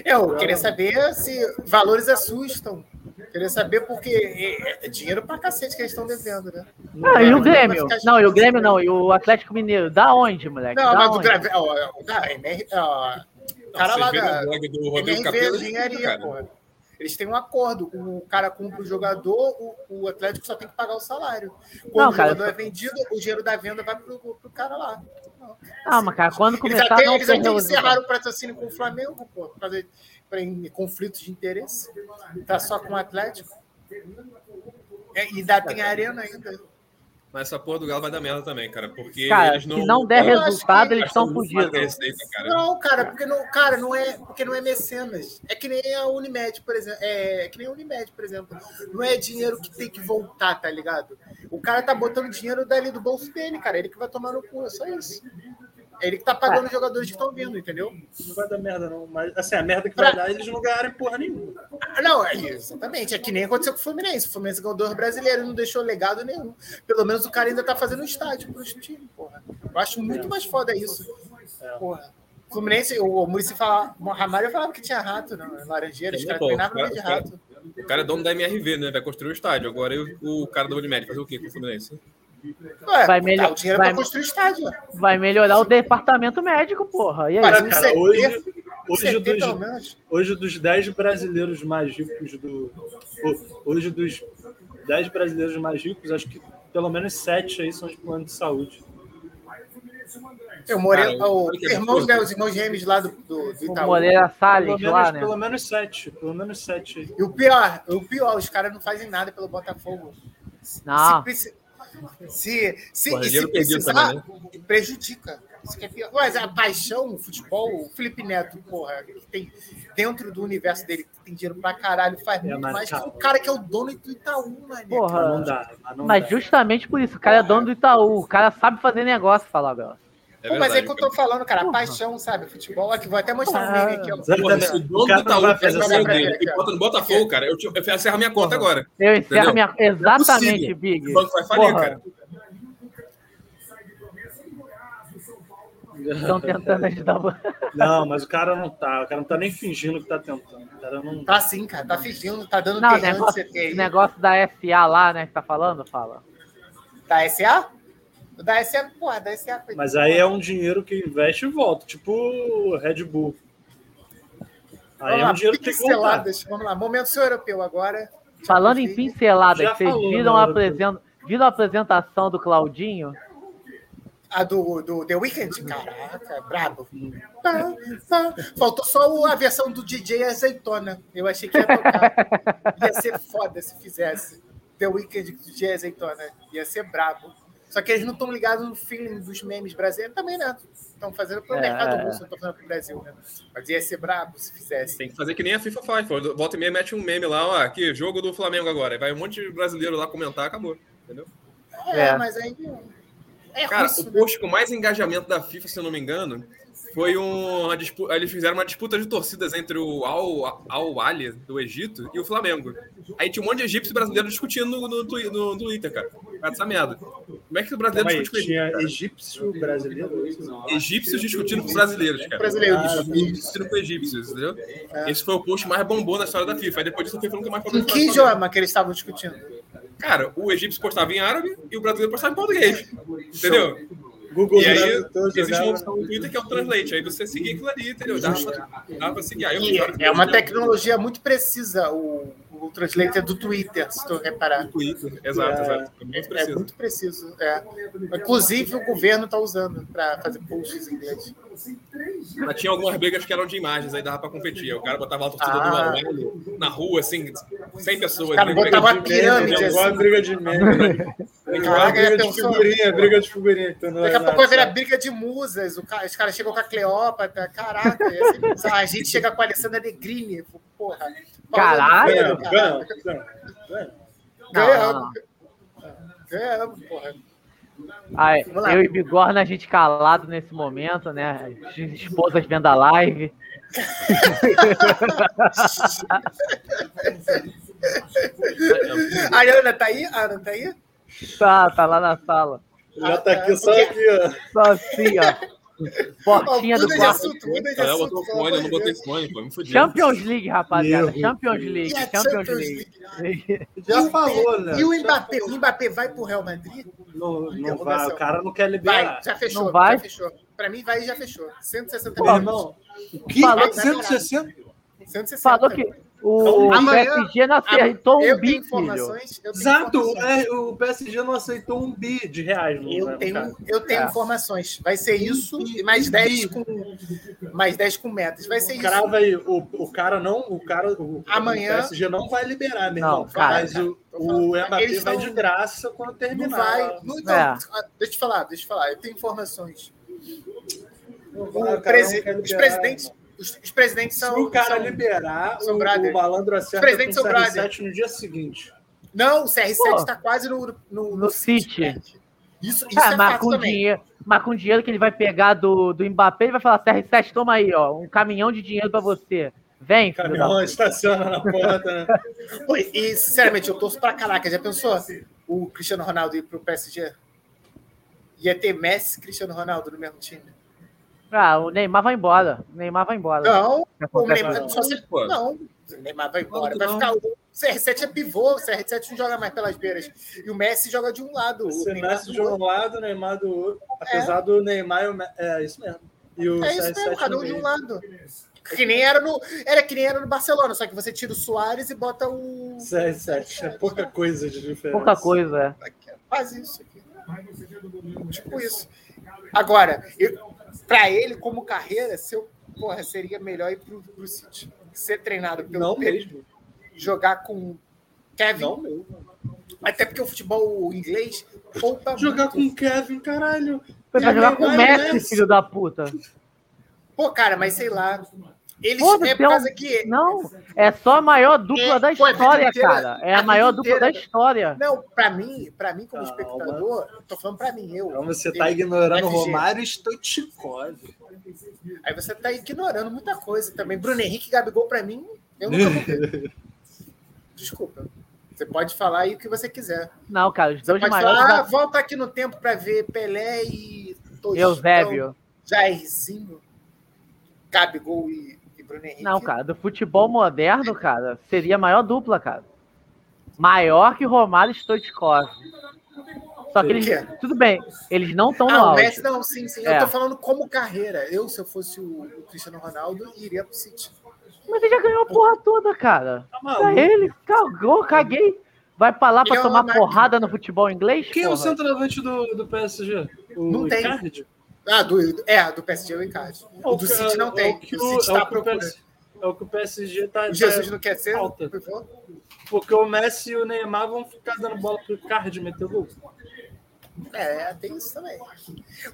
[SPEAKER 3] É, Eu queria saber se valores assustam. Queria saber porque é, é dinheiro pra cacete que eles estão devendo, né?
[SPEAKER 4] Ah, e o
[SPEAKER 3] Não,
[SPEAKER 4] Grêmio?
[SPEAKER 3] vai ficar-
[SPEAKER 4] Não, e o Grêmio não, e o Atlético Mineiro. Da onde, moleque?
[SPEAKER 3] Não,
[SPEAKER 4] da
[SPEAKER 3] mas o
[SPEAKER 4] onde?
[SPEAKER 3] Grave. Ó, ó, da MR. Ó, o
[SPEAKER 1] Não,
[SPEAKER 3] cara
[SPEAKER 1] vocês
[SPEAKER 3] lá
[SPEAKER 1] viram
[SPEAKER 3] da.
[SPEAKER 1] o blog do Rodrigo
[SPEAKER 3] MRV
[SPEAKER 1] Capello?
[SPEAKER 3] é engenharia,
[SPEAKER 1] cara.
[SPEAKER 3] porra. Eles têm um acordo. O cara compra o jogador, o, o Atlético só tem que pagar o salário. Quando
[SPEAKER 4] Não,
[SPEAKER 3] o
[SPEAKER 4] cara,
[SPEAKER 3] jogador
[SPEAKER 4] eu-
[SPEAKER 3] é vendido, o dinheiro da venda vai pro, pro cara lá. Não.
[SPEAKER 4] Ah, mas cara, quando
[SPEAKER 3] Eles
[SPEAKER 4] começar um
[SPEAKER 3] até,
[SPEAKER 4] não
[SPEAKER 3] eles até
[SPEAKER 4] perdeu o
[SPEAKER 3] encerraram o patrocínio com o Flamengo, pô, por causa de pra- em conflitos de interesse. Tá só com o Atlético. É, e dá, tem arena ainda.
[SPEAKER 1] Mas essa porra do Galo vai dar merda também, cara. Porque
[SPEAKER 4] Cara,
[SPEAKER 1] eles não.
[SPEAKER 4] se não der
[SPEAKER 3] Eu acho
[SPEAKER 4] resultado,
[SPEAKER 3] que-
[SPEAKER 4] eles estão
[SPEAKER 1] gastam muito mais com a
[SPEAKER 4] fodidos.
[SPEAKER 1] receita, né, cara.
[SPEAKER 3] Não, cara, porque não, cara, não é, porque não é mecenas. É que nem a Unimed, por exemplo. É, é que nem a Unimed, por exemplo. Não é dinheiro que tem que voltar, tá ligado? O cara tá botando dinheiro dali do bolso dele, cara. Ele que vai tomar no cu, é só isso. É ele que tá pagando os jogadores que estão vindo, entendeu?
[SPEAKER 6] Não vai dar merda, não. Mas, assim, a merda que vai dar, eles não ganharem porra nenhuma.
[SPEAKER 3] Ah, Não, é isso, exatamente. É que nem aconteceu com o Fluminense. O Fluminense ganhou dois brasileiros, não deixou legado nenhum. Pelo menos o cara ainda tá fazendo estádio pro time, porra. Eu acho muito mais foda isso. Porra. O Fluminense, o, o Muricy falava, o Ramalho falava que tinha rato, não. é Laranjeira, os
[SPEAKER 1] Sim,
[SPEAKER 3] caras
[SPEAKER 1] pô,
[SPEAKER 3] treinavam no
[SPEAKER 1] cara,
[SPEAKER 3] meio de
[SPEAKER 1] cara.
[SPEAKER 3] rato.
[SPEAKER 1] O cara é dono da MRV, né? Vai construir o estádio. Agora e o o cara do Unimed fazer o quê com o Fluminense?
[SPEAKER 3] Ué,
[SPEAKER 4] Vai
[SPEAKER 3] tá,
[SPEAKER 4] melhor-
[SPEAKER 3] o dinheiro é
[SPEAKER 4] vai-
[SPEAKER 3] pra construir estádio. ó.
[SPEAKER 4] Vai melhorar o departamento médico, porra. E aí?
[SPEAKER 3] Mas
[SPEAKER 6] Cara,
[SPEAKER 3] um
[SPEAKER 6] cara,
[SPEAKER 3] CT,
[SPEAKER 6] hoje-
[SPEAKER 3] um
[SPEAKER 6] Hoje
[SPEAKER 3] CT,
[SPEAKER 6] dos,
[SPEAKER 3] pelo menos.
[SPEAKER 6] Hoje, dos 10 brasileiros mais ricos do. ho- Hoje, dos 10 brasileiros mais ricos, acho que pelo menos 7 aí são de plano de saúde.
[SPEAKER 3] Eu morei,
[SPEAKER 1] Cara,
[SPEAKER 3] o,
[SPEAKER 1] olha que
[SPEAKER 3] irmãos,
[SPEAKER 1] absurdo.
[SPEAKER 3] né, os irmãos gêmeos lá do, do, do
[SPEAKER 4] O
[SPEAKER 3] Itaú.
[SPEAKER 4] Moreira
[SPEAKER 6] Pelo
[SPEAKER 4] Salles lá,
[SPEAKER 6] menos,
[SPEAKER 4] né?
[SPEAKER 6] pelo menos 7. Pelo menos 7 aí.
[SPEAKER 3] E o pior, o pior, os caras não fazem nada pelo Botafogo.
[SPEAKER 4] Não.
[SPEAKER 3] Se, preci- se, se,
[SPEAKER 1] Porra,
[SPEAKER 3] e se
[SPEAKER 1] dinheiro perdido
[SPEAKER 3] precisar,
[SPEAKER 1] também,
[SPEAKER 6] né?
[SPEAKER 3] prejudica. Isso que é pior. Mas a paixão, o futebol, o Felipe Neto, porra, que tem dentro do universo dele, que tem dinheiro pra caralho, faz muito
[SPEAKER 6] mas tá
[SPEAKER 3] mais que
[SPEAKER 6] calma.
[SPEAKER 3] o cara que é o dono do Itaú, mané.
[SPEAKER 4] Porra.
[SPEAKER 6] Mas não dá. Mas, não
[SPEAKER 4] Ah.
[SPEAKER 2] é.
[SPEAKER 4] Mas
[SPEAKER 6] dá.
[SPEAKER 4] justamente por isso, o cara é dono do Itaú, o cara sabe fazer negócio, falar, galera.
[SPEAKER 1] É
[SPEAKER 3] Pô, mas é
[SPEAKER 1] verdade,
[SPEAKER 3] que eu tô falando, cara, a paixão, sabe? Futebol, aqui, vou até mostrar um
[SPEAKER 4] Porra.
[SPEAKER 3] meme aqui, ó.
[SPEAKER 1] cara. Porra, se o
[SPEAKER 6] O
[SPEAKER 1] dono do
[SPEAKER 6] cara
[SPEAKER 1] Itaú
[SPEAKER 6] não vai
[SPEAKER 1] quer
[SPEAKER 6] fazer
[SPEAKER 1] sair
[SPEAKER 3] essa
[SPEAKER 1] dele
[SPEAKER 3] merda,
[SPEAKER 1] e
[SPEAKER 3] cara.
[SPEAKER 1] bota no Botafogo, cara, eu, te, eu encerro a minha conta agora.
[SPEAKER 4] Eu encerro
[SPEAKER 1] Entendeu?
[SPEAKER 4] minha. Exatamente,
[SPEAKER 1] possível.
[SPEAKER 4] Big.
[SPEAKER 1] O banco vai falir,
[SPEAKER 4] Porra,
[SPEAKER 1] cara.
[SPEAKER 4] Estão tentando ajudar você.
[SPEAKER 6] Não, mas o cara não tá. O cara não tá nem fingindo que tá tentando. O cara não.
[SPEAKER 3] Tá sim, cara, tá fingindo, tá dando
[SPEAKER 4] Não, o
[SPEAKER 3] terreno de
[SPEAKER 4] negócio,
[SPEAKER 3] CT aí.
[SPEAKER 4] o negócio da SA lá, né, que tá falando, fala.
[SPEAKER 3] Da SA? Da SA, porra, da SA. coitado.
[SPEAKER 6] Mas aí é um dinheiro que investe e volta. Tipo o Red Bull.
[SPEAKER 3] Vamos
[SPEAKER 6] Aí é
[SPEAKER 4] Ah,
[SPEAKER 3] lá,
[SPEAKER 6] um dinheiro que tem que
[SPEAKER 4] né?
[SPEAKER 6] voltar.
[SPEAKER 3] pinceladas, vamos lá, momento senhor europeu agora.
[SPEAKER 4] Falando em pinceladas,
[SPEAKER 6] Já
[SPEAKER 4] vocês
[SPEAKER 6] falou,
[SPEAKER 4] viram,
[SPEAKER 6] né,
[SPEAKER 4] a
[SPEAKER 6] Arthur?
[SPEAKER 4] apresen- viram a apresentação do Claudinho?
[SPEAKER 3] A do, do The Weeknd? Caraca, brabo. Pá, pá. Faltou só o- a versão do DJ Azeitona. Eu achei que ia tocar. Ia ser foda se fizesse. The Weeknd com DJ Azeitona. Ia ser brabo. Só que eles não estão ligados no feeling dos memes brasileiros também, né? Estão fazendo pro
[SPEAKER 4] É.
[SPEAKER 3] mercado russo, não estão fazendo pro Brasil, né? Mas ia ser brabo se fizesse.
[SPEAKER 1] Tem que fazer que nem a FIFA faz, pô. Volta e meia mete um meme lá, ó, aqui, jogo do Flamengo agora. Aí Vai um monte de brasileiro lá comentar, acabou. Entendeu?
[SPEAKER 3] É,
[SPEAKER 4] É.
[SPEAKER 3] mas aí. É
[SPEAKER 1] Cara,
[SPEAKER 3] russo,
[SPEAKER 1] o
[SPEAKER 3] né?
[SPEAKER 1] post com mais engajamento da FIFA, se eu não me engano, foi um, uma disputa. Eles fizeram uma disputa de torcidas entre o Al, Al Ali do Egito e o Flamengo. Aí tinha um monte de egípcio e brasileiro discutindo no, no, Twi- no Twitter, cara. Cara, essa merda. Como é que o brasileiro
[SPEAKER 2] Calma aí,
[SPEAKER 1] discute com o egípcio?
[SPEAKER 2] tinha egípcio brasileiro?
[SPEAKER 1] Egípcios discutindo com brasileiros, cara.
[SPEAKER 3] Brasileiro,
[SPEAKER 1] Egípcios discutindo com egípcios, entendeu?
[SPEAKER 3] É.
[SPEAKER 1] Esse foi o post mais bombou na história da FIFA. Aí depois disso, a FIFA nunca mais falou
[SPEAKER 3] Em
[SPEAKER 1] de
[SPEAKER 3] que
[SPEAKER 1] Flamengo.
[SPEAKER 3] idioma que eles estavam discutindo?
[SPEAKER 1] Cara, o egípcio postava em árabe e o brasileiro postava em português. Entendeu?
[SPEAKER 2] Google
[SPEAKER 1] E aí,
[SPEAKER 2] Tradutor
[SPEAKER 1] existe
[SPEAKER 2] jogava-
[SPEAKER 1] uma opção no Twitter que é o Translate. Aí você seguia aquilo ali, entendeu? Dá pra, dá pra seguir. Aí eu
[SPEAKER 3] E
[SPEAKER 1] fiz hora que né?
[SPEAKER 3] é uma
[SPEAKER 1] eu-
[SPEAKER 3] tecnologia muito precisa, o, o translator do Twitter, se tu reparar.
[SPEAKER 1] no Twitter. Exato, exato. É muito
[SPEAKER 3] É
[SPEAKER 1] preciso.
[SPEAKER 3] muito preciso. é. Inclusive, o governo está usando para fazer posts em inglês.
[SPEAKER 1] Mas tinha algumas brigas que eram de imagens, aí dava pra competir. Aí O cara botava a torcida
[SPEAKER 3] Ah.
[SPEAKER 1] do Al-Ahly na rua, assim, 100 pessoas.
[SPEAKER 3] O cara
[SPEAKER 1] né,
[SPEAKER 3] botava
[SPEAKER 1] pegando-
[SPEAKER 3] uma pirâmide,
[SPEAKER 2] É igual a
[SPEAKER 3] assim.
[SPEAKER 2] briga de meme. É igual a
[SPEAKER 3] Caraca,
[SPEAKER 2] briga
[SPEAKER 3] já
[SPEAKER 2] de
[SPEAKER 3] pensou?
[SPEAKER 2] figurinha, briga de figurinha. que tá no
[SPEAKER 1] É,
[SPEAKER 3] Daqui a pouco vai
[SPEAKER 2] WhatsApp.
[SPEAKER 3] virar briga de musas. o ca- Os caras chegam com a Cleópatra. Caraca, ia ser bizarro. a gente chega com a Alessandra Negrini. Porra.
[SPEAKER 4] Caralho.
[SPEAKER 2] Ganhamos,
[SPEAKER 3] Ganhamos,
[SPEAKER 2] ganhamos, ganhamos.
[SPEAKER 3] Ganhamos. Ganhamos, porra.
[SPEAKER 4] Ah, é.
[SPEAKER 3] Vamos lá.
[SPEAKER 4] eu e Bigorna, a gente calado nesse momento, né? As esposas vendo a live.
[SPEAKER 3] A Ana tá aí? A Ana tá aí?
[SPEAKER 4] Tá, tá lá na sala.
[SPEAKER 2] Já tá aqui só aqui, ó.
[SPEAKER 4] Só assim, ó.
[SPEAKER 3] Ó,
[SPEAKER 4] Portinha
[SPEAKER 3] Muda
[SPEAKER 4] do
[SPEAKER 3] de
[SPEAKER 4] quarto.
[SPEAKER 3] assunto, muda de
[SPEAKER 1] Cara, É, eu
[SPEAKER 3] assunto.
[SPEAKER 1] botou fone,
[SPEAKER 3] pelo amor
[SPEAKER 1] eu não
[SPEAKER 3] de
[SPEAKER 1] botei
[SPEAKER 3] Deus.
[SPEAKER 1] fone, pô. Me fudi.
[SPEAKER 4] Champions League, rapaziada.
[SPEAKER 2] Meu
[SPEAKER 4] Champions League.
[SPEAKER 3] E a
[SPEAKER 4] Champions
[SPEAKER 3] Champions
[SPEAKER 4] League.
[SPEAKER 3] E
[SPEAKER 2] Já
[SPEAKER 3] o-
[SPEAKER 2] falou, né?
[SPEAKER 3] E o Mbappé? O Mbappé vai pro Real Madrid?
[SPEAKER 2] Não, não vai, o cara não quer
[SPEAKER 3] Vai,
[SPEAKER 2] liberar.
[SPEAKER 3] já fechou.
[SPEAKER 4] Não vai?
[SPEAKER 3] Já fechou. Pra mim, vai e já fechou. 160
[SPEAKER 2] Meu
[SPEAKER 3] milhões.
[SPEAKER 2] irmão, o que?
[SPEAKER 3] né,
[SPEAKER 4] Falou-
[SPEAKER 2] 160?
[SPEAKER 3] 160.
[SPEAKER 4] Falou que o
[SPEAKER 2] Então,
[SPEAKER 3] amanhã-
[SPEAKER 4] PSG não
[SPEAKER 3] Ah,
[SPEAKER 4] acertou um
[SPEAKER 3] eu tenho
[SPEAKER 4] bi, filho.
[SPEAKER 3] informações. Eu tenho
[SPEAKER 2] Exato, o-
[SPEAKER 3] informações.
[SPEAKER 2] é, o PSG não aceitou um bi de reais. Não
[SPEAKER 3] Eu
[SPEAKER 2] né,
[SPEAKER 3] tenho, um
[SPEAKER 2] cara?
[SPEAKER 3] eu tenho
[SPEAKER 4] É.
[SPEAKER 3] informações. Vai ser isso e mais 10 com mais 10 com metas. Vai ser é isso.
[SPEAKER 2] Crava aí, o, o cara não, o cara, o, o
[SPEAKER 3] Amanhã-
[SPEAKER 2] PSG não vai liberar, meu
[SPEAKER 4] Não,
[SPEAKER 2] irmão.
[SPEAKER 4] cara.
[SPEAKER 2] mas o, o Mbappé
[SPEAKER 3] Eles
[SPEAKER 2] vai
[SPEAKER 3] tão-
[SPEAKER 2] de graça quando
[SPEAKER 3] Não
[SPEAKER 2] terminar.
[SPEAKER 3] vai. Não, não, ah,
[SPEAKER 4] É.
[SPEAKER 3] Deixa eu te falar, deixa eu te falar. Eu tenho informações.
[SPEAKER 2] Não vai,
[SPEAKER 3] O
[SPEAKER 2] cara, não
[SPEAKER 3] presi-
[SPEAKER 2] quer
[SPEAKER 3] os
[SPEAKER 2] liberar.
[SPEAKER 3] presidentes, os, os presidentes
[SPEAKER 2] Se
[SPEAKER 3] são.
[SPEAKER 2] o cara
[SPEAKER 3] são-
[SPEAKER 2] liberar,
[SPEAKER 3] são
[SPEAKER 2] o,
[SPEAKER 3] brother.
[SPEAKER 2] o malandro acerta
[SPEAKER 3] Os presidentes
[SPEAKER 2] com o
[SPEAKER 3] são brother.
[SPEAKER 2] CR7 no dia seguinte.
[SPEAKER 3] Não, o CR7
[SPEAKER 4] Pô.
[SPEAKER 3] está tá quase no, no,
[SPEAKER 4] No City.
[SPEAKER 3] Isso, isso
[SPEAKER 4] Ah,
[SPEAKER 3] é
[SPEAKER 4] mas
[SPEAKER 3] fato
[SPEAKER 4] com
[SPEAKER 3] também.
[SPEAKER 4] dinheiro, mas com dinheiro que ele vai pegar do, do Mbappé, ele vai falar, CR7, toma aí, ó, um caminhão de dinheiro pra você. Vem,
[SPEAKER 2] O
[SPEAKER 4] filho
[SPEAKER 2] caminhão
[SPEAKER 4] da...
[SPEAKER 2] estaciona na porta, né?
[SPEAKER 3] Pô, E, sinceramente, eu torço pra caraca. Já pensou o Cristiano Ronaldo ir pro PSG? Ia ter Messi e Cristiano Ronaldo no mesmo time.
[SPEAKER 4] Ah, o Neymar vai embora. O Neymar vai embora.
[SPEAKER 3] Não, o
[SPEAKER 4] Acontece
[SPEAKER 3] Neymar,
[SPEAKER 2] não.
[SPEAKER 3] só se-
[SPEAKER 1] Pô.
[SPEAKER 3] não, o Neymar vai embora.
[SPEAKER 1] Não,
[SPEAKER 3] Vai
[SPEAKER 1] não.
[SPEAKER 3] ficar o CR7 é pivô, o CR7 não joga mais pelas beiras. E o Messi joga de um lado.
[SPEAKER 2] O
[SPEAKER 3] O Neymar
[SPEAKER 2] Messi
[SPEAKER 3] do
[SPEAKER 2] de um
[SPEAKER 3] outro.
[SPEAKER 2] lado, o Neymar do outro. Apesar do Neymar, e o Me- é isso mesmo. E o
[SPEAKER 3] É isso mesmo,
[SPEAKER 2] CR7
[SPEAKER 3] cada
[SPEAKER 2] no
[SPEAKER 3] um de um
[SPEAKER 2] meio.
[SPEAKER 3] lado. Que nem era no, era que nem era no Barcelona, só que você tira o Soares e bota o.
[SPEAKER 2] CR7, é pouca coisa de diferença.
[SPEAKER 4] Pouca coisa, é.
[SPEAKER 3] Faz isso aqui. Tipo isso. Agora, eu, pra ele, como carreira, se eu, porra, seria melhor ir pro, pro City. Ser treinado pelo
[SPEAKER 2] Não
[SPEAKER 3] Pep,
[SPEAKER 2] mesmo,
[SPEAKER 3] jogar com Kevin.
[SPEAKER 2] não mesmo.
[SPEAKER 3] Até porque o futebol inglês poupa
[SPEAKER 2] Jogar
[SPEAKER 3] muito.
[SPEAKER 2] com o Kevin, caralho.
[SPEAKER 4] Vai
[SPEAKER 3] é
[SPEAKER 2] Neymar
[SPEAKER 4] jogar com o
[SPEAKER 2] e
[SPEAKER 4] Messi, filho da puta.
[SPEAKER 3] Pô, cara, mas sei lá. Eles
[SPEAKER 4] Foda-se,
[SPEAKER 3] é
[SPEAKER 4] é
[SPEAKER 3] por
[SPEAKER 4] um-
[SPEAKER 3] causa que.
[SPEAKER 4] Não, é só a maior dupla
[SPEAKER 3] É,
[SPEAKER 4] da
[SPEAKER 3] pô, a vida
[SPEAKER 4] história,
[SPEAKER 3] inteira-
[SPEAKER 4] cara. É
[SPEAKER 3] a
[SPEAKER 4] a
[SPEAKER 3] vida
[SPEAKER 4] maior dupla
[SPEAKER 3] inteira-
[SPEAKER 4] da história.
[SPEAKER 3] Não, pra mim, pra mim, como
[SPEAKER 2] Calma.
[SPEAKER 3] espectador, tô falando pra mim, eu.
[SPEAKER 2] Então você
[SPEAKER 3] eu-
[SPEAKER 2] tá ignorando o
[SPEAKER 3] FG.
[SPEAKER 2] Romário e Stoichkov.
[SPEAKER 3] Aí você tá ignorando muita coisa também. Bruno Henrique e Gabigol, pra mim, eu nunca vou ver. Desculpa. Você pode falar aí o que você quiser.
[SPEAKER 4] Não, cara, os dois
[SPEAKER 3] Pode
[SPEAKER 4] maiores
[SPEAKER 3] falar, ah,
[SPEAKER 4] da...
[SPEAKER 3] volta aqui no tempo pra ver Pelé e Tostão, então,
[SPEAKER 4] Eusébio.
[SPEAKER 3] Jairzinho, Gabigol e, e Bruno Henrique.
[SPEAKER 4] Não, cara, do futebol moderno, cara, seria a maior dupla, cara. Maior que Romário e Stoichkov. Só que eles...
[SPEAKER 3] Por
[SPEAKER 4] Tudo bem, eles não estão no
[SPEAKER 3] Ah, o
[SPEAKER 4] auge.
[SPEAKER 3] Messi não, sim, sim.
[SPEAKER 4] É.
[SPEAKER 3] Eu tô falando como carreira. Eu, se eu fosse o, o Cristiano Ronaldo, iria pro City.
[SPEAKER 4] Mas ele já ganhou a porra toda, cara.
[SPEAKER 2] Tá
[SPEAKER 4] Pra
[SPEAKER 2] maluco?
[SPEAKER 4] ele, cagou, caguei. Vai pra lá pra
[SPEAKER 3] Ele é uma
[SPEAKER 4] tomar
[SPEAKER 3] máquina.
[SPEAKER 4] porrada no futebol inglês?
[SPEAKER 2] Quem é o
[SPEAKER 4] porra?
[SPEAKER 2] centroavante do, do PSG? O
[SPEAKER 3] Não tem.
[SPEAKER 2] Icardi?
[SPEAKER 3] Ah, do, é, do PSG é o Icardi. O
[SPEAKER 2] que-
[SPEAKER 3] do City não
[SPEAKER 2] É o
[SPEAKER 3] tem.
[SPEAKER 2] que
[SPEAKER 3] O
[SPEAKER 2] o,
[SPEAKER 3] City
[SPEAKER 2] é
[SPEAKER 3] tá
[SPEAKER 2] o que o
[SPEAKER 3] procurando.
[SPEAKER 2] PS é o que o PSG tá,
[SPEAKER 3] O
[SPEAKER 2] tá-
[SPEAKER 3] Jesus não quer ser?
[SPEAKER 2] Falta.
[SPEAKER 3] Por favor.
[SPEAKER 2] Porque o Messi e o Neymar vão ficar dando bola pro Icardi meter gol.
[SPEAKER 3] É, tem isso também.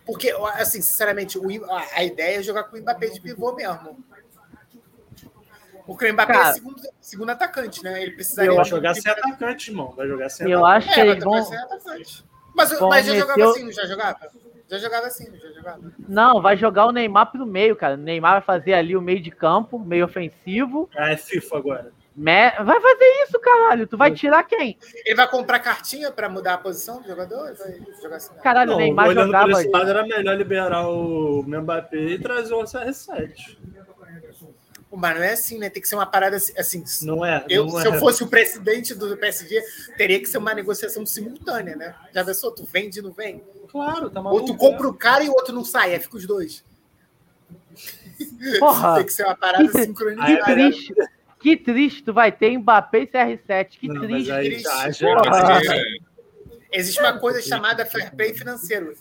[SPEAKER 3] Porque, assim, sinceramente, o Im- a a ideia é jogar com o Mbappé de pivô mesmo. Porque o Mbappé
[SPEAKER 4] Cara.
[SPEAKER 3] é segundo, segundo atacante, né? Ele precisaria
[SPEAKER 2] Vai
[SPEAKER 3] de um
[SPEAKER 2] jogar
[SPEAKER 3] pivô.
[SPEAKER 2] sem atacante, irmão. Vai jogar sem
[SPEAKER 4] Eu
[SPEAKER 2] atacante.
[SPEAKER 4] acho que
[SPEAKER 3] É,
[SPEAKER 4] eles
[SPEAKER 3] vai
[SPEAKER 4] vão.
[SPEAKER 3] ser atacante. Mas, mas já jogava
[SPEAKER 4] Cometeu-
[SPEAKER 3] assim, não já jogava? Já jogava assim, não já jogava.
[SPEAKER 4] Não, vai jogar o Neymar pro meio, cara. O Neymar vai fazer ali o meio de campo, meio ofensivo.
[SPEAKER 2] Ah, é FIFA agora.
[SPEAKER 4] Me- Vai fazer isso, caralho. Tu vai tirar quem?
[SPEAKER 3] Ele vai comprar cartinha pra mudar a posição do jogador? Ele vai jogar assim. não.
[SPEAKER 4] Caralho, o Neymar
[SPEAKER 2] olhando por
[SPEAKER 4] jogava.
[SPEAKER 2] esse lado, era melhor liberar o Mbappé e trazer o CR7.
[SPEAKER 3] Mas não é assim, né? Tem que ser uma parada assim. assim,
[SPEAKER 2] Não é?
[SPEAKER 3] eu,
[SPEAKER 2] não
[SPEAKER 3] se
[SPEAKER 2] é.
[SPEAKER 3] eu fosse o presidente do PSG, teria que ser uma negociação simultânea, né? Já pensou? Tu vende e não vem?
[SPEAKER 2] Claro, tá maluco.
[SPEAKER 3] Ou tu compra o cara e o outro não sai, aí fica os dois.
[SPEAKER 4] Porra.
[SPEAKER 3] Tem que ser uma parada
[SPEAKER 4] Que tri-
[SPEAKER 3] sincronizada.
[SPEAKER 4] Que
[SPEAKER 2] Caralho.
[SPEAKER 4] triste. Que triste tu vai ter Mbappé e CR7. Que
[SPEAKER 2] Não, mas
[SPEAKER 4] triste.
[SPEAKER 2] aí tá, é
[SPEAKER 3] triste.
[SPEAKER 2] já- já-
[SPEAKER 1] é
[SPEAKER 4] Porra.
[SPEAKER 3] Ah, Existe uma coisa chamada fair play financeiro.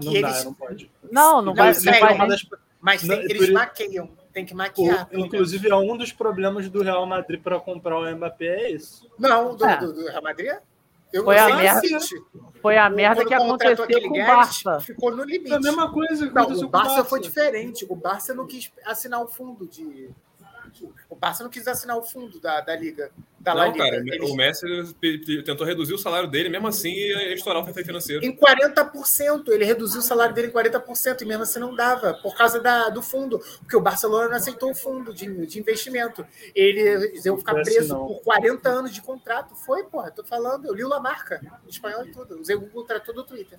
[SPEAKER 3] Que
[SPEAKER 2] Não
[SPEAKER 3] eles,
[SPEAKER 2] dá, não pode. Então,
[SPEAKER 4] Não, não
[SPEAKER 3] Não,
[SPEAKER 4] vai. né?
[SPEAKER 3] isso
[SPEAKER 4] Não
[SPEAKER 3] é
[SPEAKER 4] vai
[SPEAKER 3] uma
[SPEAKER 4] nem-
[SPEAKER 2] das
[SPEAKER 3] mas tem,
[SPEAKER 2] Não, é
[SPEAKER 3] eles
[SPEAKER 2] por isso-
[SPEAKER 3] maqueiam. Tem que maquiar. tá
[SPEAKER 2] O-
[SPEAKER 3] pelo menos.
[SPEAKER 2] inclusive, é um dos problemas do Real Madrid para comprar o Mbappé é isso.
[SPEAKER 3] Não, do,
[SPEAKER 4] É.
[SPEAKER 3] do, do Real Madrid? Eu
[SPEAKER 4] Foi
[SPEAKER 3] eu
[SPEAKER 4] a
[SPEAKER 3] sei que
[SPEAKER 4] merda
[SPEAKER 3] existe.
[SPEAKER 4] foi a merda
[SPEAKER 3] Quando
[SPEAKER 4] que
[SPEAKER 3] contratou
[SPEAKER 4] aconteceu
[SPEAKER 3] aquele
[SPEAKER 4] com o
[SPEAKER 3] Guedes,
[SPEAKER 4] Barça.
[SPEAKER 3] Ficou no
[SPEAKER 2] É a
[SPEAKER 3] limite.
[SPEAKER 2] mesma coisa que
[SPEAKER 3] Não,
[SPEAKER 2] aconteceu
[SPEAKER 3] o Barça
[SPEAKER 2] com o Barça.
[SPEAKER 3] foi diferente. O Barça não quis assinar o fundo de. O Barça não quis assinar o fundo da, da Liga. Da La
[SPEAKER 1] Não,
[SPEAKER 3] Liga.
[SPEAKER 1] cara,
[SPEAKER 3] Eles-
[SPEAKER 1] o Messi pe- pe- tentou reduzir o salário dele, mesmo assim ia estourar o fair play financeiro.
[SPEAKER 3] Em 40%. Ele reduziu o salário dele em 40% e mesmo assim não dava, por causa da, do fundo. Porque o Barcelona não aceitou o fundo de, de investimento. Ele eles iam ficar
[SPEAKER 2] Não foi assim,
[SPEAKER 3] preso
[SPEAKER 2] não.
[SPEAKER 3] por 40 anos de contrato. Foi, porra, tô falando. Eu li o Lamarca, em espanhol e tudo. Usei o Google Tradutor do Twitter.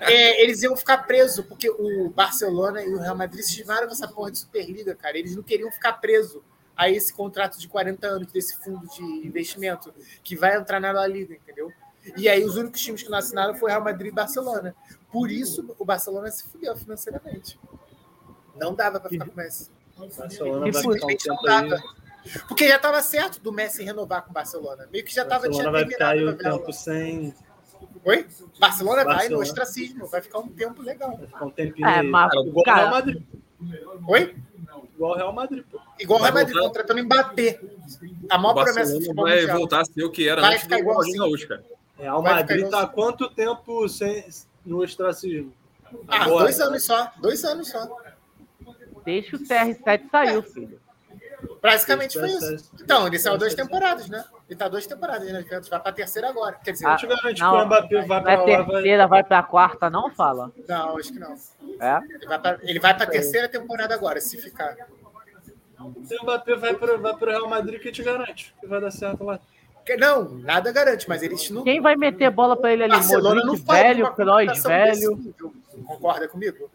[SPEAKER 3] É, eles iam ficar presos, porque o Barcelona e o Real Madrid se estimaram com essa porra de Superliga, cara. Eles não queriam ficar presos a esse contrato de 40 anos desse fundo de investimento que vai entrar na La Liga, entendeu? E aí os únicos times que não assinaram foi Real Madrid e Barcelona. Por isso o Barcelona se fudeu financeiramente. Não dava pra ficar com o Messi.
[SPEAKER 2] Barcelona
[SPEAKER 4] Que
[SPEAKER 2] vai
[SPEAKER 4] foi-
[SPEAKER 2] ficar um
[SPEAKER 3] Simplesmente não
[SPEAKER 2] tempo aí.
[SPEAKER 3] dava. Porque já tava certo do Messi renovar com o Barcelona. Meio que já tava
[SPEAKER 2] Barcelona
[SPEAKER 3] tinha
[SPEAKER 2] vai ficar aí
[SPEAKER 3] terminado a
[SPEAKER 2] um
[SPEAKER 3] novela.
[SPEAKER 2] tempo sem.
[SPEAKER 3] Oi? Barcelona vai no
[SPEAKER 2] Barcelona.
[SPEAKER 3] ostracismo, vai ficar um tempo legal.
[SPEAKER 2] Vai ficar um tempinho
[SPEAKER 4] É,
[SPEAKER 2] aí.
[SPEAKER 4] mas,
[SPEAKER 2] Igual o Real
[SPEAKER 4] cara,
[SPEAKER 2] Madrid.
[SPEAKER 3] Oi?
[SPEAKER 2] Igual o Real Madrid. pô.
[SPEAKER 3] Igual o Real
[SPEAKER 1] Vai
[SPEAKER 3] Madrid
[SPEAKER 1] voltar.
[SPEAKER 3] contratando Mbappé. A
[SPEAKER 1] O
[SPEAKER 3] maior promessa do
[SPEAKER 1] Barcelona
[SPEAKER 3] futebol
[SPEAKER 1] vai
[SPEAKER 3] mundial.
[SPEAKER 1] voltar a ser o que era
[SPEAKER 3] Vai
[SPEAKER 1] antes do
[SPEAKER 3] ficar igual
[SPEAKER 1] Ronaldinho
[SPEAKER 3] assim.
[SPEAKER 1] Gaúcho, cara.
[SPEAKER 2] Real
[SPEAKER 3] Vai
[SPEAKER 2] Madrid
[SPEAKER 3] ficar
[SPEAKER 2] tá há quanto tempo sem, no ostracismo?
[SPEAKER 3] Ah,
[SPEAKER 2] Agora. né?
[SPEAKER 3] dois anos só. Dois anos só.
[SPEAKER 4] Deixa o CR7 sair, filho.
[SPEAKER 3] Basicamente foi
[SPEAKER 2] Dois
[SPEAKER 3] isso.
[SPEAKER 2] anos.
[SPEAKER 3] Então, ele saiu duas temporadas, né? Ele tá duas temporadas, né? Juventus vai pra terceira agora. Quer dizer,
[SPEAKER 4] Ah,
[SPEAKER 2] Eu te garanto
[SPEAKER 4] não,
[SPEAKER 2] que o Mbappé vai
[SPEAKER 4] Vai
[SPEAKER 2] pra lá, vai.
[SPEAKER 4] terceira, vai pra quarta, não fala?
[SPEAKER 3] não, acho que não.
[SPEAKER 4] É?
[SPEAKER 3] Ele vai pra, ele vai pra terceira temporada agora, se ficar.
[SPEAKER 2] Se o Mbappé vai pro, vai pro Real Madrid, que te garante que vai dar certo lá.
[SPEAKER 3] Que- Não, nada garante, mas eles não.
[SPEAKER 4] Quem vai meter bola pra ele ali?
[SPEAKER 3] Barcelona não
[SPEAKER 4] Modric
[SPEAKER 3] faz
[SPEAKER 4] velho,
[SPEAKER 3] uma
[SPEAKER 4] Kroos
[SPEAKER 3] contratação
[SPEAKER 4] velho.
[SPEAKER 3] desse nível. Concorda comigo?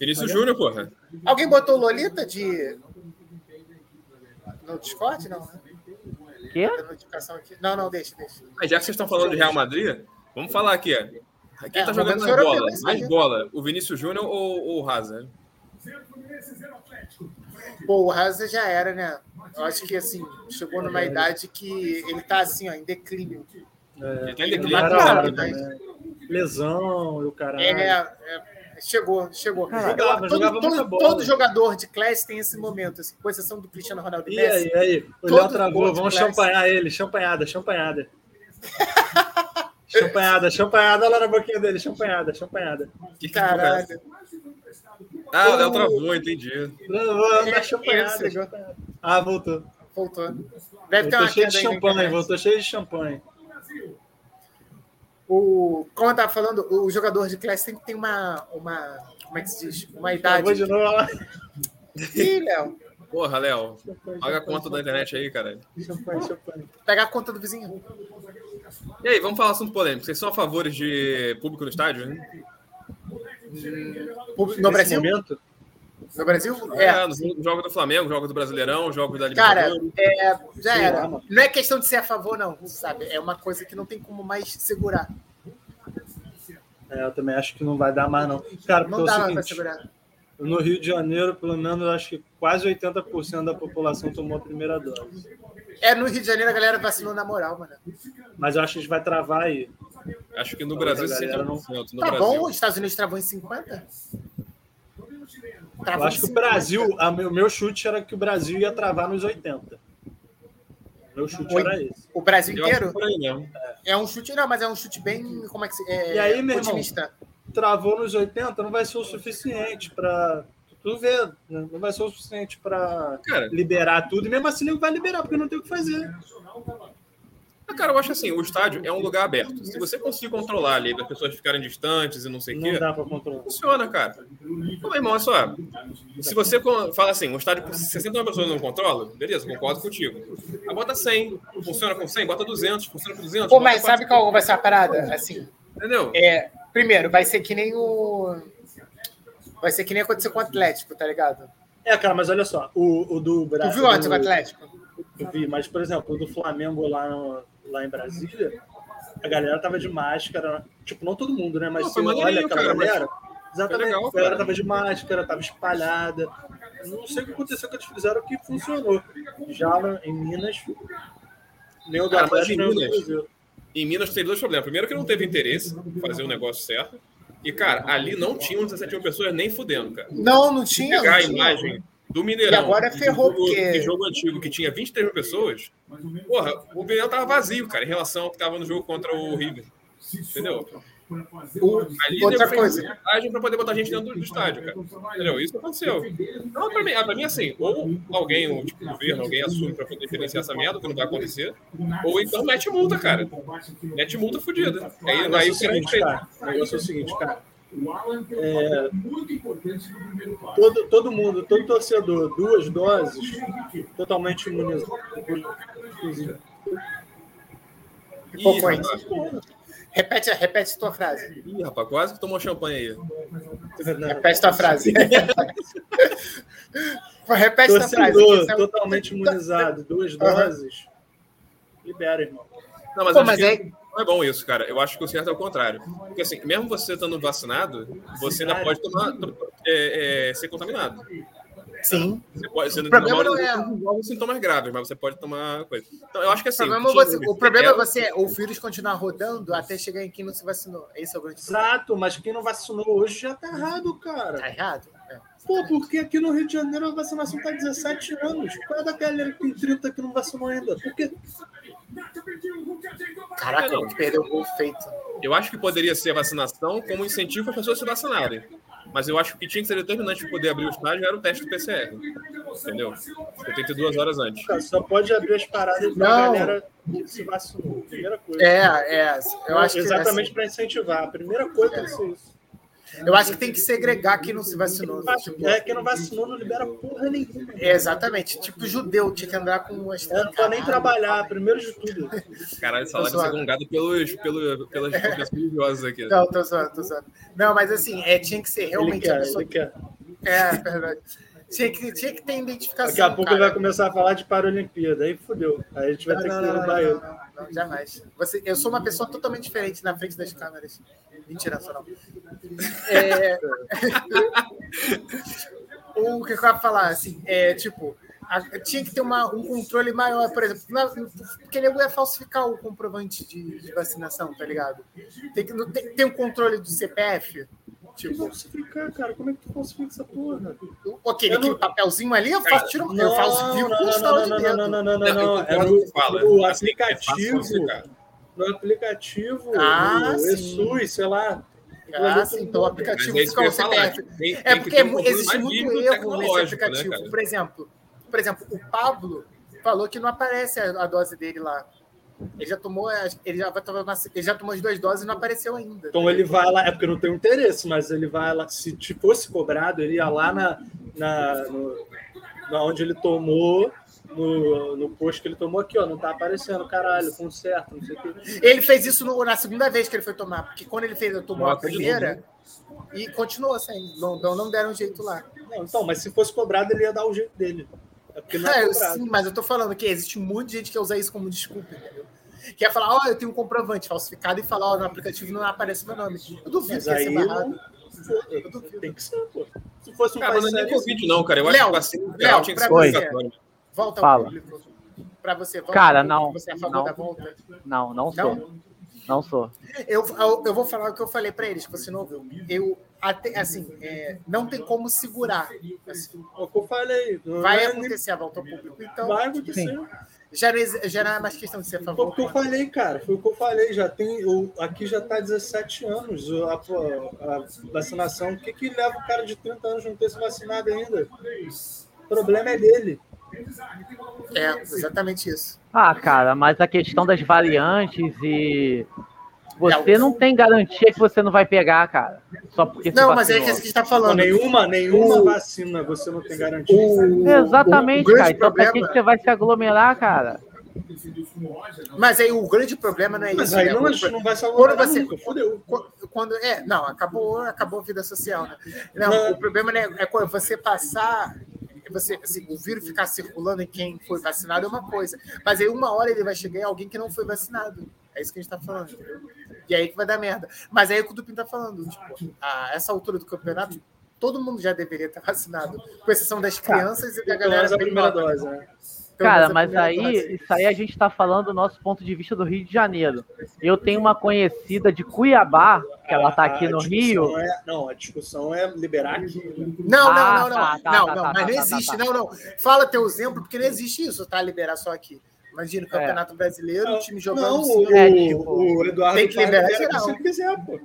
[SPEAKER 1] Vinícius Júnior, porra.
[SPEAKER 3] Alguém botou Lolita de. No Discord? Não, né?
[SPEAKER 4] Quê?
[SPEAKER 3] Tá dando indicação aqui. Não, não, deixa, deixa.
[SPEAKER 1] Mas já que vocês estão falando de Real Madrid, vamos falar aqui, ó. Quem
[SPEAKER 3] É,
[SPEAKER 1] tá
[SPEAKER 3] momento
[SPEAKER 1] jogando mais
[SPEAKER 3] europeu,
[SPEAKER 1] bola?
[SPEAKER 3] né?
[SPEAKER 1] Mais bola, o Vinícius Júnior ou, ou o Hazard?
[SPEAKER 3] Pô, o Hazard já era, né? Eu acho que assim, chegou numa idade que ele tá assim, ó, em declínio.
[SPEAKER 1] Ele
[SPEAKER 2] É,
[SPEAKER 1] tá em declínio.
[SPEAKER 2] não
[SPEAKER 3] Mas,
[SPEAKER 2] era
[SPEAKER 3] cara,
[SPEAKER 2] nada,
[SPEAKER 3] mas-
[SPEAKER 2] né? Lesão e o caralho.
[SPEAKER 3] É, é, chegou, chegou.
[SPEAKER 4] Caraca.
[SPEAKER 2] Jogava, Ah.
[SPEAKER 3] Eu- todo,
[SPEAKER 2] jogava
[SPEAKER 3] todo-
[SPEAKER 2] muita bola.
[SPEAKER 3] todo jogador de classe tem esse momento, assim, com exceção do Cristiano Ronaldo e
[SPEAKER 2] E
[SPEAKER 3] Messi.
[SPEAKER 2] aí, e aí? O
[SPEAKER 3] Todo
[SPEAKER 2] Léo travou,
[SPEAKER 3] gol de
[SPEAKER 2] vamos
[SPEAKER 3] classe.
[SPEAKER 2] champanhar ele. Champanhada, champanhada. champanhada, champanhada. Olha lá na boquinha dele, champanhada, champanhada.
[SPEAKER 1] Que que
[SPEAKER 3] Caralho.
[SPEAKER 1] porra é essa? Ah, o Léo travou, entendi.
[SPEAKER 2] Não, vou andar
[SPEAKER 3] É, esse
[SPEAKER 2] champanhada.
[SPEAKER 3] negócio.
[SPEAKER 2] champanhada. Ah, voltou.
[SPEAKER 3] Voltou. Deve ter
[SPEAKER 2] voltou
[SPEAKER 3] uma
[SPEAKER 2] cheio
[SPEAKER 3] queda
[SPEAKER 2] de
[SPEAKER 3] aí na
[SPEAKER 2] champanhe,
[SPEAKER 3] internet.
[SPEAKER 2] voltou cheio de champanhe.
[SPEAKER 3] O, como eu tava falando, o jogador de classe sempre tem uma, uma como é que se diz? Uma idade.
[SPEAKER 2] Travou de novo olha lá.
[SPEAKER 3] Ih, Léo,
[SPEAKER 1] Porra, Léo. Paga a conta da internet aí, cara.
[SPEAKER 2] Champanhe, champanhe.
[SPEAKER 3] pega a conta do vizinho.
[SPEAKER 1] E aí, vamos falar assunto polêmico. Vocês são a favor de público no estádio? Né?
[SPEAKER 3] Pub- No
[SPEAKER 2] Nesse
[SPEAKER 3] Brasil?
[SPEAKER 2] momento,
[SPEAKER 3] No Brasil? É.
[SPEAKER 1] É, nos jogos do Flamengo, jogos do Brasileirão, jogos da
[SPEAKER 3] Cara,
[SPEAKER 1] Libertadores.
[SPEAKER 3] é, já
[SPEAKER 2] Sei
[SPEAKER 3] era.
[SPEAKER 2] lá, tá, mano.
[SPEAKER 3] Não é questão de ser a favor, não, sabe? É uma coisa que não tem como mais segurar.
[SPEAKER 2] é, eu também acho que não vai dar mais, não. Cara, porque
[SPEAKER 3] Não
[SPEAKER 2] é
[SPEAKER 3] dá
[SPEAKER 2] o
[SPEAKER 3] mais pra
[SPEAKER 2] seguinte,
[SPEAKER 3] segurar.
[SPEAKER 2] No Rio de Janeiro, pelo menos, acho que quase 80% da população tomou a primeira dose.
[SPEAKER 3] É, no Rio de Janeiro a galera vacilou na moral, mano.
[SPEAKER 2] Mas eu acho que a gente vai travar aí.
[SPEAKER 1] Acho que no Brasil
[SPEAKER 2] Galera,
[SPEAKER 1] 60%. assim, No
[SPEAKER 3] tá
[SPEAKER 1] Brasil.
[SPEAKER 3] bom, os Estados Unidos travou em 50?
[SPEAKER 2] Eu
[SPEAKER 3] Travou
[SPEAKER 2] acho
[SPEAKER 3] em
[SPEAKER 2] que o
[SPEAKER 3] 50.
[SPEAKER 2] Brasil, a meu- o meu chute era que o Brasil ia travar nos 80. Meu chute
[SPEAKER 3] Oi.
[SPEAKER 2] era esse.
[SPEAKER 3] O Brasil
[SPEAKER 1] Eu acho que
[SPEAKER 3] inteiro?
[SPEAKER 1] por aí mesmo.
[SPEAKER 3] É um chute, não, mas é um chute bem. Como é que se. É,
[SPEAKER 2] E aí, meu irmão?
[SPEAKER 3] otimista.
[SPEAKER 2] Travou nos 80 não vai ser o suficiente para tu vê, né? não vai ser o suficiente para
[SPEAKER 1] Cara,
[SPEAKER 2] liberar tudo. E mesmo assim, não vai liberar porque não tem o que fazer.
[SPEAKER 1] Ah, Cara, eu acho assim, o estádio é um lugar aberto. Se você conseguir controlar ali, as pessoas ficarem distantes e não sei o
[SPEAKER 2] Não
[SPEAKER 1] quê,
[SPEAKER 2] dá pra controlar.
[SPEAKER 1] funciona, cara. Então, meu irmão, olha só. Se você con- fala assim, um estádio com 60 mil pessoas não controla, beleza, concordo contigo. Aí bota 100, funciona com 100, bota 200, funciona com 200.
[SPEAKER 3] Pô,
[SPEAKER 1] bota
[SPEAKER 3] mas sabe
[SPEAKER 1] 400,
[SPEAKER 3] qual vai ser a parada? Assim,
[SPEAKER 1] Entendeu?
[SPEAKER 3] é, primeiro, vai ser que nem o. Vai ser que nem aconteceu com o Atlético, tá ligado?
[SPEAKER 2] É, cara, mas olha só, o, o do
[SPEAKER 3] Tu
[SPEAKER 2] Brasil.
[SPEAKER 3] viu ontem o Atlético?
[SPEAKER 2] Eu vi, mas, por exemplo, o do Flamengo lá, no- lá em Brasília, a galera tava de máscara. Tipo, não todo mundo, né? Mas
[SPEAKER 1] Pô,
[SPEAKER 2] você
[SPEAKER 1] foi
[SPEAKER 2] olha
[SPEAKER 1] maneirinho,
[SPEAKER 2] aquela
[SPEAKER 1] cara, mas
[SPEAKER 2] galera. Exatamente,
[SPEAKER 1] legal,
[SPEAKER 2] a galera
[SPEAKER 1] cara.
[SPEAKER 2] tava de máscara, tava espalhada. Não sei o que aconteceu que eles fizeram que funcionou. Já no- em Minas, nem o do
[SPEAKER 1] Cara, Ah, mas
[SPEAKER 2] Atlético,
[SPEAKER 1] em
[SPEAKER 2] nem o do
[SPEAKER 1] Minas-
[SPEAKER 2] Cruzeiro.
[SPEAKER 1] Em Minas teve dois problemas. Primeiro que não teve interesse em fazer o negócio certo. E, cara, ali não tinham 17 mil pessoas nem fudendo, cara.
[SPEAKER 3] Não, não tinha.
[SPEAKER 1] Pegar
[SPEAKER 3] não
[SPEAKER 1] a
[SPEAKER 3] tinha.
[SPEAKER 1] imagem do Mineirão.
[SPEAKER 3] E agora ferrou,
[SPEAKER 1] do jogo,
[SPEAKER 3] porque-
[SPEAKER 1] do jogo antigo que tinha 23 mil pessoas. Porra, o Mineirão tava vazio, cara, em relação ao que tava no jogo contra o River. Entendeu? Ali nego
[SPEAKER 3] Outra
[SPEAKER 1] fez
[SPEAKER 3] coisa.
[SPEAKER 1] montagem pra poder botar gente dentro do, do estádio, cara. Entendeu? Isso aconteceu. Então, pra mim, ah, pra mim, assim, ou alguém, ou, tipo, o governo, alguém assume pra poder gerenciar essa merda, que não vai acontecer, ou então mete multa, cara. Mete multa fudida. Aí, aí
[SPEAKER 2] O
[SPEAKER 1] o que
[SPEAKER 2] negócio é o
[SPEAKER 1] a gente
[SPEAKER 2] seguinte,
[SPEAKER 1] fez.
[SPEAKER 2] cara. O negócio é o seguinte, cara.
[SPEAKER 6] O Alan tem um
[SPEAKER 2] É,
[SPEAKER 6] papel muito importante no primeiro quadro.
[SPEAKER 2] todo, todo mundo, todo torcedor, duas doses, totalmente imunizado.
[SPEAKER 1] Ih,
[SPEAKER 2] é
[SPEAKER 3] Popões.
[SPEAKER 1] rapaz,
[SPEAKER 3] Repete, repete tua frase.
[SPEAKER 1] ih, rapaz, quase que tomou champanhe aí.
[SPEAKER 2] né?
[SPEAKER 3] Repete tua frase. repete tua frase. que
[SPEAKER 2] Torcedor
[SPEAKER 3] isso é um-
[SPEAKER 2] totalmente imunizado, duas doses, libera, irmão.
[SPEAKER 1] Não, mas, eu
[SPEAKER 3] Pô,
[SPEAKER 1] acho
[SPEAKER 3] mas
[SPEAKER 1] que
[SPEAKER 3] é-
[SPEAKER 1] não é bom isso, cara. Eu acho que o certo é o contrário. Porque assim, mesmo você estando vacinado, você ainda pode tomar, é, é, ser contaminado.
[SPEAKER 3] Sim.
[SPEAKER 1] Você pode, você não-
[SPEAKER 3] problema
[SPEAKER 1] normal-
[SPEAKER 3] não é-
[SPEAKER 1] não envolve sintomas graves, mas você pode tomar coisa. Então, eu acho que
[SPEAKER 3] O
[SPEAKER 1] assim.
[SPEAKER 3] problema, é
[SPEAKER 1] tinha-
[SPEAKER 3] você, o problema é
[SPEAKER 1] era-
[SPEAKER 3] você, o vírus continuar rodando até chegar em quem não se vacinou. Esse é o grande problema.
[SPEAKER 2] Exato, mas quem não vacinou hoje já tá errado,
[SPEAKER 3] Tá
[SPEAKER 2] cara.
[SPEAKER 3] errado? É.
[SPEAKER 2] Pô, porque aqui no Rio de Janeiro a vacinação tá 17 anos. Qual é da galera que tem 30 que não vacinou ainda? Porque
[SPEAKER 3] Caraca,
[SPEAKER 1] Não.
[SPEAKER 3] a gente perdeu o gol feito.
[SPEAKER 1] Eu acho que poderia ser a vacinação como incentivo para as pessoas se vacinarem. Mas eu acho que o que tinha que ser determinante para poder abrir o estádio era o teste do PCR. Entendeu? 72 horas antes.
[SPEAKER 2] cara, só pode abrir as paradas pra
[SPEAKER 3] Não.
[SPEAKER 2] galera que se vacinou. Primeira coisa.
[SPEAKER 3] É, é. assim. Eu acho que,
[SPEAKER 2] Exatamente pra incentivar. A primeira coisa é ser isso.
[SPEAKER 3] assim, eu acho que tem que segregar quem não se vacinou. Tipo,
[SPEAKER 2] É, quem não vacinou não libera porra nenhuma.
[SPEAKER 3] é, exatamente. Tipo, judeu tinha que andar com uma
[SPEAKER 2] Eu não pode nem trabalhar, primeiro de tudo.
[SPEAKER 1] Caralho, essa live
[SPEAKER 3] Tô
[SPEAKER 1] vai ser
[SPEAKER 3] zoado.
[SPEAKER 1] gongada pelos, pelo, pelas pessoas religiosas aqui. É
[SPEAKER 3] Não, tô zoando, tô zoando. Não, mas assim, é, tinha que ser
[SPEAKER 2] Ele
[SPEAKER 3] realmente a
[SPEAKER 2] quer,
[SPEAKER 3] pessoa.
[SPEAKER 2] ele quer.
[SPEAKER 3] É, verdade. Tinha que, tinha que ter identificação.
[SPEAKER 2] Daqui a pouco ele
[SPEAKER 3] Tá cara.
[SPEAKER 2] vai começar a falar de Paralimpíada, aí fodeu. Aí a gente vai
[SPEAKER 3] Não,
[SPEAKER 2] ter que
[SPEAKER 3] não, não,
[SPEAKER 2] derrubar
[SPEAKER 3] não,
[SPEAKER 2] ele.
[SPEAKER 3] não, não, não, jamais. Você, eu sou uma pessoa totalmente diferente na frente das câmeras. Mentira, só não. É, o que eu ia falar, assim, é tipo, a- tinha que ter uma- um controle maior, por exemplo, na, porque ele ia falsificar o comprovante de, de vacinação, tá ligado? Tem que não- tem, tem um controle do CPF.
[SPEAKER 2] Que
[SPEAKER 3] Tipo,
[SPEAKER 2] falsificar, cara? Como é que tu falsifica essa porra?
[SPEAKER 3] o- aquele,
[SPEAKER 2] Eu não-
[SPEAKER 3] aquele um papelzinho ali, eu faço, tiro, eu falsifico com o estalo
[SPEAKER 2] não,
[SPEAKER 3] de
[SPEAKER 2] não,
[SPEAKER 3] dedo.
[SPEAKER 2] não, não, não, não,
[SPEAKER 1] Não, eu
[SPEAKER 2] não. É
[SPEAKER 1] concordo com o que fala.
[SPEAKER 2] no,
[SPEAKER 1] Assim,
[SPEAKER 2] no
[SPEAKER 1] é fácil
[SPEAKER 2] aplicativo,
[SPEAKER 1] falsificar.
[SPEAKER 2] no aplicativo,
[SPEAKER 3] Ah,
[SPEAKER 2] no
[SPEAKER 3] sim.
[SPEAKER 2] ESUS, sei lá.
[SPEAKER 3] Ah, sim, então o aplicativo
[SPEAKER 1] Mas é isso
[SPEAKER 3] fica
[SPEAKER 1] que eu
[SPEAKER 3] o
[SPEAKER 1] ia falar.
[SPEAKER 3] CPF.
[SPEAKER 1] Tem-
[SPEAKER 3] É
[SPEAKER 1] tem que ter
[SPEAKER 3] porque é
[SPEAKER 1] um
[SPEAKER 3] mu-
[SPEAKER 1] controle
[SPEAKER 3] existe
[SPEAKER 1] mais
[SPEAKER 3] muito
[SPEAKER 1] digno
[SPEAKER 3] erro nesse
[SPEAKER 1] tecnológico, né,
[SPEAKER 3] aplicativo.
[SPEAKER 1] cara?
[SPEAKER 3] por, exemplo, por exemplo, o Pablo falou que não aparece a, a dose dele lá. Ele já tomou, as- ele já, vai tomar uma- ele já tomou as duas doses e não apareceu ainda.
[SPEAKER 2] Então ele vai lá, é porque não tem interesse, mas ele vai lá, se te fosse cobrado, ele ia lá na, na, no- na onde ele tomou, no, no posto que ele tomou aqui, ó, não tá aparecendo, caralho, conserta, não sei o que.
[SPEAKER 3] Ele fez isso no- na segunda vez que ele foi tomar, porque quando ele fez, eu tomou a
[SPEAKER 1] Nossa, de
[SPEAKER 3] primeira e continuou saindo. Não, não, não deram jeito lá.
[SPEAKER 2] Não, então, mas se fosse cobrado, ele ia dar o jeito dele. É porque não
[SPEAKER 3] É,
[SPEAKER 2] é
[SPEAKER 3] eu-
[SPEAKER 2] cobrado.
[SPEAKER 3] sim, mas eu tô falando que existe um monte de gente que usa isso como desculpa, entendeu? Que ia falar, ó, eu tenho um comprovante falsificado e falar, ó, no aplicativo não aparece meu nome. Eu duvido
[SPEAKER 2] Mas
[SPEAKER 3] que ia ser
[SPEAKER 2] aí
[SPEAKER 3] barrado.
[SPEAKER 2] não- foda, tem que ser, pô. Se fosse um
[SPEAKER 1] Cara, mas não é nem
[SPEAKER 2] parceiro,
[SPEAKER 1] Covid, não, cara. Eu acho
[SPEAKER 3] Léo,
[SPEAKER 1] que vacina em
[SPEAKER 3] Léo,
[SPEAKER 1] geral tinha que
[SPEAKER 3] pra
[SPEAKER 1] ser
[SPEAKER 4] você-
[SPEAKER 1] obrigatório.
[SPEAKER 3] Volta
[SPEAKER 4] Fala.
[SPEAKER 3] ao público. Pra você, volta
[SPEAKER 4] Cara,
[SPEAKER 3] ao público.
[SPEAKER 4] não,
[SPEAKER 3] Você é a favor
[SPEAKER 4] não.
[SPEAKER 3] da volta?
[SPEAKER 4] Não, não sou.
[SPEAKER 3] Não?
[SPEAKER 4] Não sou.
[SPEAKER 3] Eu, eu, eu vou falar o que eu falei pra eles, que você não ouviu. Eu, até, assim, é, não tem como segurar. assim.
[SPEAKER 2] é o que eu falei. não
[SPEAKER 3] vai
[SPEAKER 2] é nem-
[SPEAKER 3] acontecer a volta ao público. Então,
[SPEAKER 2] Vai acontecer.
[SPEAKER 4] Sim.
[SPEAKER 3] já não, exi- já não é mais questão de ser a
[SPEAKER 2] Foi
[SPEAKER 3] favor.
[SPEAKER 2] o que eu falei, cara. Foi o que eu falei. Já tem, o- aqui já tá 17 anos a, a- a vacinação. O que, que leva o cara de 30 anos não ter se vacinado ainda? O problema é dele.
[SPEAKER 3] É, exatamente isso.
[SPEAKER 4] Ah, cara, mas a questão das variantes e. Você não tem garantia que você não vai pegar, cara. Só porque você
[SPEAKER 3] Não, mas é
[SPEAKER 4] vacinou.
[SPEAKER 3] que a gente tá
[SPEAKER 6] Não,
[SPEAKER 3] falando.
[SPEAKER 6] nenhuma, nenhuma
[SPEAKER 3] O-
[SPEAKER 6] vacina você não tem garantia.
[SPEAKER 4] Exatamente,
[SPEAKER 3] o grande
[SPEAKER 4] cara. Então pra que
[SPEAKER 3] problema-
[SPEAKER 4] que você vai se aglomerar, cara?
[SPEAKER 3] Mas aí o grande problema não é isso.
[SPEAKER 6] Mas aí
[SPEAKER 3] né?
[SPEAKER 6] não,
[SPEAKER 3] O
[SPEAKER 6] a gente não vai salvar
[SPEAKER 3] Quando
[SPEAKER 6] nada
[SPEAKER 3] você-
[SPEAKER 6] nunca, fudeu.
[SPEAKER 3] Qu- quando é não acabou acabou a vida social né? não,
[SPEAKER 6] Não.
[SPEAKER 3] o problema né, é quando você passar você assim, o vírus ficar circulando em quem foi vacinado é uma coisa mas aí uma hora ele vai chegar em alguém que não foi vacinado é isso que a gente tá falando entendeu? e aí que vai dar merda mas aí é o que o Dupin tá falando tipo, a essa altura do campeonato todo mundo já deveria estar vacinado com exceção das crianças e da
[SPEAKER 6] Pelo
[SPEAKER 3] galera é
[SPEAKER 6] menos Então, a
[SPEAKER 3] bem
[SPEAKER 6] primeira
[SPEAKER 3] nova.
[SPEAKER 6] dose, né?
[SPEAKER 3] Pelo menos
[SPEAKER 4] Cara,
[SPEAKER 3] a
[SPEAKER 4] mas
[SPEAKER 3] primeira
[SPEAKER 4] aí,
[SPEAKER 3] dose.
[SPEAKER 4] isso aí a gente tá falando do nosso ponto de vista do Rio de Janeiro. Eu tenho uma conhecida de Cuiabá, que ela tá
[SPEAKER 6] A-
[SPEAKER 4] aqui
[SPEAKER 6] a
[SPEAKER 2] Ah,
[SPEAKER 4] no
[SPEAKER 6] discussão
[SPEAKER 4] Rio.
[SPEAKER 2] tipo
[SPEAKER 6] é- não, a discussão é liberar aqui. né?
[SPEAKER 3] Não,
[SPEAKER 4] Ah,
[SPEAKER 3] não, não,
[SPEAKER 4] tá,
[SPEAKER 3] não.
[SPEAKER 4] tá,
[SPEAKER 3] não,
[SPEAKER 4] tá,
[SPEAKER 3] não,
[SPEAKER 4] tá,
[SPEAKER 3] mas não
[SPEAKER 4] tá, tá,
[SPEAKER 3] existe,
[SPEAKER 4] tá.
[SPEAKER 3] não, não. Fala teu exemplo, porque não existe isso, tá? Liberar só aqui. Imagina o Campeonato Brasileiro, o time jogando.
[SPEAKER 6] Não,
[SPEAKER 3] sim.
[SPEAKER 6] o,
[SPEAKER 4] É, tipo,
[SPEAKER 6] o Eduardo
[SPEAKER 3] tem que
[SPEAKER 6] Paes
[SPEAKER 3] liberar
[SPEAKER 6] libera
[SPEAKER 3] geral.
[SPEAKER 6] se ele quiser, pô.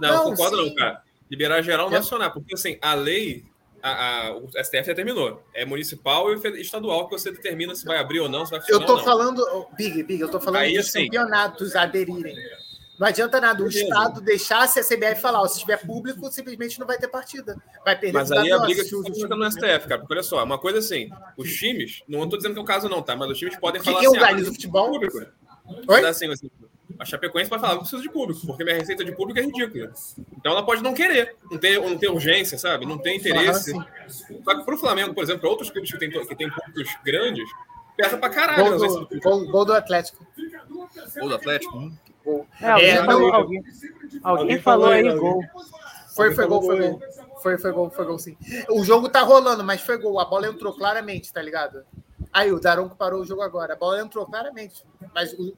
[SPEAKER 1] Não,
[SPEAKER 3] Não,
[SPEAKER 1] concordo
[SPEAKER 3] sim.
[SPEAKER 1] não, cara. Liberar geral não
[SPEAKER 3] É.
[SPEAKER 1] é funcionar, porque assim, a lei, a, a- o STF já terminou. É municipal e fe- estadual que você determina se vai abrir ou não, se vai
[SPEAKER 3] eu
[SPEAKER 1] funcionar
[SPEAKER 3] tô
[SPEAKER 1] ou não.
[SPEAKER 3] falando, oh, Big, Big, eu tô falando
[SPEAKER 1] Aí,
[SPEAKER 3] dos
[SPEAKER 1] assim-
[SPEAKER 3] campeonatos aderirem. Não adianta nada o
[SPEAKER 1] Beleza.
[SPEAKER 3] Estado deixar se a CBF falar, ó, se tiver público, simplesmente não vai ter partida. Vai perder
[SPEAKER 1] Mas
[SPEAKER 3] pro assim,
[SPEAKER 1] aí
[SPEAKER 3] um
[SPEAKER 1] a
[SPEAKER 3] Gabriel,
[SPEAKER 1] briga
[SPEAKER 3] se
[SPEAKER 1] que
[SPEAKER 3] o-
[SPEAKER 1] fica no STF, cara. Porque olha só, uma coisa assim, os times, não tô dizendo que é o caso não, tá? Mas os times podem
[SPEAKER 3] Que
[SPEAKER 1] falar
[SPEAKER 3] que é o
[SPEAKER 1] assim...
[SPEAKER 3] galho
[SPEAKER 1] mas
[SPEAKER 3] do
[SPEAKER 1] eu
[SPEAKER 3] futebol?
[SPEAKER 1] preciso de público.
[SPEAKER 3] Oi?
[SPEAKER 1] Assim, assim, a Chapecoense pode falar, eu preciso de público, porque minha receita de público é ridícula. Então ela pode não querer, não ter, não ter urgência, sabe? Não ter interesse.
[SPEAKER 3] Aham,
[SPEAKER 1] Só que pro Flamengo, por exemplo, pra outros clubes que tem, que tem públicos grandes, pesa pra caralho. a
[SPEAKER 3] Gol
[SPEAKER 1] ausência do
[SPEAKER 3] do, gol, gol do Atlético.
[SPEAKER 1] Ou do Atlético? um
[SPEAKER 3] Gol.
[SPEAKER 4] É, alguém,
[SPEAKER 3] É,
[SPEAKER 4] falou,
[SPEAKER 6] não,
[SPEAKER 4] alguém, alguém
[SPEAKER 6] alguém
[SPEAKER 4] falou
[SPEAKER 6] falou
[SPEAKER 4] aí,
[SPEAKER 6] aí,
[SPEAKER 4] gol.
[SPEAKER 3] Foi,
[SPEAKER 6] Alguém
[SPEAKER 3] foi gol,
[SPEAKER 6] falou
[SPEAKER 3] foi
[SPEAKER 6] gol
[SPEAKER 3] gol. Foi, foi gol, foi gol, sim. O jogo tá rolando, mas foi gol. A bola entrou claramente, tá ligado? Aí o Daronco parou o jogo agora. A bola entrou claramente. Mas o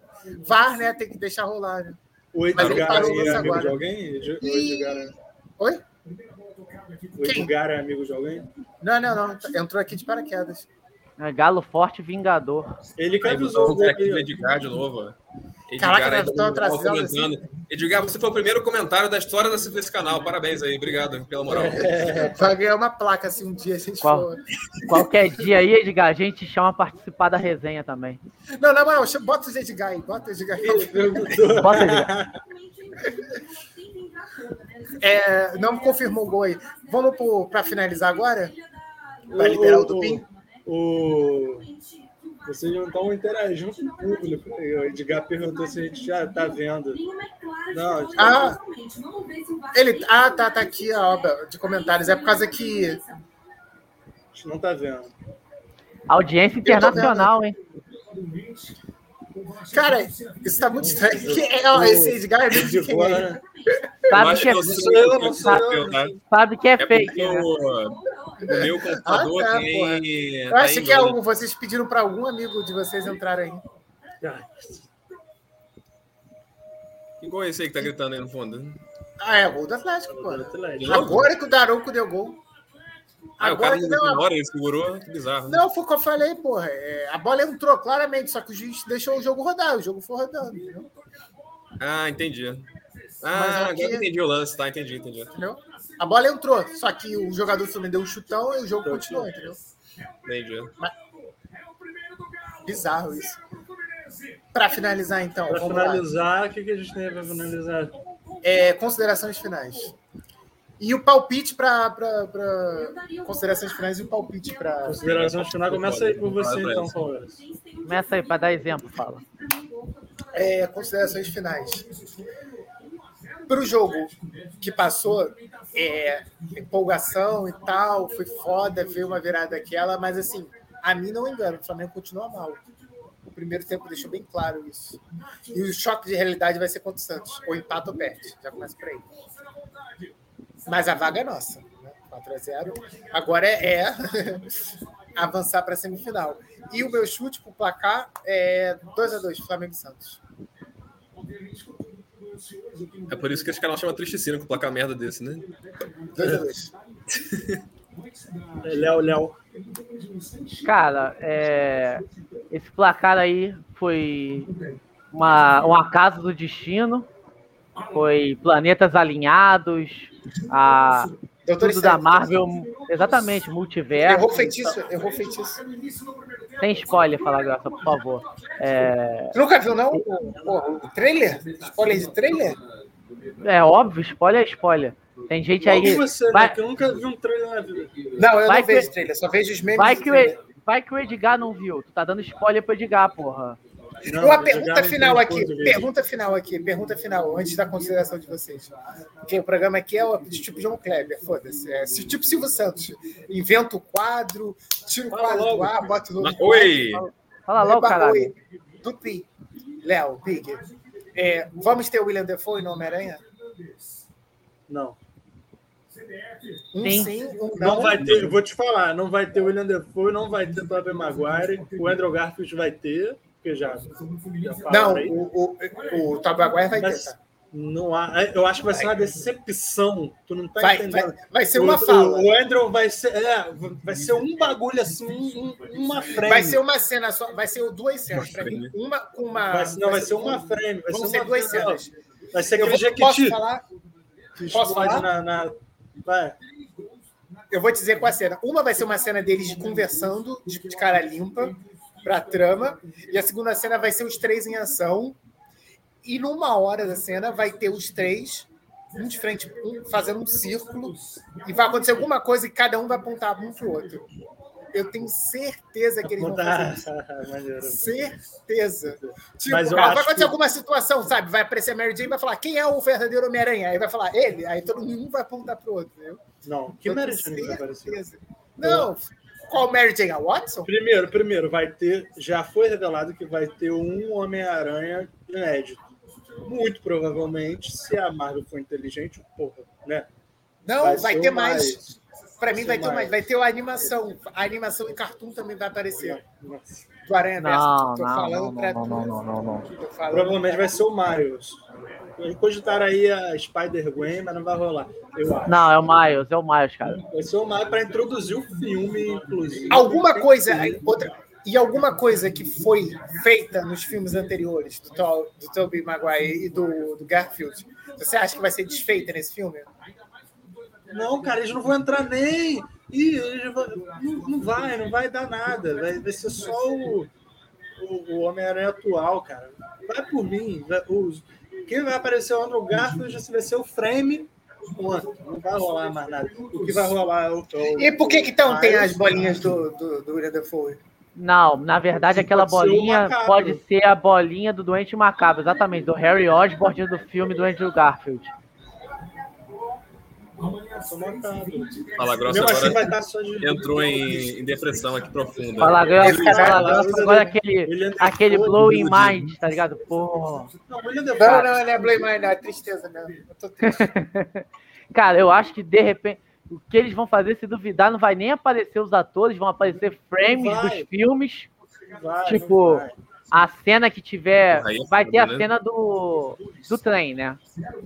[SPEAKER 3] VAR, né, tem que deixar rolar, né?
[SPEAKER 6] O
[SPEAKER 3] Mas ele
[SPEAKER 6] Edgar
[SPEAKER 3] parou
[SPEAKER 6] aí
[SPEAKER 3] nessa
[SPEAKER 6] é amigo
[SPEAKER 3] agora.
[SPEAKER 6] de alguém? Ed- O
[SPEAKER 3] Ih,
[SPEAKER 6] Edgar é-
[SPEAKER 3] Oi?
[SPEAKER 6] o Edgar é amigo de alguém?
[SPEAKER 3] Não, não, não. Entrou aqui de paraquedas.
[SPEAKER 4] É, Galo forte, vingador.
[SPEAKER 6] Ele que
[SPEAKER 1] Aí
[SPEAKER 6] avisou o
[SPEAKER 1] botou o
[SPEAKER 6] gol
[SPEAKER 1] técnico do
[SPEAKER 6] aí.
[SPEAKER 1] Edgar de novo. ó.
[SPEAKER 3] Caraca,
[SPEAKER 1] aí
[SPEAKER 3] nós estamos
[SPEAKER 1] dando um
[SPEAKER 3] atrasados,
[SPEAKER 4] assim.
[SPEAKER 1] comentando. Edgar, você foi o primeiro comentário da história desse, desse canal. Parabéns aí, obrigado pela moral.
[SPEAKER 3] É, Vai ganhar uma placa assim um dia, a gente
[SPEAKER 4] Qual?
[SPEAKER 3] for.
[SPEAKER 4] Qualquer dia aí, Edgar, a gente te chama a participar da resenha também.
[SPEAKER 3] Não, na moral, chama- bota os Edgar aí, bota os Edgar
[SPEAKER 6] Ele
[SPEAKER 3] aí.
[SPEAKER 6] perguntou.
[SPEAKER 4] Bota, Edgar.
[SPEAKER 3] É, não confirmou o gol aí. Vamos pro, pra finalizar agora? Pra
[SPEAKER 6] O-
[SPEAKER 3] liberar o
[SPEAKER 6] o-
[SPEAKER 3] Dupin?
[SPEAKER 6] O... Vocês não estão interagindo com o público. né? O Edgar perguntou se a gente já está vendo.
[SPEAKER 3] é
[SPEAKER 6] Não,
[SPEAKER 3] Ah, ele, ah, tá, tá aqui a obra de comentários. É por causa que
[SPEAKER 6] a gente não está vendo.
[SPEAKER 4] Audiência
[SPEAKER 3] tô vendo.
[SPEAKER 4] internacional, hein?
[SPEAKER 3] Cara, isso tá muito estranho. Que- é, ó, esse Edgar é meio de quem é.
[SPEAKER 6] Edgar, né?
[SPEAKER 1] Eu
[SPEAKER 4] Sabe
[SPEAKER 1] acho
[SPEAKER 4] que é,
[SPEAKER 1] que eu sei
[SPEAKER 6] eu,
[SPEAKER 1] o que
[SPEAKER 6] não
[SPEAKER 1] aconteceu,
[SPEAKER 6] sou eu.
[SPEAKER 1] tá?
[SPEAKER 4] sabe que é,
[SPEAKER 1] É
[SPEAKER 4] fake,
[SPEAKER 1] porque
[SPEAKER 4] né?
[SPEAKER 1] o, o meu computador
[SPEAKER 3] Ah, tá, porra.
[SPEAKER 1] tem.
[SPEAKER 3] Eu
[SPEAKER 1] tá
[SPEAKER 3] acho
[SPEAKER 1] em
[SPEAKER 3] que é
[SPEAKER 1] inglês.
[SPEAKER 3] algum, vocês pediram para algum amigo de vocês entrar aí.
[SPEAKER 6] Ah,
[SPEAKER 3] um
[SPEAKER 1] Que gol é esse aí que tá gritando aí no fundo?
[SPEAKER 3] Ah, é gol do Atlético, pô.
[SPEAKER 1] De novo?
[SPEAKER 3] Agora que o Daronco deu gol.
[SPEAKER 1] Ah, o cara
[SPEAKER 3] Agora que
[SPEAKER 1] não
[SPEAKER 3] não.
[SPEAKER 1] ignora, ele segurou. Que bizarro. né?
[SPEAKER 3] Não, foi o que eu falei, porra. É, a bola entrou claramente, só que o juiz deixou o jogo rodar, o jogo foi rodando, entendeu?
[SPEAKER 1] Ah, entendi.
[SPEAKER 3] Mas é
[SPEAKER 1] Ah,
[SPEAKER 3] aqui-
[SPEAKER 1] agora entendi o lance, tá? Entendi, entendi.
[SPEAKER 3] entendeu? A bola entrou, só que o jogador do Fluminense deu um chutão e o jogo continuou, entendeu?
[SPEAKER 1] Entendi.
[SPEAKER 3] Bizarro isso. Para finalizar, então,
[SPEAKER 6] Para
[SPEAKER 3] vamos lá.
[SPEAKER 6] finalizar, o que, que a gente tem para finalizar?
[SPEAKER 3] É, considerações finais. E o palpite para considerações finais e o palpite para
[SPEAKER 6] Considerações final, começa aí por você então, Palmeiras.
[SPEAKER 3] um
[SPEAKER 4] Começa aí pra dar exemplo, fala.
[SPEAKER 3] é, considerações finais. Para o jogo que passou, é, empolgação e tal, foi foda ver uma virada aquela, mas assim, a mim não engano, o Flamengo continua mal. O primeiro tempo deixou bem claro isso. E o choque de realidade vai ser contra o Santos. Ou empata ou perde. Já começa por aí. Mas a vaga é nossa. Né? 4x0. Agora é, é avançar para a semifinal. E o meu chute pro placar é 2x2, Flamengo e Santos.
[SPEAKER 1] É por isso que esse canal chama Tristecina com placar merda desse, né?
[SPEAKER 3] 2x2.
[SPEAKER 6] É, Léo, Léo.
[SPEAKER 4] Cara, é, esse placar aí foi uma, um acaso do destino. Foi planetas alinhados, a,
[SPEAKER 3] Doutor
[SPEAKER 4] É. tudo da
[SPEAKER 3] Estranho.
[SPEAKER 4] Marvel, exatamente, multiverso.
[SPEAKER 3] Errou feitiço, errou feitiço.
[SPEAKER 4] Sem spoiler, falar graça, por favor. É,
[SPEAKER 3] Tu nunca viu, não? O, o- o trailer? Spoiler de trailer?
[SPEAKER 4] é óbvio, spoiler é spoiler. Tem gente aí.
[SPEAKER 2] Igual você, né,
[SPEAKER 4] vai-
[SPEAKER 2] que eu nunca vi um trailer na vida.
[SPEAKER 3] Não, eu
[SPEAKER 4] Vai
[SPEAKER 3] não
[SPEAKER 4] que-
[SPEAKER 3] vejo trailer, só vejo os memes.
[SPEAKER 4] Vai
[SPEAKER 3] do
[SPEAKER 4] que, o,
[SPEAKER 3] trailer.
[SPEAKER 4] Ed- vai que o Edgar não viu. Tu tá dando spoiler pro Edgar, porra.
[SPEAKER 2] Não,
[SPEAKER 3] Uma
[SPEAKER 2] eu
[SPEAKER 3] pergunta
[SPEAKER 2] jogava em
[SPEAKER 3] final
[SPEAKER 2] três
[SPEAKER 3] aqui,
[SPEAKER 2] pontos de
[SPEAKER 3] pergunta final aqui, pergunta final, antes da consideração de vocês. Porque o programa aqui é o- de tipo João Kleber, foda-se. É, se- tipo Silvio Santos. Inventa o quadro, tira o
[SPEAKER 2] Fala
[SPEAKER 3] quadro do
[SPEAKER 2] logo.
[SPEAKER 3] ar, bota no.
[SPEAKER 1] Mas, Oi!
[SPEAKER 4] Fala
[SPEAKER 3] é
[SPEAKER 4] lá o caralho.
[SPEAKER 3] Do Pi. Léo, Big. É, vamos ter o William Defoe no Homem-Aranha?
[SPEAKER 2] Não.
[SPEAKER 3] Um
[SPEAKER 4] Sim.
[SPEAKER 3] um não.
[SPEAKER 2] Não vai ter, eu vou te falar, não vai ter o William Defoe, não vai ter o Tobey Maguire, o Andrew Garfield vai ter, porque já, já
[SPEAKER 3] Não,
[SPEAKER 2] falei.
[SPEAKER 3] o, o, o Tobey Maguire vai ter.
[SPEAKER 2] Mas
[SPEAKER 3] tá?
[SPEAKER 2] não há, é, eu acho que vai ser uma decepção, tu não tá
[SPEAKER 3] Vai,
[SPEAKER 2] entendendo.
[SPEAKER 3] vai, vai ser uma
[SPEAKER 2] O-
[SPEAKER 3] fala.
[SPEAKER 2] O, o Andrew vai ser, é, vai ser um bagulho assim, um- um- uma frame.
[SPEAKER 3] Vai ser uma cena só, vai ser duas cenas pra mim. Uma com uma. um-
[SPEAKER 2] Vai ser- não, vai ser uma frame. Vai
[SPEAKER 3] Vão
[SPEAKER 2] ser,
[SPEAKER 3] ser
[SPEAKER 2] uma
[SPEAKER 3] duas
[SPEAKER 2] frame.
[SPEAKER 3] cenas.
[SPEAKER 2] Vai ser
[SPEAKER 3] Eu
[SPEAKER 2] aquele
[SPEAKER 3] vou, posso
[SPEAKER 2] Jequiti
[SPEAKER 3] falar?
[SPEAKER 2] que
[SPEAKER 3] posso
[SPEAKER 2] explode
[SPEAKER 3] falar?
[SPEAKER 2] tipo?
[SPEAKER 3] É
[SPEAKER 2] na... na- vai.
[SPEAKER 3] Eu vou dizer com a cena. Uma vai ser uma cena deles conversando de, de cara limpa pra trama. E a segunda cena vai ser os três em ação. E numa hora da cena vai ter os três, um de frente, um fazendo um círculo. E vai acontecer alguma coisa e cada um vai apontar um pro outro. Eu tenho certeza que eles vão fazer
[SPEAKER 2] Tá,
[SPEAKER 3] isso.
[SPEAKER 2] maneiro.
[SPEAKER 3] Certeza. Tipo,
[SPEAKER 2] Mas eu
[SPEAKER 3] cara,
[SPEAKER 2] acho
[SPEAKER 3] vai acontecer
[SPEAKER 2] que-
[SPEAKER 3] alguma situação, sabe? Vai aparecer a Mary Jane e vai falar quem é o verdadeiro Homem-Aranha? Aí vai falar ele, aí todo mundo vai apontar pro outro. entendeu?
[SPEAKER 2] Não, que
[SPEAKER 3] Eu tenho
[SPEAKER 2] Mary Jane vai aparecer?
[SPEAKER 3] certeza. Não, qual Mary Jane? A Watson?
[SPEAKER 2] Primeiro, primeiro, vai ter. Já foi revelado que vai ter um Homem-Aranha inédito. Muito provavelmente, se a Marvel for inteligente, porra, né?
[SPEAKER 3] Não, vai,
[SPEAKER 2] ser
[SPEAKER 3] ter
[SPEAKER 2] o
[SPEAKER 3] mais. Pra mim
[SPEAKER 2] ser
[SPEAKER 3] vai ter
[SPEAKER 2] mais.
[SPEAKER 3] mais. Vai ter a animação. A animação em cartoon também vai aparecer.
[SPEAKER 2] Nossa.
[SPEAKER 3] Do Aranha
[SPEAKER 4] Não,
[SPEAKER 3] Verso. né, Tô
[SPEAKER 4] não,
[SPEAKER 3] falando
[SPEAKER 4] não,
[SPEAKER 3] pra
[SPEAKER 4] não,
[SPEAKER 3] tu.
[SPEAKER 4] não, não, não, não.
[SPEAKER 3] Tô falando.
[SPEAKER 2] Provavelmente vai ser o Miles. Cogitaram aí a Spider-Gwen, mas não vai rolar. Eu acho.
[SPEAKER 4] Não, é o Miles, é o Miles, cara.
[SPEAKER 2] Vai ser o Miles para introduzir o filme, inclusive.
[SPEAKER 3] Alguma coisa. Outra, e alguma coisa que foi feita nos filmes anteriores do, To- do Tobey Maguire e do, do Garfield, você acha que vai ser desfeita nesse filme?
[SPEAKER 2] Não, cara, eles não vão entrar nem. Ih, eles vão- não, não vai, não vai dar nada. Vai, vai ser só o, o, o Homem-Aranha atual, cara. Vai por mim. Vai, o- quem vai aparecer é o Andrew Garfield já se vai ser o frame. Ponto. Não vai rolar mais nada. O que vai rolar é o. é o-
[SPEAKER 3] E por que que então tem
[SPEAKER 2] Miles.
[SPEAKER 3] as bolinhas do, do, do William Dafoe?
[SPEAKER 4] Não, na verdade,
[SPEAKER 2] Pode
[SPEAKER 4] aquela
[SPEAKER 2] ser o
[SPEAKER 4] bolinha
[SPEAKER 2] macabro.
[SPEAKER 4] pode ser a bolinha do Doente Macabro, exatamente, do Harry Osborn do filme do Andrew Garfield.
[SPEAKER 2] Tomar cuidado.
[SPEAKER 1] Fala grossa
[SPEAKER 2] Mesmo assim,
[SPEAKER 1] agora
[SPEAKER 2] vai estar só de.
[SPEAKER 1] entrou em, em depressão aqui profunda.
[SPEAKER 4] Fala grossa,
[SPEAKER 3] Esse cara-
[SPEAKER 4] fala grossa, agora
[SPEAKER 2] né?
[SPEAKER 4] aquele,
[SPEAKER 2] William Defoe,
[SPEAKER 4] aquele blow in
[SPEAKER 1] Defoe,
[SPEAKER 4] mind, tá ligado? Porra.
[SPEAKER 2] Não, William Defoe.
[SPEAKER 3] Não, não, não é Blame Mine, não, é tristeza mesmo. Eu tô triste.
[SPEAKER 4] Cara, eu acho que de repente. O que eles vão fazer, se duvidar, não vai nem aparecer os atores, vão aparecer frames
[SPEAKER 2] Vai.
[SPEAKER 4] dos filmes.
[SPEAKER 2] Vai,
[SPEAKER 4] Tipo,
[SPEAKER 2] vai.
[SPEAKER 4] A cena que tiver.
[SPEAKER 1] Aí é
[SPEAKER 4] Vai ter a
[SPEAKER 1] foda, né?
[SPEAKER 4] cena do, do trem, né?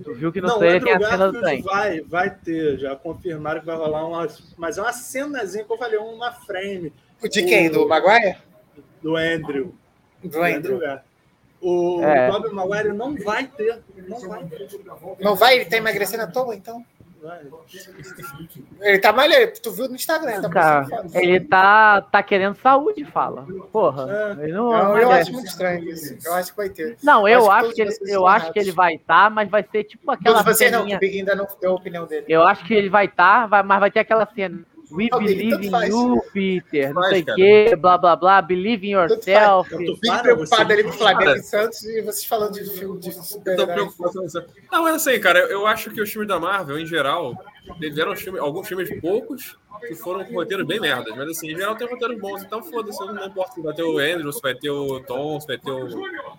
[SPEAKER 4] Tu viu que no
[SPEAKER 2] Não,
[SPEAKER 4] trailer
[SPEAKER 2] Andrew
[SPEAKER 4] tem a cena do
[SPEAKER 2] Garfield
[SPEAKER 4] trem.
[SPEAKER 2] vai, vai ter, já confirmaram que vai rolar uma. Mas é uma cenazinha que eu falei, uma frame
[SPEAKER 3] O de quem? Do Maguire?
[SPEAKER 2] do Andrew.
[SPEAKER 3] Do
[SPEAKER 2] Do
[SPEAKER 3] Andrew.
[SPEAKER 2] Garfield. O
[SPEAKER 4] É.
[SPEAKER 2] Tobey Maguire não vai ter. Não vai ter.
[SPEAKER 3] Não vai? Ele tá emagrecendo à toa, então?
[SPEAKER 2] vai.
[SPEAKER 3] Ele tá malhando, tu viu no Instagram, ele tá
[SPEAKER 4] Cara,
[SPEAKER 3] postando foto.
[SPEAKER 4] ele tá, tá querendo saúde, fala. Porra. Ele não,
[SPEAKER 3] Não,
[SPEAKER 4] não
[SPEAKER 3] eu
[SPEAKER 4] é.
[SPEAKER 3] acho muito estranho isso. Eu acho que vai ter.
[SPEAKER 4] Não,
[SPEAKER 3] acho
[SPEAKER 4] eu acho
[SPEAKER 3] que
[SPEAKER 4] que ele,
[SPEAKER 3] todos vocês
[SPEAKER 4] eu
[SPEAKER 3] estão
[SPEAKER 4] acho que ele
[SPEAKER 3] errados.
[SPEAKER 4] vai estar, mas vai ser tipo aquela
[SPEAKER 3] Todos vocês não, que
[SPEAKER 4] ceninha-
[SPEAKER 3] o Big ainda não deu a opinião dele.
[SPEAKER 4] Eu acho que ele vai estar, mas vai ter aquela cena. We
[SPEAKER 3] Não, Big,
[SPEAKER 4] believe
[SPEAKER 3] tanto
[SPEAKER 4] in
[SPEAKER 3] faz.
[SPEAKER 4] you, Peter. Não
[SPEAKER 1] Faz,
[SPEAKER 4] sei o
[SPEAKER 1] cara.
[SPEAKER 4] quê, blá blá blá, believe in
[SPEAKER 3] faz.
[SPEAKER 4] yourself.
[SPEAKER 2] Eu tô
[SPEAKER 3] Big
[SPEAKER 2] para,
[SPEAKER 3] preocupado
[SPEAKER 2] você-
[SPEAKER 3] ali com o Flamengo
[SPEAKER 1] Cara.
[SPEAKER 3] e Santos e vocês falando de filme de
[SPEAKER 1] Então, Eu tô
[SPEAKER 3] super-herói.
[SPEAKER 1] preocupado com isso. Não, mas assim, cara, eu acho que os filmes da Marvel, em geral, tiveram filme, alguns filmes poucos que foram com roteiros bem merdas. Mas assim, em geral tem roteiros bons, então foda-se, eu não importa se vai ter o Andrew, se vai ter o Tom, se vai ter o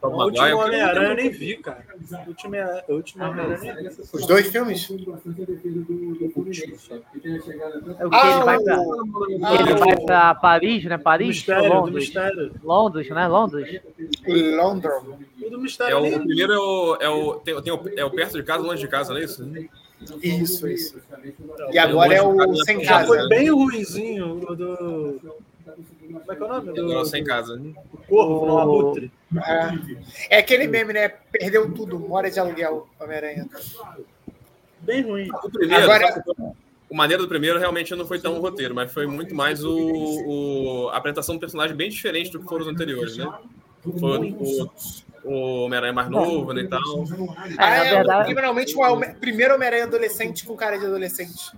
[SPEAKER 1] Tom Maguire.
[SPEAKER 2] O
[SPEAKER 1] um
[SPEAKER 2] último
[SPEAKER 1] eu quero-
[SPEAKER 2] Homem-Aranha eu nem vi, cara. O último é- o último
[SPEAKER 4] Ah,
[SPEAKER 2] Homem-Aranha eu nem vi.
[SPEAKER 3] Os dois filmes?
[SPEAKER 4] É o que ele
[SPEAKER 3] Ah,
[SPEAKER 4] vai pra,
[SPEAKER 3] o...
[SPEAKER 4] ele
[SPEAKER 3] ah,
[SPEAKER 4] vai
[SPEAKER 3] o-
[SPEAKER 4] pra Paris, né?
[SPEAKER 2] Do
[SPEAKER 4] Paris?
[SPEAKER 2] mistério, do
[SPEAKER 4] Londres.
[SPEAKER 2] mistério.
[SPEAKER 4] Londres, né? Londres.
[SPEAKER 3] o London.
[SPEAKER 2] O do mistério
[SPEAKER 1] É
[SPEAKER 2] eu nem
[SPEAKER 1] o
[SPEAKER 2] vi.
[SPEAKER 1] primeiro é o, é o, tem, tem o, é o perto de casa, longe de casa, não é isso?
[SPEAKER 3] Isso, isso. E agora é o Sem
[SPEAKER 2] Já
[SPEAKER 3] Casa.
[SPEAKER 1] né?
[SPEAKER 2] foi bem ruinzinho o do. Como é que é o nome? Do,
[SPEAKER 1] Não, sem casa. né?
[SPEAKER 2] do corvo, no abutre.
[SPEAKER 3] É. É aquele meme, né? Perdeu tudo, mora de aluguel, Homem-Aranha.
[SPEAKER 2] Bem ruim.
[SPEAKER 1] O primeiro,
[SPEAKER 3] Agora-
[SPEAKER 1] sabe? O maneiro do primeiro realmente não foi tão o roteiro, mas foi muito mais o, o- a apresentação do personagem bem diferente do que foram os anteriores, né? Foi o, o Homem-Aranha mais novo, né, e tal.
[SPEAKER 3] Ah,
[SPEAKER 4] na
[SPEAKER 3] é,
[SPEAKER 4] verdade-
[SPEAKER 3] Primeiramente, o Alme- primeiro Homem-Aranha adolescente com cara de adolescente.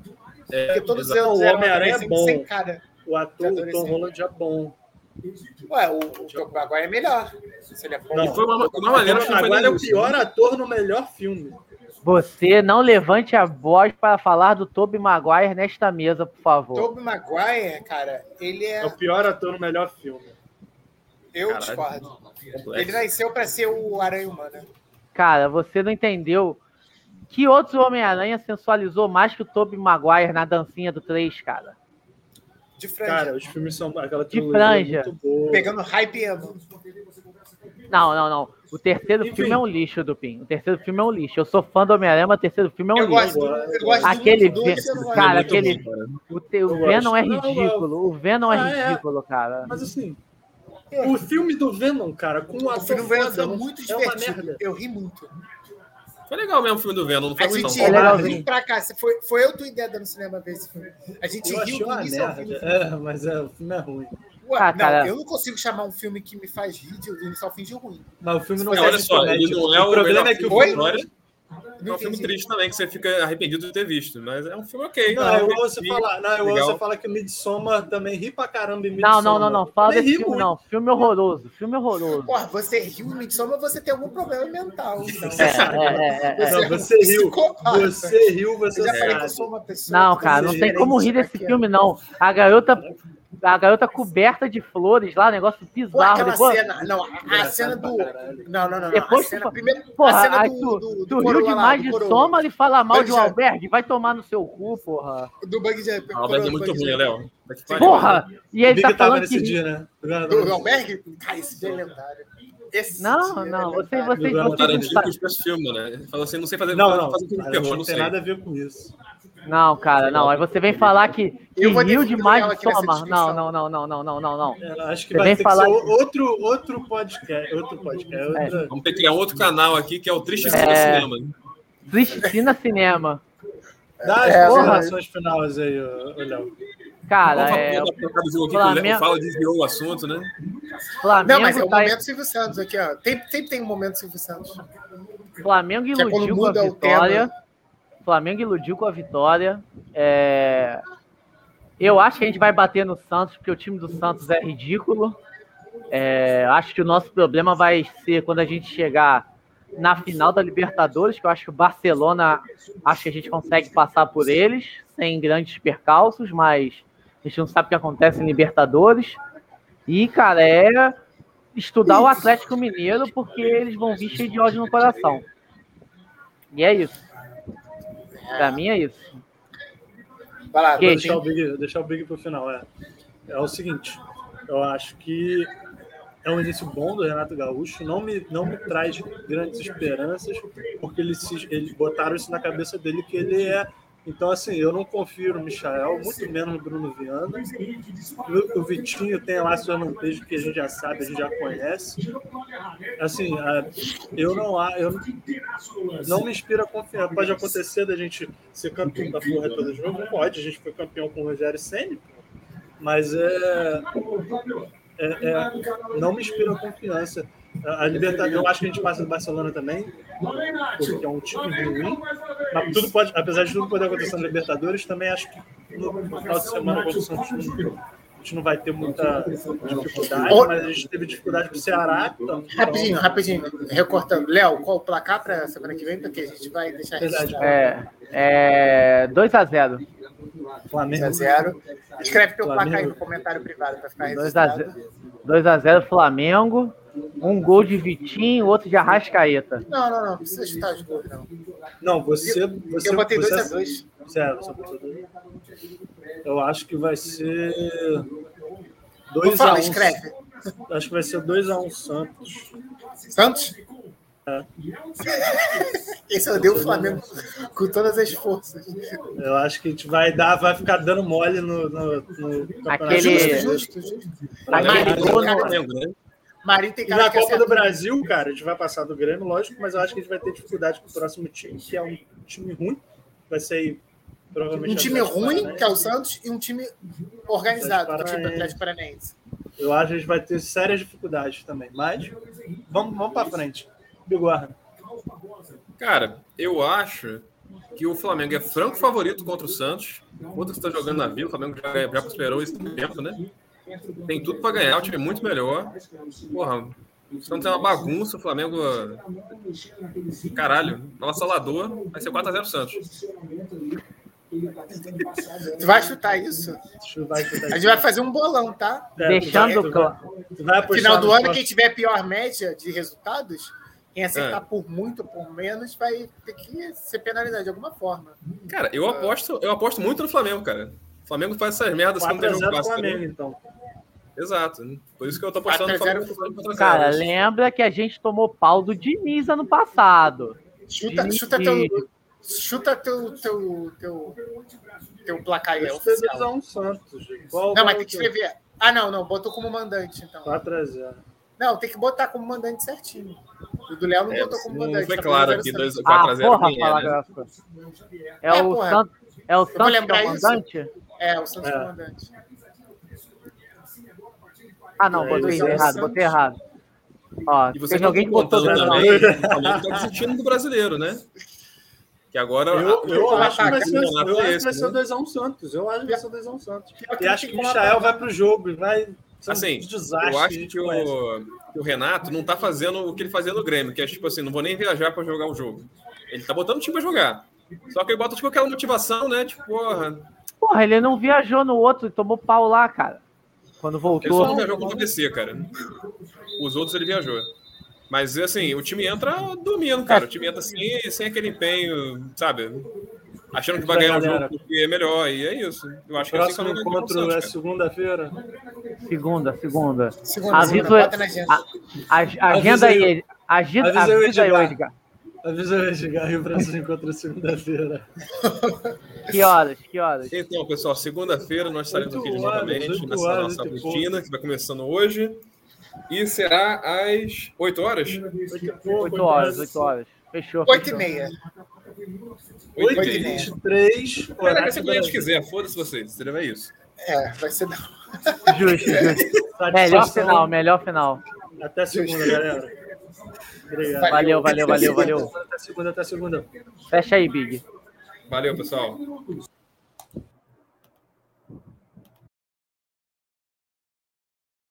[SPEAKER 1] É,
[SPEAKER 3] Porque todos
[SPEAKER 1] exato.
[SPEAKER 3] eles
[SPEAKER 2] O
[SPEAKER 3] eram
[SPEAKER 2] Homem-Aranha é
[SPEAKER 3] adolescentes
[SPEAKER 2] bom.
[SPEAKER 3] sem cara.
[SPEAKER 2] O ator, o Tom
[SPEAKER 3] Adolescente.
[SPEAKER 2] Holland é bom.
[SPEAKER 3] Ué, o, o Tobey Maguire é melhor. Se ele é bom.
[SPEAKER 2] Não.
[SPEAKER 1] Foi uma, uma maneira que não assim, foi né?
[SPEAKER 2] Agora é
[SPEAKER 1] nada
[SPEAKER 2] o pior ator no melhor filme.
[SPEAKER 4] Você não levante a voz para falar do Toby Maguire nesta mesa, por
[SPEAKER 3] O
[SPEAKER 4] favor.
[SPEAKER 3] Tobey Maguire, cara, ele é.
[SPEAKER 2] É o pior ator no melhor filme.
[SPEAKER 3] Eu
[SPEAKER 1] Caralho.
[SPEAKER 3] discordo.
[SPEAKER 2] é
[SPEAKER 3] Ele
[SPEAKER 1] complexo.
[SPEAKER 3] nasceu pra ser o Aranha Humana.
[SPEAKER 4] Cara, você não entendeu que outro Homem-Aranha sensualizou mais que o Toby Maguire na dancinha do 3, cara.
[SPEAKER 3] De franja.
[SPEAKER 2] Cara, os filmes são aquela
[SPEAKER 4] De
[SPEAKER 2] trilogia é
[SPEAKER 4] franja.
[SPEAKER 2] muito boa.
[SPEAKER 3] Pegando hype e emo.
[SPEAKER 4] Não, não, não. O terceiro
[SPEAKER 2] Enfim.
[SPEAKER 4] filme é um lixo, Dupin. O terceiro filme é um lixo. Eu sou fã do Homem-Aranha, mas o terceiro filme é um
[SPEAKER 3] Eu gosto,
[SPEAKER 4] lixo.
[SPEAKER 3] do- eu gosto
[SPEAKER 4] Aquele
[SPEAKER 3] do
[SPEAKER 4] Ven-
[SPEAKER 3] dois, eu não gosto.
[SPEAKER 4] cara,
[SPEAKER 1] Muito bom,
[SPEAKER 4] aquele-
[SPEAKER 1] cara.
[SPEAKER 4] O, te... o
[SPEAKER 2] Eu
[SPEAKER 4] Venom é
[SPEAKER 2] gosto. Não, eu-
[SPEAKER 4] ridículo. O Venom é
[SPEAKER 2] Ah, é.
[SPEAKER 4] ridículo, cara.
[SPEAKER 2] Mas assim, o filme do Venom, cara, com um
[SPEAKER 3] O
[SPEAKER 2] ator
[SPEAKER 3] filme vai ser
[SPEAKER 2] fodão,
[SPEAKER 3] muito
[SPEAKER 2] é uma
[SPEAKER 3] divertido.
[SPEAKER 2] merda.
[SPEAKER 3] Eu ri muito.
[SPEAKER 1] Foi legal mesmo o filme do Venom, não foi É,
[SPEAKER 3] A
[SPEAKER 1] ruim,
[SPEAKER 3] gente
[SPEAKER 1] não.
[SPEAKER 4] Ele era
[SPEAKER 3] riu
[SPEAKER 4] ruim.
[SPEAKER 3] pra cá. Foi, foi eu tua ideia dando cinema ver esse filme. A gente
[SPEAKER 2] Eu
[SPEAKER 3] riu
[SPEAKER 2] achei
[SPEAKER 3] do
[SPEAKER 2] uma
[SPEAKER 3] início ao fim.
[SPEAKER 2] merda. É, mas é, o filme é ruim.
[SPEAKER 3] Ué,
[SPEAKER 4] Ah,
[SPEAKER 3] não,
[SPEAKER 4] cara.
[SPEAKER 3] eu não consigo chamar um filme que me faz rir de do início ao fim de ruim.
[SPEAKER 2] Mas o filme não
[SPEAKER 1] É,
[SPEAKER 2] vai
[SPEAKER 1] olha
[SPEAKER 2] ser
[SPEAKER 1] só, ele
[SPEAKER 2] comédia.
[SPEAKER 1] não é o,
[SPEAKER 2] problema
[SPEAKER 1] melhor
[SPEAKER 2] é que o
[SPEAKER 1] filme da
[SPEAKER 2] filme
[SPEAKER 3] Oi?
[SPEAKER 1] história. É
[SPEAKER 3] Não
[SPEAKER 1] um filme
[SPEAKER 3] entendi.
[SPEAKER 1] triste também, que você fica arrependido de ter visto, mas é um filme ok.
[SPEAKER 2] Não, eu
[SPEAKER 1] eu
[SPEAKER 2] ouço você falar, não, eu ouço
[SPEAKER 1] Legal.
[SPEAKER 2] você falar que o Midsommar também ri pra caramba em
[SPEAKER 4] Não,
[SPEAKER 2] Midsommar.
[SPEAKER 4] não, não, não. Fala
[SPEAKER 2] Também
[SPEAKER 4] desse
[SPEAKER 2] ri
[SPEAKER 4] filme,
[SPEAKER 2] muito.
[SPEAKER 4] não. Filme horroroso. Filme horroroso.
[SPEAKER 3] Porra, você riu em Midsommar, você tem algum problema mental. Então.
[SPEAKER 4] É, é, é, é, é.
[SPEAKER 2] Não, você riu.
[SPEAKER 3] Psicopata.
[SPEAKER 2] Você riu,
[SPEAKER 3] Eu
[SPEAKER 2] você
[SPEAKER 3] já falei que eu
[SPEAKER 2] sabe.
[SPEAKER 3] sou uma pessoa.
[SPEAKER 4] Não,
[SPEAKER 3] que
[SPEAKER 4] cara, não tem
[SPEAKER 3] exagerei
[SPEAKER 4] como rir
[SPEAKER 3] isso
[SPEAKER 4] desse
[SPEAKER 3] aqui, ó.
[SPEAKER 4] filme, não. A garota, a garota coberta de flores lá, negócio
[SPEAKER 3] Pô,
[SPEAKER 4] bizarro.
[SPEAKER 3] aquela
[SPEAKER 4] Depois-
[SPEAKER 3] cena. Não, a- a cena do. Não, não, não. não. A
[SPEAKER 4] Depois
[SPEAKER 3] cena,
[SPEAKER 4] tu-
[SPEAKER 3] primeiro,
[SPEAKER 4] Porra,
[SPEAKER 3] a cena
[SPEAKER 4] aí
[SPEAKER 3] do, do,
[SPEAKER 4] tu,
[SPEAKER 3] do
[SPEAKER 4] tu riu
[SPEAKER 3] coroa lá,
[SPEAKER 4] demais
[SPEAKER 3] do
[SPEAKER 4] de
[SPEAKER 3] coroa. é.
[SPEAKER 4] soma e fala mal
[SPEAKER 3] Mas
[SPEAKER 4] de um
[SPEAKER 3] já-
[SPEAKER 4] albergue. Vai tomar no seu cu, porra.
[SPEAKER 3] Do Bug Jump.
[SPEAKER 1] Ah, mas é muito ruim, Léo. Tá que pariu.
[SPEAKER 4] Porra! E
[SPEAKER 2] O
[SPEAKER 4] ele
[SPEAKER 2] Big
[SPEAKER 4] tá
[SPEAKER 2] tava
[SPEAKER 4] falando
[SPEAKER 2] nesse
[SPEAKER 4] que...
[SPEAKER 2] dia, né?
[SPEAKER 3] Do, do Alberg? Cara, esse dia é lendário. Esse
[SPEAKER 4] Não,
[SPEAKER 3] dia
[SPEAKER 4] não,
[SPEAKER 3] é
[SPEAKER 4] você, tá
[SPEAKER 3] lendário.
[SPEAKER 4] você,
[SPEAKER 2] Não,
[SPEAKER 4] você,
[SPEAKER 1] Tarantino cuspiu esse filme, né? Ele Falou assim, não sei fazer,
[SPEAKER 2] Não,
[SPEAKER 1] fazer-
[SPEAKER 2] não,
[SPEAKER 1] fazer filme de terror,
[SPEAKER 2] não,
[SPEAKER 1] não
[SPEAKER 2] não tem
[SPEAKER 1] sei.
[SPEAKER 2] nada a ver com isso.
[SPEAKER 4] Não, cara, não. Aí você vem falar que, que
[SPEAKER 3] Eu vou
[SPEAKER 4] riu
[SPEAKER 3] ter que
[SPEAKER 4] demais
[SPEAKER 3] olhar
[SPEAKER 4] de
[SPEAKER 3] aqui nessa
[SPEAKER 4] soma. Não,
[SPEAKER 3] descrição.
[SPEAKER 4] não, não, não, não, não, não, não.
[SPEAKER 2] É, acho que
[SPEAKER 4] Você
[SPEAKER 2] vai
[SPEAKER 4] vem
[SPEAKER 2] ter
[SPEAKER 4] falar-
[SPEAKER 2] que ser outro, outro podcast. Outro podcast. outra-
[SPEAKER 1] Vamos ter que criar outro canal aqui, que é o Triste Cine
[SPEAKER 4] É.
[SPEAKER 1] Cinema.
[SPEAKER 4] Tristina Cinema.
[SPEAKER 2] Dá as
[SPEAKER 3] É,
[SPEAKER 2] considerações finais aí, ô- ô, Léo.
[SPEAKER 4] Cara,
[SPEAKER 1] Vamos falar
[SPEAKER 4] é.
[SPEAKER 1] da porra do jogo aqui, que o Léo
[SPEAKER 4] Flamengo-
[SPEAKER 1] fala, desviou o assunto, né?
[SPEAKER 4] Flamengo,
[SPEAKER 3] Não, mas é o
[SPEAKER 4] tá-
[SPEAKER 3] momento Silvio Santos aqui, ó. Sempre, sempre tem um momento Silvio Santos.
[SPEAKER 4] Flamengo
[SPEAKER 3] é quando
[SPEAKER 4] iludiu com a
[SPEAKER 3] muda o
[SPEAKER 4] vitória. Flamengo iludiu com a vitória. É, Eu acho que a gente vai bater no Santos, porque o time do Santos é ridículo. É, Acho que o nosso problema vai ser quando a gente chegar na final da Libertadores, que eu acho que o Barcelona acho que a gente consegue passar por eles sem grandes percalços, mas a gente não sabe o que acontece em Libertadores. E, cara, é estudar o Atlético Mineiro porque eles vão vir cheio de ódio no coração. E é isso. Pra mim é isso.
[SPEAKER 3] Vai lá,
[SPEAKER 4] Que
[SPEAKER 3] Bruno.
[SPEAKER 2] deixar o Big, deixar o Big pro final. É. é o seguinte, eu acho que é um início bom do Renato Gaúcho, não me, não me traz grandes esperanças, porque eles, se- eles botaram isso na cabeça dele que ele é. Então, assim, eu não confio no Michael, muito menos no Bruno Viana. O, o Vitinho tem lá seus lampejos que a gente já sabe, a gente já conhece. Assim, a- eu não há, eu não me inspira a confiar. Pode acontecer da gente ser campeão da porra todo jogo? Pode, a gente foi campeão com o Rogério Senna, mas é, é- é- não me inspira a confiança. A a Libertadores, eu acho que a gente passa do Barcelona também, porque é um time ruim. Mas tudo pode, apesar de tudo poder acontecer na Libertadores, também acho que no, no final de semana contra o Santos não- a gente não vai ter muita dificuldade,
[SPEAKER 3] Ô-
[SPEAKER 2] mas a gente teve dificuldade com o Ceará. Então,
[SPEAKER 3] Rapidinho, rapidinho. Recortando. Léo, qual o placar pra semana que vem? Porque a gente vai deixar né?
[SPEAKER 2] Verdade.
[SPEAKER 3] registrado.
[SPEAKER 4] É, é 2 a 0
[SPEAKER 2] então,
[SPEAKER 3] 2 a
[SPEAKER 2] Flamengo
[SPEAKER 3] 0. Escreve teu
[SPEAKER 2] Flamengo.
[SPEAKER 3] placar aí no comentário privado pra ficar
[SPEAKER 4] 2 a
[SPEAKER 3] registrado.
[SPEAKER 4] 0 2 a 0 Flamengo. Um gol de Vitinho, outro de Arrascaeta.
[SPEAKER 3] Não, não, não. Precisa chutar os gols, não.
[SPEAKER 2] Não, você. você
[SPEAKER 3] Eu botei 2x2.
[SPEAKER 2] você, Sério, você botou dois. Eu acho que vai ser.
[SPEAKER 3] Vou
[SPEAKER 2] 2 a
[SPEAKER 3] falar,
[SPEAKER 2] 1
[SPEAKER 3] escreve.
[SPEAKER 2] Acho que vai ser 2x1 Santos.
[SPEAKER 3] Santos?
[SPEAKER 2] É.
[SPEAKER 3] Esse eu dei o Flamengo com todas as forças.
[SPEAKER 2] Eu acho que a gente vai dar, vai ficar dando mole no, no, no campeonato.
[SPEAKER 4] Aquele-
[SPEAKER 3] Justo,
[SPEAKER 2] brasileiro.
[SPEAKER 3] justo, justo.
[SPEAKER 4] Aquele
[SPEAKER 3] Marinho,
[SPEAKER 1] Flamengo,
[SPEAKER 4] gol
[SPEAKER 3] cara.
[SPEAKER 4] no,
[SPEAKER 1] é Flamengo, né?
[SPEAKER 3] Marinho tem
[SPEAKER 2] E na
[SPEAKER 3] cara que
[SPEAKER 2] Copa do
[SPEAKER 3] acerta.
[SPEAKER 2] Brasil, cara, a gente vai passar do Grêmio, lógico, mas eu acho que a gente vai ter dificuldade com o próximo time, que é um time ruim. Vai ser Provavelmente é
[SPEAKER 3] Um
[SPEAKER 2] o
[SPEAKER 3] time
[SPEAKER 2] Atlético
[SPEAKER 3] ruim,
[SPEAKER 2] Paranaense.
[SPEAKER 3] que é o Santos, e um time organizado, que é o time do
[SPEAKER 2] Paranaense.
[SPEAKER 3] Atlético Paranaense.
[SPEAKER 2] Eu acho que a gente vai ter sérias dificuldades também. Mas vamos, vamos para frente. Bigorna.
[SPEAKER 1] Cara, eu acho que o Flamengo é franco favorito contra o Santos. Outro que está jogando na Vila, o Flamengo já, já prosperou esse tempo, né? Tem tudo para ganhar, o time é muito melhor. Porra, o Santos é uma bagunça, o Flamengo. Caralho, avassalador, vai ser 4x0 Santos.
[SPEAKER 3] Tu vai chutar isso?
[SPEAKER 2] Tu vai chutar
[SPEAKER 3] A
[SPEAKER 2] isso.
[SPEAKER 3] gente vai fazer um bolão, tá?
[SPEAKER 2] É,
[SPEAKER 4] Deixando
[SPEAKER 2] tu vai-
[SPEAKER 4] claro.
[SPEAKER 2] tu vai apostar
[SPEAKER 3] Final do
[SPEAKER 2] no
[SPEAKER 3] ano,
[SPEAKER 2] próximo-
[SPEAKER 3] quem tiver pior média de resultados, quem acertar
[SPEAKER 1] É.
[SPEAKER 3] por muito ou por menos, vai ter que ser penalizado de alguma forma.
[SPEAKER 1] Cara, eu aposto, eu aposto muito no Flamengo, cara. O Flamengo faz essas merdas quando tem
[SPEAKER 2] 4
[SPEAKER 1] jogo
[SPEAKER 2] a 0
[SPEAKER 1] clássico. né?
[SPEAKER 2] Flamengo, então.
[SPEAKER 1] Exato. né? Por isso que eu tô apostando no
[SPEAKER 3] 4x0
[SPEAKER 1] Flamengo. contra o
[SPEAKER 4] Cara,
[SPEAKER 1] Santos.
[SPEAKER 4] lembra que a gente tomou pau do Diniz ano passado.
[SPEAKER 3] Chuta,
[SPEAKER 4] Sim,
[SPEAKER 3] chuta
[SPEAKER 4] sim.
[SPEAKER 3] teu. Chuta teu, teu, teu, teu placar aí,
[SPEAKER 2] Eu
[SPEAKER 3] É, oficial.
[SPEAKER 2] um Santos. gente. Qual
[SPEAKER 3] Não, mas
[SPEAKER 2] vai
[SPEAKER 3] tem que
[SPEAKER 2] ser?
[SPEAKER 3] escrever. Ah, não, não. Botou como mandante, então.
[SPEAKER 2] 4 a 0
[SPEAKER 3] Não, tem que botar como mandante certinho. O do Léo não
[SPEAKER 1] É,
[SPEAKER 3] botou como
[SPEAKER 1] não
[SPEAKER 3] mandante.
[SPEAKER 1] foi
[SPEAKER 3] tá
[SPEAKER 1] claro
[SPEAKER 3] falando
[SPEAKER 1] aqui,
[SPEAKER 3] zero
[SPEAKER 1] dois-
[SPEAKER 3] certo.
[SPEAKER 1] 4 a
[SPEAKER 4] Ah,
[SPEAKER 1] 0
[SPEAKER 4] porra,
[SPEAKER 1] quem é,
[SPEAKER 4] fala
[SPEAKER 1] né?
[SPEAKER 4] Grafa. É,
[SPEAKER 3] É,
[SPEAKER 4] o
[SPEAKER 3] porra.
[SPEAKER 4] Santos, é o
[SPEAKER 3] vou
[SPEAKER 4] Santos que
[SPEAKER 3] lembrar
[SPEAKER 4] é o
[SPEAKER 3] isso.
[SPEAKER 4] mandante?
[SPEAKER 3] É, o Santos
[SPEAKER 2] É.
[SPEAKER 3] foi mandante.
[SPEAKER 4] Ah, não,
[SPEAKER 2] É,
[SPEAKER 4] botei
[SPEAKER 2] isso é o
[SPEAKER 4] errado,
[SPEAKER 3] Santos.
[SPEAKER 4] botei errado. Ó,
[SPEAKER 1] E você tá
[SPEAKER 4] teve alguém que botou
[SPEAKER 1] contando
[SPEAKER 2] botando
[SPEAKER 4] não.
[SPEAKER 1] também, o Flamengo tá desistindo do brasileiro, né? Que agora
[SPEAKER 2] Eu,
[SPEAKER 1] o
[SPEAKER 2] eu
[SPEAKER 1] campeonato
[SPEAKER 2] acho que vai ser, um
[SPEAKER 1] campeonato
[SPEAKER 2] eu
[SPEAKER 1] é
[SPEAKER 2] acho que
[SPEAKER 1] esse,
[SPEAKER 2] vai ser
[SPEAKER 1] né?
[SPEAKER 2] 2x1 Santos. Eu acho que vai ser 2x1 Santos. E
[SPEAKER 3] Pior
[SPEAKER 2] acho que o
[SPEAKER 3] tem
[SPEAKER 2] Michael vai pro jogo e vai. ser
[SPEAKER 1] Assim,
[SPEAKER 2] um desastre.
[SPEAKER 1] Eu
[SPEAKER 2] a
[SPEAKER 1] acho
[SPEAKER 2] gente
[SPEAKER 1] que
[SPEAKER 2] conhece.
[SPEAKER 1] o, que o Renato não tá fazendo o que ele fazia no Grêmio, que é tipo assim, não vou nem viajar pra jogar o jogo. Ele tá botando o time pra jogar. Só que ele bota tipo aquela motivação, né? Tipo, porra,
[SPEAKER 4] Porra, ele não viajou no outro e tomou pau lá, cara. Quando
[SPEAKER 1] ele só não
[SPEAKER 4] voltou.
[SPEAKER 1] viajou contra o PC, cara. Os outros ele viajou. Mas assim, o time entra dormindo, cara. O time entra sem, sem aquele empenho, sabe? Achando que vai ganhar o jogo porque é melhor, e é isso. Eu acho que é assim que
[SPEAKER 2] Próximo
[SPEAKER 1] eu não ganho com o
[SPEAKER 2] encontro
[SPEAKER 1] Santos,
[SPEAKER 2] é
[SPEAKER 1] cara.
[SPEAKER 2] segunda-feira.
[SPEAKER 4] Segunda, segunda.
[SPEAKER 3] Segunda,
[SPEAKER 4] Avisa
[SPEAKER 3] segunda, bota na agenda.
[SPEAKER 4] a, a- agenda
[SPEAKER 2] Avisa
[SPEAKER 4] aí, agenda,
[SPEAKER 2] Avisa eu,
[SPEAKER 4] avisa aí,
[SPEAKER 2] Edgar.
[SPEAKER 4] Edgar.
[SPEAKER 2] Avisa o Edgar e o Brasil encontra segunda-feira.
[SPEAKER 4] Que horas, que horas?
[SPEAKER 1] Então, pessoal, segunda-feira nós estaremos
[SPEAKER 2] Oito
[SPEAKER 1] aqui
[SPEAKER 2] horas,
[SPEAKER 1] novamente
[SPEAKER 2] oito
[SPEAKER 1] nessa
[SPEAKER 2] horas,
[SPEAKER 1] nossa
[SPEAKER 2] oito e
[SPEAKER 1] rotina que vai começando hoje. E será às 8 horas?
[SPEAKER 4] Oito horas, oito horas. Fechou.
[SPEAKER 3] Oito e
[SPEAKER 4] fechou.
[SPEAKER 3] meia.
[SPEAKER 1] 8
[SPEAKER 3] e meia.
[SPEAKER 2] 8h23.
[SPEAKER 1] Cara, vai
[SPEAKER 2] horário
[SPEAKER 1] ser
[SPEAKER 2] do
[SPEAKER 1] quando a gente
[SPEAKER 2] Brasil.
[SPEAKER 1] quiser, foda-se vocês, entendeu? É isso.
[SPEAKER 3] É, vai ser não.
[SPEAKER 4] Justo, justo. Melhor
[SPEAKER 2] Satisfação.
[SPEAKER 4] final, melhor final.
[SPEAKER 2] Até segunda, galera. Obrigado.
[SPEAKER 4] Valeu, valeu, valeu, valeu.
[SPEAKER 2] Até segunda, até segunda.
[SPEAKER 4] Fecha aí, Big.
[SPEAKER 1] Valeu, pessoal.